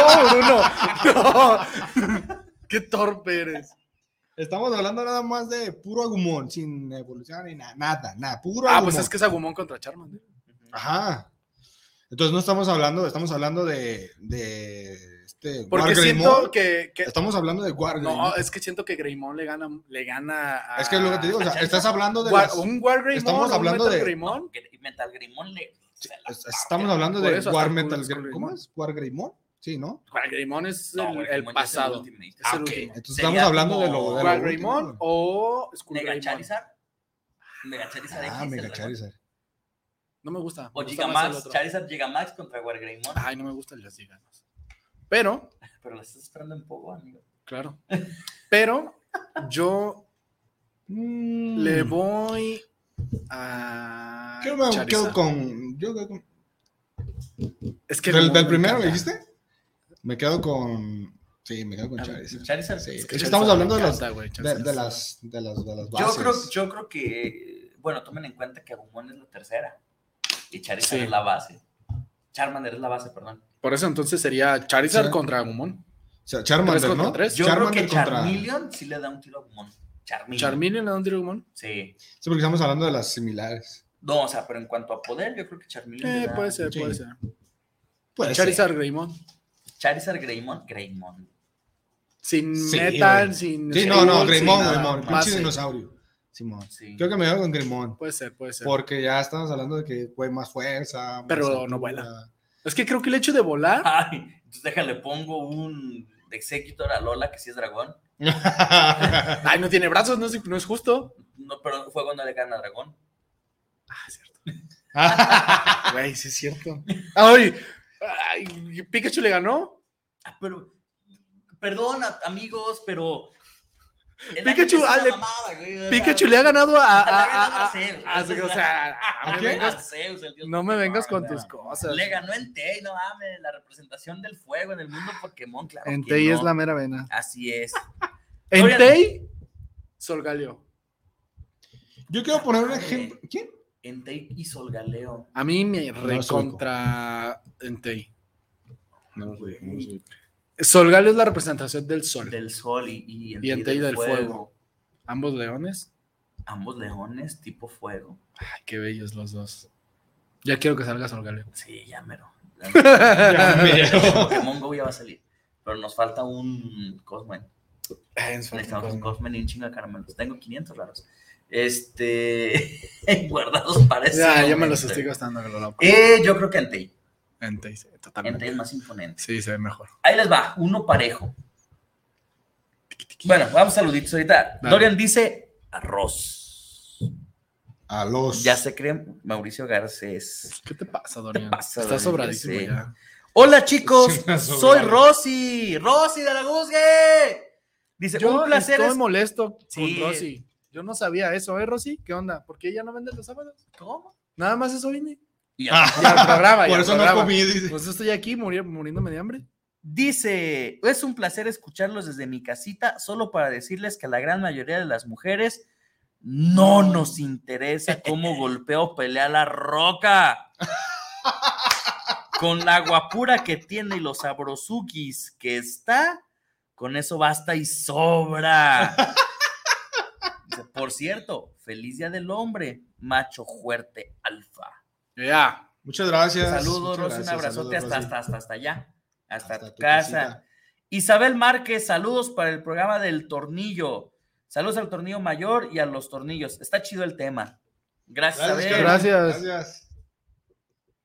Ay, No, Bruno. No. <laughs> Qué torpe eres. Estamos hablando nada más de puro Agumon, sin evolución ni nada, nada, nada, puro Ah, Agumon. pues es que es Agumon contra Charmander. Ajá. Entonces no estamos hablando, estamos hablando de, de este Porque siento Wargreymon. que, que- Estamos hablando de Wargreymon. No, es que siento que Greymon le gana, le gana a- es que lo que te digo, o sea, a estás Charizard. hablando de ah, War- las- un War Greymon, estamos o un hablando Metal de- Greymon. Que Metal Grimón le. se la- estamos hablando Por de eso hasta War Skull- Metal Skull Gre- Greymon. ¿Cómo es? War Greymon. Sí, ¿no? War Greymon es No, el, güey, el Greymon ya es el pasado. Ultimate. Es el Ah, ok. último. Entonces Sería estamos hablando de como lo de War lo Greymon último. o Skull Mega Greymon. Charizard. Mega Charizard X, Ah, el Mega dragón. Charizard. No me gusta. O me gusta más el Gigamax, otro. Charizard Gigamax contra Wargreymon. Ay, no me gustan las Gigamax. Pero, Pero la estás esperando en poco, amigo. claro. Pero yo le Mm. voy a. Yo me Charizard. quedo con yo quedo con- Es que ¿Del, Agumon del me primero encanta. le dijiste? Me quedo con. Sí, me quedo con Ah, Charizard. Charizard. Sí. Es que Estamos Charizard hablando me de, las, encanta, güey, de, Charizard. de las, de, las, de las bases. Yo creo, yo creo que, bueno, tomen en cuenta que Agumon es la tercera y Charizard Sí. es la base. Charmander es la base, perdón. Por eso entonces sería Charizard Sí. contra Agumon. Charmander, Tres contra ¿no? tres. Yo Charmander creo que contra- Charmeleon sí le da un tiro a Agumon. Charmeleon. Charmeleon a un tiro a Agumon. Sí. Sí, porque estamos hablando de las similares. No, o sea, pero en cuanto a poder, yo creo que Charmeleon. le Eh, da- puede ser, Sí. puede ser. Puede Charizard Greymon. Charizard, Greymon, Greymon. Sin Sí, metal, güey. sin. Sí, no, no, sin Greymon, nada. Greymon. Más, Pinche sí. dinosaurio. Simón. Creo que me quedo con Greymon. Puede ser, puede ser. Porque ya estamos hablando de que fue más fuerza. más Pero altura. no vuela. Es que creo que el hecho de volar. Ah. Ay, entonces déjale, pongo un Executor a Lola, que sí es dragón. <laughs> Ay, no tiene brazos, no es, no es justo. No, pero fue cuando le gana a dragón. Güey, sí es cierto. Ay, ay, Pikachu le ganó. Ah, pero, perdón, a- amigos, pero. el anime es Pikachu, una ah, le- mamada, güey, o sea, Pikachu le ha ganado le a. a- ha a- ganado a- a Zeus. a- o sea, Ah, no me le ganó a vengas, Zeus, el dios no me vengas con Ah, Pokémon, tus o sea, cosas. Le ganó en Tei, no mames, la representación del fuego en el mundo Pokémon, claro. que Entei no. es la mera vena. Así es. Entei, Solgaleo. Yo quiero poner Ah, un ejemplo. ¿Quién? Entei y Solgaleo. A mí me No, recontra Entei. No, güey, no, güey. Solgaleo es la representación del sol. Del sol y, y Y Entei del fuego. Ambos leones. Ambos leones, tipo fuego. Ay, qué bellos los dos. Ya quiero que salga Solgaleo. Sí, ya mero. La <laughs> neta. Ya mero. Pokémon Go ya va a salir. Pero nos falta un Cosmen. Necesitamos un Cosmen y un chingo de caramelos. Tengo 500 raros. Este. <laughs> guardados para ese Ya, ya me momento. los estoy gastando, lo loco. Eh, yo creo que Entei. Entei, sí, totalmente. Entei es más imponente. Sí, se ve mejor. Ahí les va, uno parejo. Bueno, vamos saluditos ahorita. Dorian dice arroz. A los. Ya se cree Mauricio Garcés. ¿Qué te pasa, Dorian? pasa, Está Dorian? sobradísimo Ya sé. ya. Hola chicos, Sí, está soy sobrado. Rosy, Rosy de la Guzgue. Dice, Yo un placer estoy es- molesto Sí. con Rosy. Yo no sabía eso, ¿eh, Rosy? ¿Qué onda? ¿Por qué ella no vende los sábados? ¿Cómo? Nada más eso vine. Y al, y al programa. y Por al eso no programa. comí, dice. Pues estoy aquí muri- muriéndome de hambre. Dice, es un placer escucharlos desde mi casita, solo para decirles que la gran mayoría de las mujeres no nos interesa cómo golpea o pelea la roca. Con la guapura que tiene y los sabrosukis que está, con eso basta y sobra. Dice, Por cierto, feliz día del hombre, macho fuerte alfa. Ya. Muchas gracias. Saludos, muchas Rosy, un gracias, abrazote saludos, hasta, Rosy. hasta, hasta, hasta allá, hasta, tu, tu casa. casita. Isabel Márquez, saludos para el programa del tornillo. Saludos al tornillo mayor y a los tornillos. Está chido el tema. Gracias, Gracias, Isabel. Carmen. Gracias.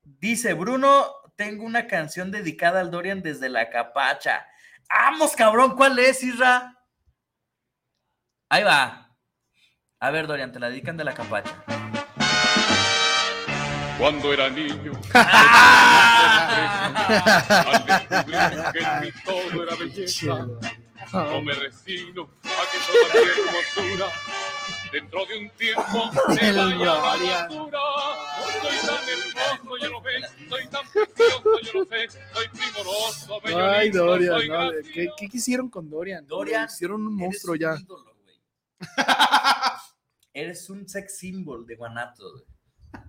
Dice Bruno, tengo una canción dedicada al Dorian desde la capacha. ¡Vamos, cabrón! ¿Cuál es, Isra? Ahí va. A ver, Dorian, te la dedican de la capacha. <laughs> Cuando era niño, al descubrir que en mí todo era belleza, no me resigno a que toda mi hermosura dentro de un <laughs> tiempo se El vaya a la Gloria. basura. Soy tan hermoso, ya lo ves, soy tan precioso, ya lo sé, soy primoroso, Ay, bellonista, Dorian, soy no, ¿qué, qué quisieron con Dorian? Dorian, Hicieron un monstruo ya. Eres un sex symbol de Guanatos. güey.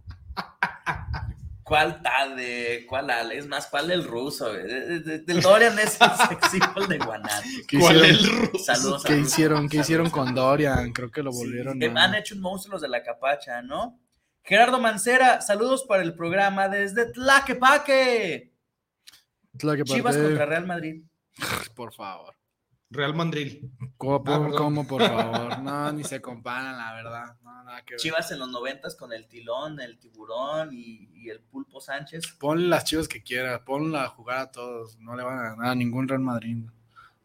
¿Cuál Tade? ¿Cuál Ale? Es más, ¿cuál el ruso? güey? De- de- del Dorian es el sex symbol de Guanatos. ¿Qué hicieron? Saludos <laughs> ¿Qué al ruso. hicieron? ¿Qué hicieron con Dorian? Creo que lo volvieron Eh, a- Han hecho un monstruo los de la capacha, ¿no? Gerardo Mancera, saludos para el programa desde Tlaquepaque. Tla que Chivas parte- contra Real Madrid. Por favor. Real Mandril. ¿Cómo, Ah, perdón. cómo, <laughs> por favor? No, ni se comparan, la verdad. No, nada que ver. Chivas en los noventas con el tilón, el tiburón y, y el pulpo Sánchez. Ponle las chivas que quieras, ponla a jugar a todos. No le van a ganar a ningún Real Madrid.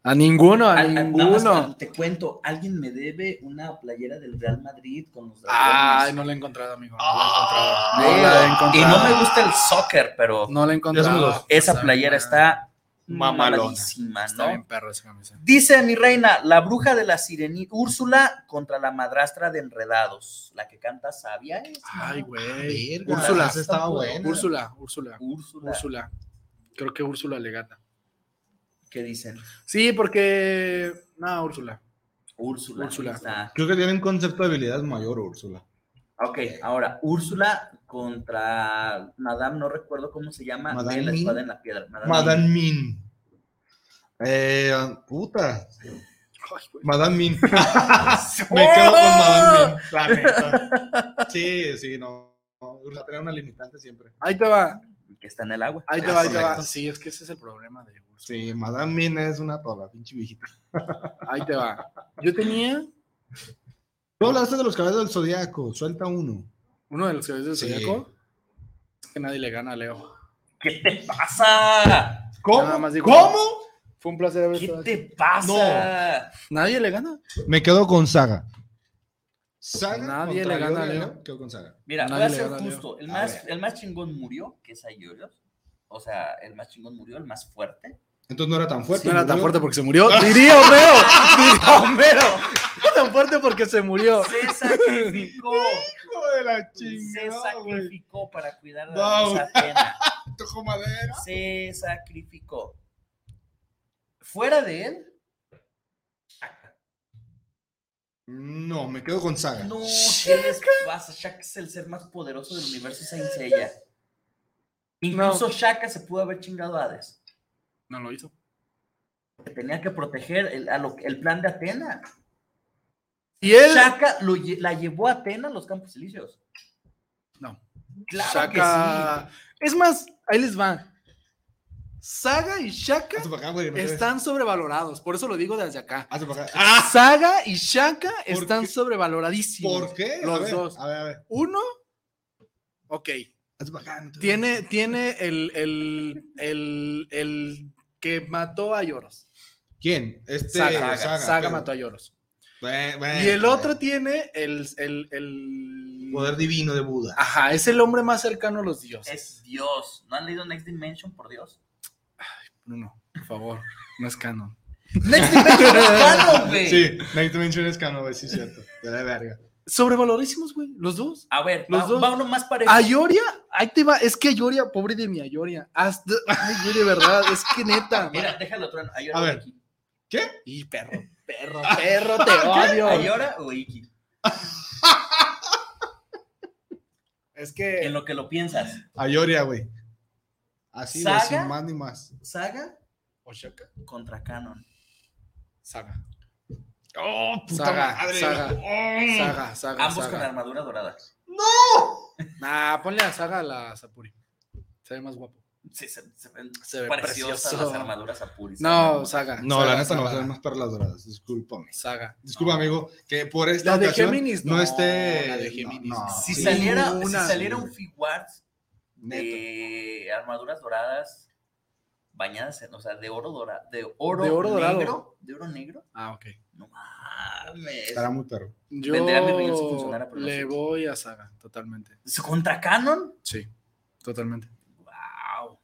A ninguno, a, Al- al- Ah, nada más ninguno. te cuento, alguien me debe una playera del Real Madrid con los Ay, dragones. no la he encontrado, amigo. Ah, No, No la he encontrado. y no me gusta el soccer, pero No la he encontrado. esa playera está Mamalona. mamadísima, Está bien ¿no? perro esa camisa. Dice mi reina, la bruja de la sirenita, Úrsula contra la madrastra de enredados, la que canta sabia es. Ay, güey. verga, Úrsula. esa estaba buena. Úrsula, Úrsula. Úrsula. Úrsula. Creo que Úrsula le gana. ¿Qué dicen? Sí, porque. No, <laughs> Úrsula. Úrsula. Úrsula. está. Creo que tiene un concepto de habilidad mayor, Úrsula. Ok, ahora, Úrsula contra Madame, no recuerdo cómo se llama, Madame de la Min. espada en la piedra. Madame Min. Eh, puta. Madame <laughs> Min. <laughs> Ah, Me quedo con Madame Min. La neta. Sí, sí, no. no, Úrsula trae una limitante siempre. Ahí te va. Que está en el agua. Ahí te va, ahí te va. Oh. Sí, es que ese es el problema de Sí, Madame Min es una tola, pinche viejita. Ahí te va. Yo tenía Tú hablaste de los cabezas del zodiaco, suelta uno. uno de los que ves del Sí. Zodíaco. Es que nadie le gana a Leo. ¿Qué te pasa? ¿Cómo? Nada más digo- ¿Cómo? Fue un placer haber estado aquí. ¿Qué te pasa? Nadie le gana. Me quedo con Saga. Saga Nadie contra le gana a León y Leo. León, Quedo con Saga. Mira, voy Nadie a le ser gana a Leo. justo. El A más, el más chingón murió, que es Ayorios. O sea, el más chingón murió, el más fuerte. Entonces no era tan fuerte. no era tan murió. fuerte porque se <laughs> murió. Diría Homero. <laughs> Diría Homero. No tan fuerte porque se murió. Se sacrificó. Hijo de la se chingada, güey. sacrificó para cuidar a No, la güey. diosa Atena. Toco madera. se sacrificó. Fuera de él, No, me quedo con Saga. <laughs> no, ¿qué les pasa? Shaka es el ser más poderoso del universo Saint Seiya. Incluso Shaka se pudo haber chingado a Hades, No lo hizo. que tenía que proteger el, a lo- el plan de Atena. Y él. Shaka lo lle- la llevó a Atena a los Campos Elíseos. No. Claro que sí. Shaka- Es más, ahí les va. Saga y Shaka Hazte para acá, güey. no te ves. están sobrevalorados. Por eso lo digo desde acá. Hazte para acá. Ah, Saga y Shaka están qué? sobrevaloradísimos. Ah, ¿Por qué? a Los ver, dos. A ver, a ver. Uno, ok. Hazte para acá. no te- Tiene, tiene el, el, el, el que mató a Lloros. ¿Quién? Este. Saga, Saga, pero- mató a Lloros. Bueno, bueno, Y el otro bueno. tiene el, el, el- eh. Poder divino de Buda. Ajá, es el hombre más cercano a los dioses. Es Dios. ¿No han leído Next Dimension, por Dios? Bruno, por favor, no es <laughs> canon. ¡Next Dimension es canon, güey! Sí, Night Dimension es cano, güey, sí, es cierto. De la verga. Sobrevalorísimos, güey, los dos. A ver, Los va, dos. va uno más parejo. Ayoria, ahí te va, es que Ayoria, pobre de mi Ayoria. Hasta, ay, güey, de verdad, es que <laughs> neta. Mira, déjalo otro. Ayora A o ver. Iki. ¿Qué? Y perro, perro, perro, <laughs> te odio. ¿Ayora o Iki? Es que En lo que lo piensas. Ayoria, güey. Así, güey, Saga. sin más ni más. Saga Oshaka, contra Canon. Saga, Oh, puta Saga, madre. Saga, Oh. Saga, Saga, Ambos con Saga. armadura dorada. Nah, ponle a Saga a la Sapuri. Se ve más guapo. Sí, se, se ven Se ve preciosas precioso. las armaduras apuris. No, Saga. No, Saga, la neta no va a Saga, ser más perlas doradas, discúlpame. Saga. Disculpa, amigo, que por esta La de ocasión Géminis, no, no, esté. la de Géminis, no, no, si, sí, saliera, ninguna, si saliera un güey. Figuard neta. de armaduras doradas bañadas en, o sea, de oro dorado, de oro, De oro dorado. negro, de oro negro, Ah, ok. no mames. Estará muy perro. Yo Vendería mi riñón si funcionara, pero no le sé. voy a Saga, totalmente. ¿Contra Canon? Sí, totalmente. Wow.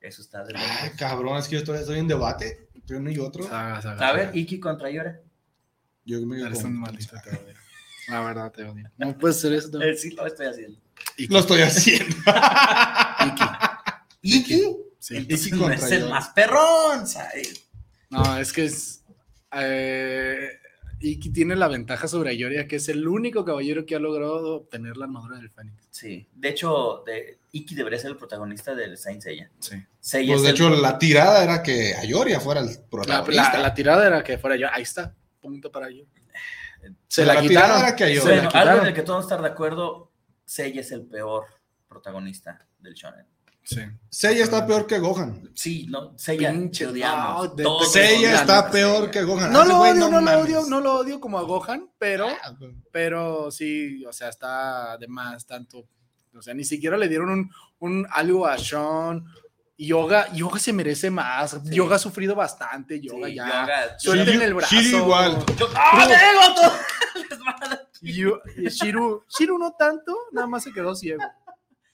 Eso está de locos. Ay, cabrón, es que yo todavía estoy en debate entre uno y otro. Saga, Saga. A ver, Iki contra Yora. Ah, Yo me Eres quedo un con- maldito, te odio. La verdad, te odio. No puede ser eso también. Eh, sí, lo estoy haciendo. Lo estoy <laughs> haciendo. Iki. Sí. Entonces Iki no contra es el Yora. más perrón. eh, ¿sabes? No, es que es. Eh, Iki tiene la ventaja sobre Ayoria, que es el único caballero que ha logrado obtener la armadura del Fénix. Sí. De hecho, de, Iki debería ser el protagonista del Saint Seiya. Sí. Seiya Pues es de el- hecho, la tirada era que Ayoria fuera el La, protagonista. la- la tirada era que fuera yo. Ahí está, punto para yo. Se Pero la, la tirada quitaron. era que Ayoria. Se la Bueno, algo en el quitaron. que todos están de acuerdo, Seiya es el peor protagonista del shonen. Sí. Seiya está peor que Gohan. Sí, no, Seiya Pinche- te odiamos. no, de- Todos Seiya odiamos está a peor Seiya. que Gohan. No Ese lo güey, odio, Ah, no, lo mames. odio, no lo odio como a Gohan, pero, Ah, güey. pero sí, o sea, está de más tanto. O sea, ni siquiera le dieron un, un algo a Sean. Yoga, Yoga se merece más. Yoga ha sufrido bastante, Yoga Sí, ya. Yoga. Suelten Shiryu- el brazo. Shiryu igual. Yo- ¡Ah, Diego, todo el desmadre! Yo- y Shiru, Shiru no tanto, nada más se quedó ciego.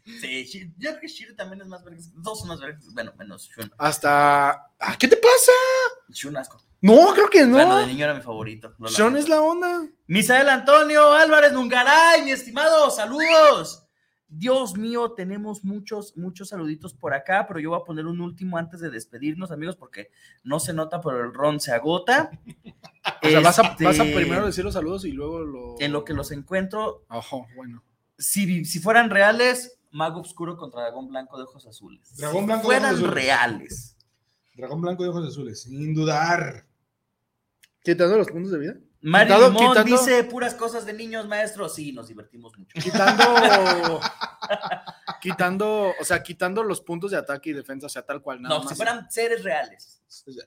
Sí, Shir- yo creo que Shiro también es más vergas. Dos son más vergas. Bueno, menos Shun. Hasta. ah, ¿Qué te pasa? Shun asco. No, creo que Bueno, de no. niño era mi favorito. lo Sean lamento. es la onda. Misael Antonio Álvarez Nungaray, mi estimado, saludos. Dios mío, tenemos muchos, muchos saluditos por acá, pero yo voy a poner un último antes de despedirnos, amigos, porque no se nota, pero el ron se <laughs> agota. Este, o sea, vas a, vas a primero decir los saludos y luego lo... En lo que los encuentro. Ojo, bueno. Si, si fueran reales, Mago Oscuro contra Dragón Blanco de Ojos Azules. Dragón Blanco si fueran de Ojos Azules. reales. Dragón Blanco de Ojos Azules, sin dudar. Quitando los puntos de vida. Mario Quitando- Limón quitando- dice puras cosas de niños, maestros. Sí, nos divertimos <laughs> mucho. Quitando. quitando, o sea, quitando los puntos de ataque y defensa, o sea, tal cual. Nada No, más. si fueran seres reales.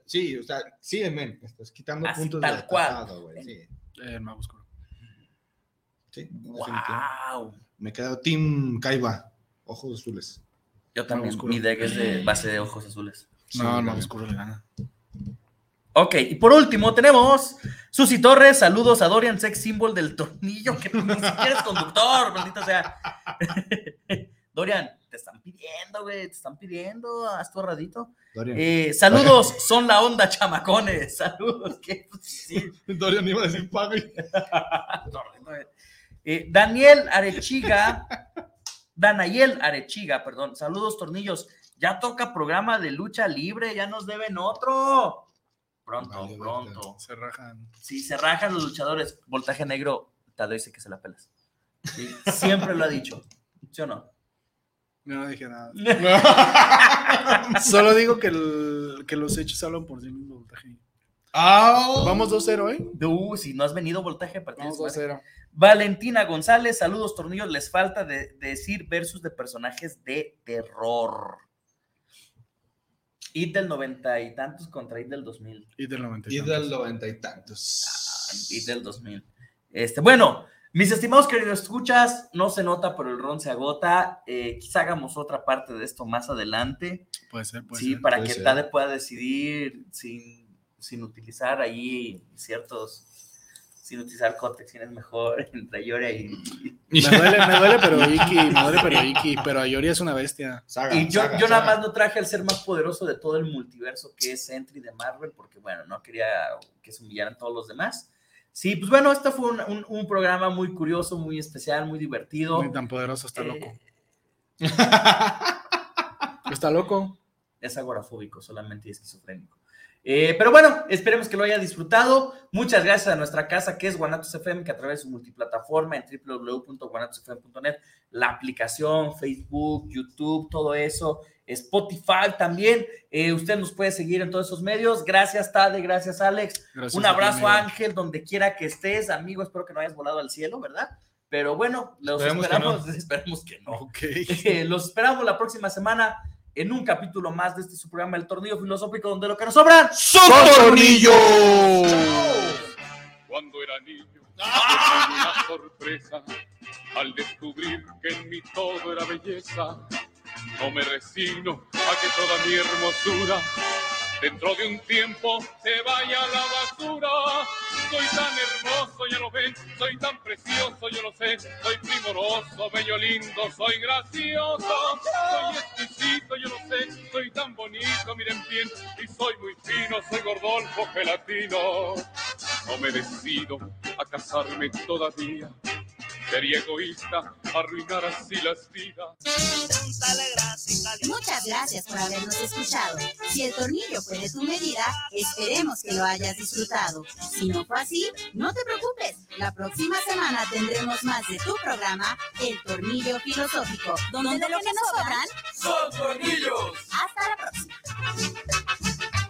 Sí, o sea, sí, men, estás quitando Así, puntos tal de cual. atacado, güey, sí. Eh, Mago Oscuro. Sí, ¡Wow! Me he quedado Team Kaiba, ojos azules. Yo también. Oscuro. Mi deck es de base de ojos azules. Sí, no, el Mago también. Oscuro le gana. Ok, y por último tenemos Susi Torres. Saludos a Dorian, sex symbol del tornillo, que ni siquiera es conductor, <laughs> maldita sea. Dorian, te están pidiendo, güey, te están pidiendo, haz tu radito. Dorian. Eh, saludos, son la onda, chamacones. Saludos. <laughs> que- sí. Dorian iba a decir pago. Eh, Daniel Arechiga, Danayel Arechiga, perdón. Saludos, tornillos. Ya toca programa de lucha libre, ya nos deben otro. Pronto, pronto. Se rajan. Si se rajan los luchadores, voltaje negro, Tadeo dice que se la pelas. Sí, Siempre lo ha dicho. ¿Sí <laughs> o no? No dije nada. Solo digo que, el- que los hechos hablan por sí mismos. Voltaje. Vamos 2-0, ¿eh? Uh, si no has venido voltaje, partido. Vamos 2-0. Valentina González, saludos, tornillos. Les falta de, decir versus de personajes de terror. It del noventa y tantos contra It del 2000. Y del 90. Y del noventa y tantos. Y del 2000. Este, bueno, mis estimados queridos escuchas, no se nota, pero el ron se agota. Eh, quizá hagamos otra parte de esto más adelante. Puede ser, puede sí, ser. para Puede que ser. Tade pueda decidir sin, sin utilizar ahí ciertos. Sin utilizar contextos mejor <laughs> entre Yore y. Me duele, me duele, pero <laughs> Iki, me duele, pero Iki, pero Ayori es una bestia. Y yo, yo nada más no traje al ser más poderoso de todo el multiverso que es Sentry de Marvel, porque bueno, no quería que se humillaran todos los demás. Sí, pues bueno, este fue un, un- un programa muy curioso, muy especial, muy divertido. Ni tan poderoso, está Eh, loco. Está loco. Es agorafóbico, solamente esquizofrénico. Eh, pero bueno, esperemos que lo haya disfrutado. Muchas gracias a nuestra casa que es Guanatos FM, que a través de su multiplataforma en www.guanatosfm.net, la aplicación, Facebook, YouTube, todo eso, Spotify también. Eh, usted nos puede seguir en todos esos medios. Gracias, Tade, gracias, Alex. Gracias Un a ti, abrazo, amigo. Ángel, donde quiera que estés, amigo. Espero que no hayas volado al cielo, ¿verdad? Pero bueno, los Esperemos que esperamos, <laughs> esperemos que no. <laughs> Eh, los esperamos la próxima semana en un capítulo más de este su programa El Tornillo Filosófico, donde lo que nos sobran ¡Son tornillos! Cuando era niño, tuve una sorpresa al descubrir que en mí todo era belleza. No me resigno a que toda mi hermosura dentro de un tiempo se vaya a la basura. Soy tan hermoso, ya lo ven, soy tan precioso, yo lo sé, soy primoroso, bello, lindo, soy gracioso, soy exquisito, yo lo sé, soy tan bonito, miren bien, y soy muy fino, soy gordolfo, gelatino. No me decido a casarme todavía. Sería egoísta arruinar así las vidas. Muchas gracias por habernos escuchado. Si el tornillo fue de tu medida, esperemos que lo hayas disfrutado. Si no fue así, no te preocupes. La próxima semana tendremos más de tu programa, El Tornillo Filosófico, donde, lo que nos sobran ¡Son tornillos! Hasta la próxima.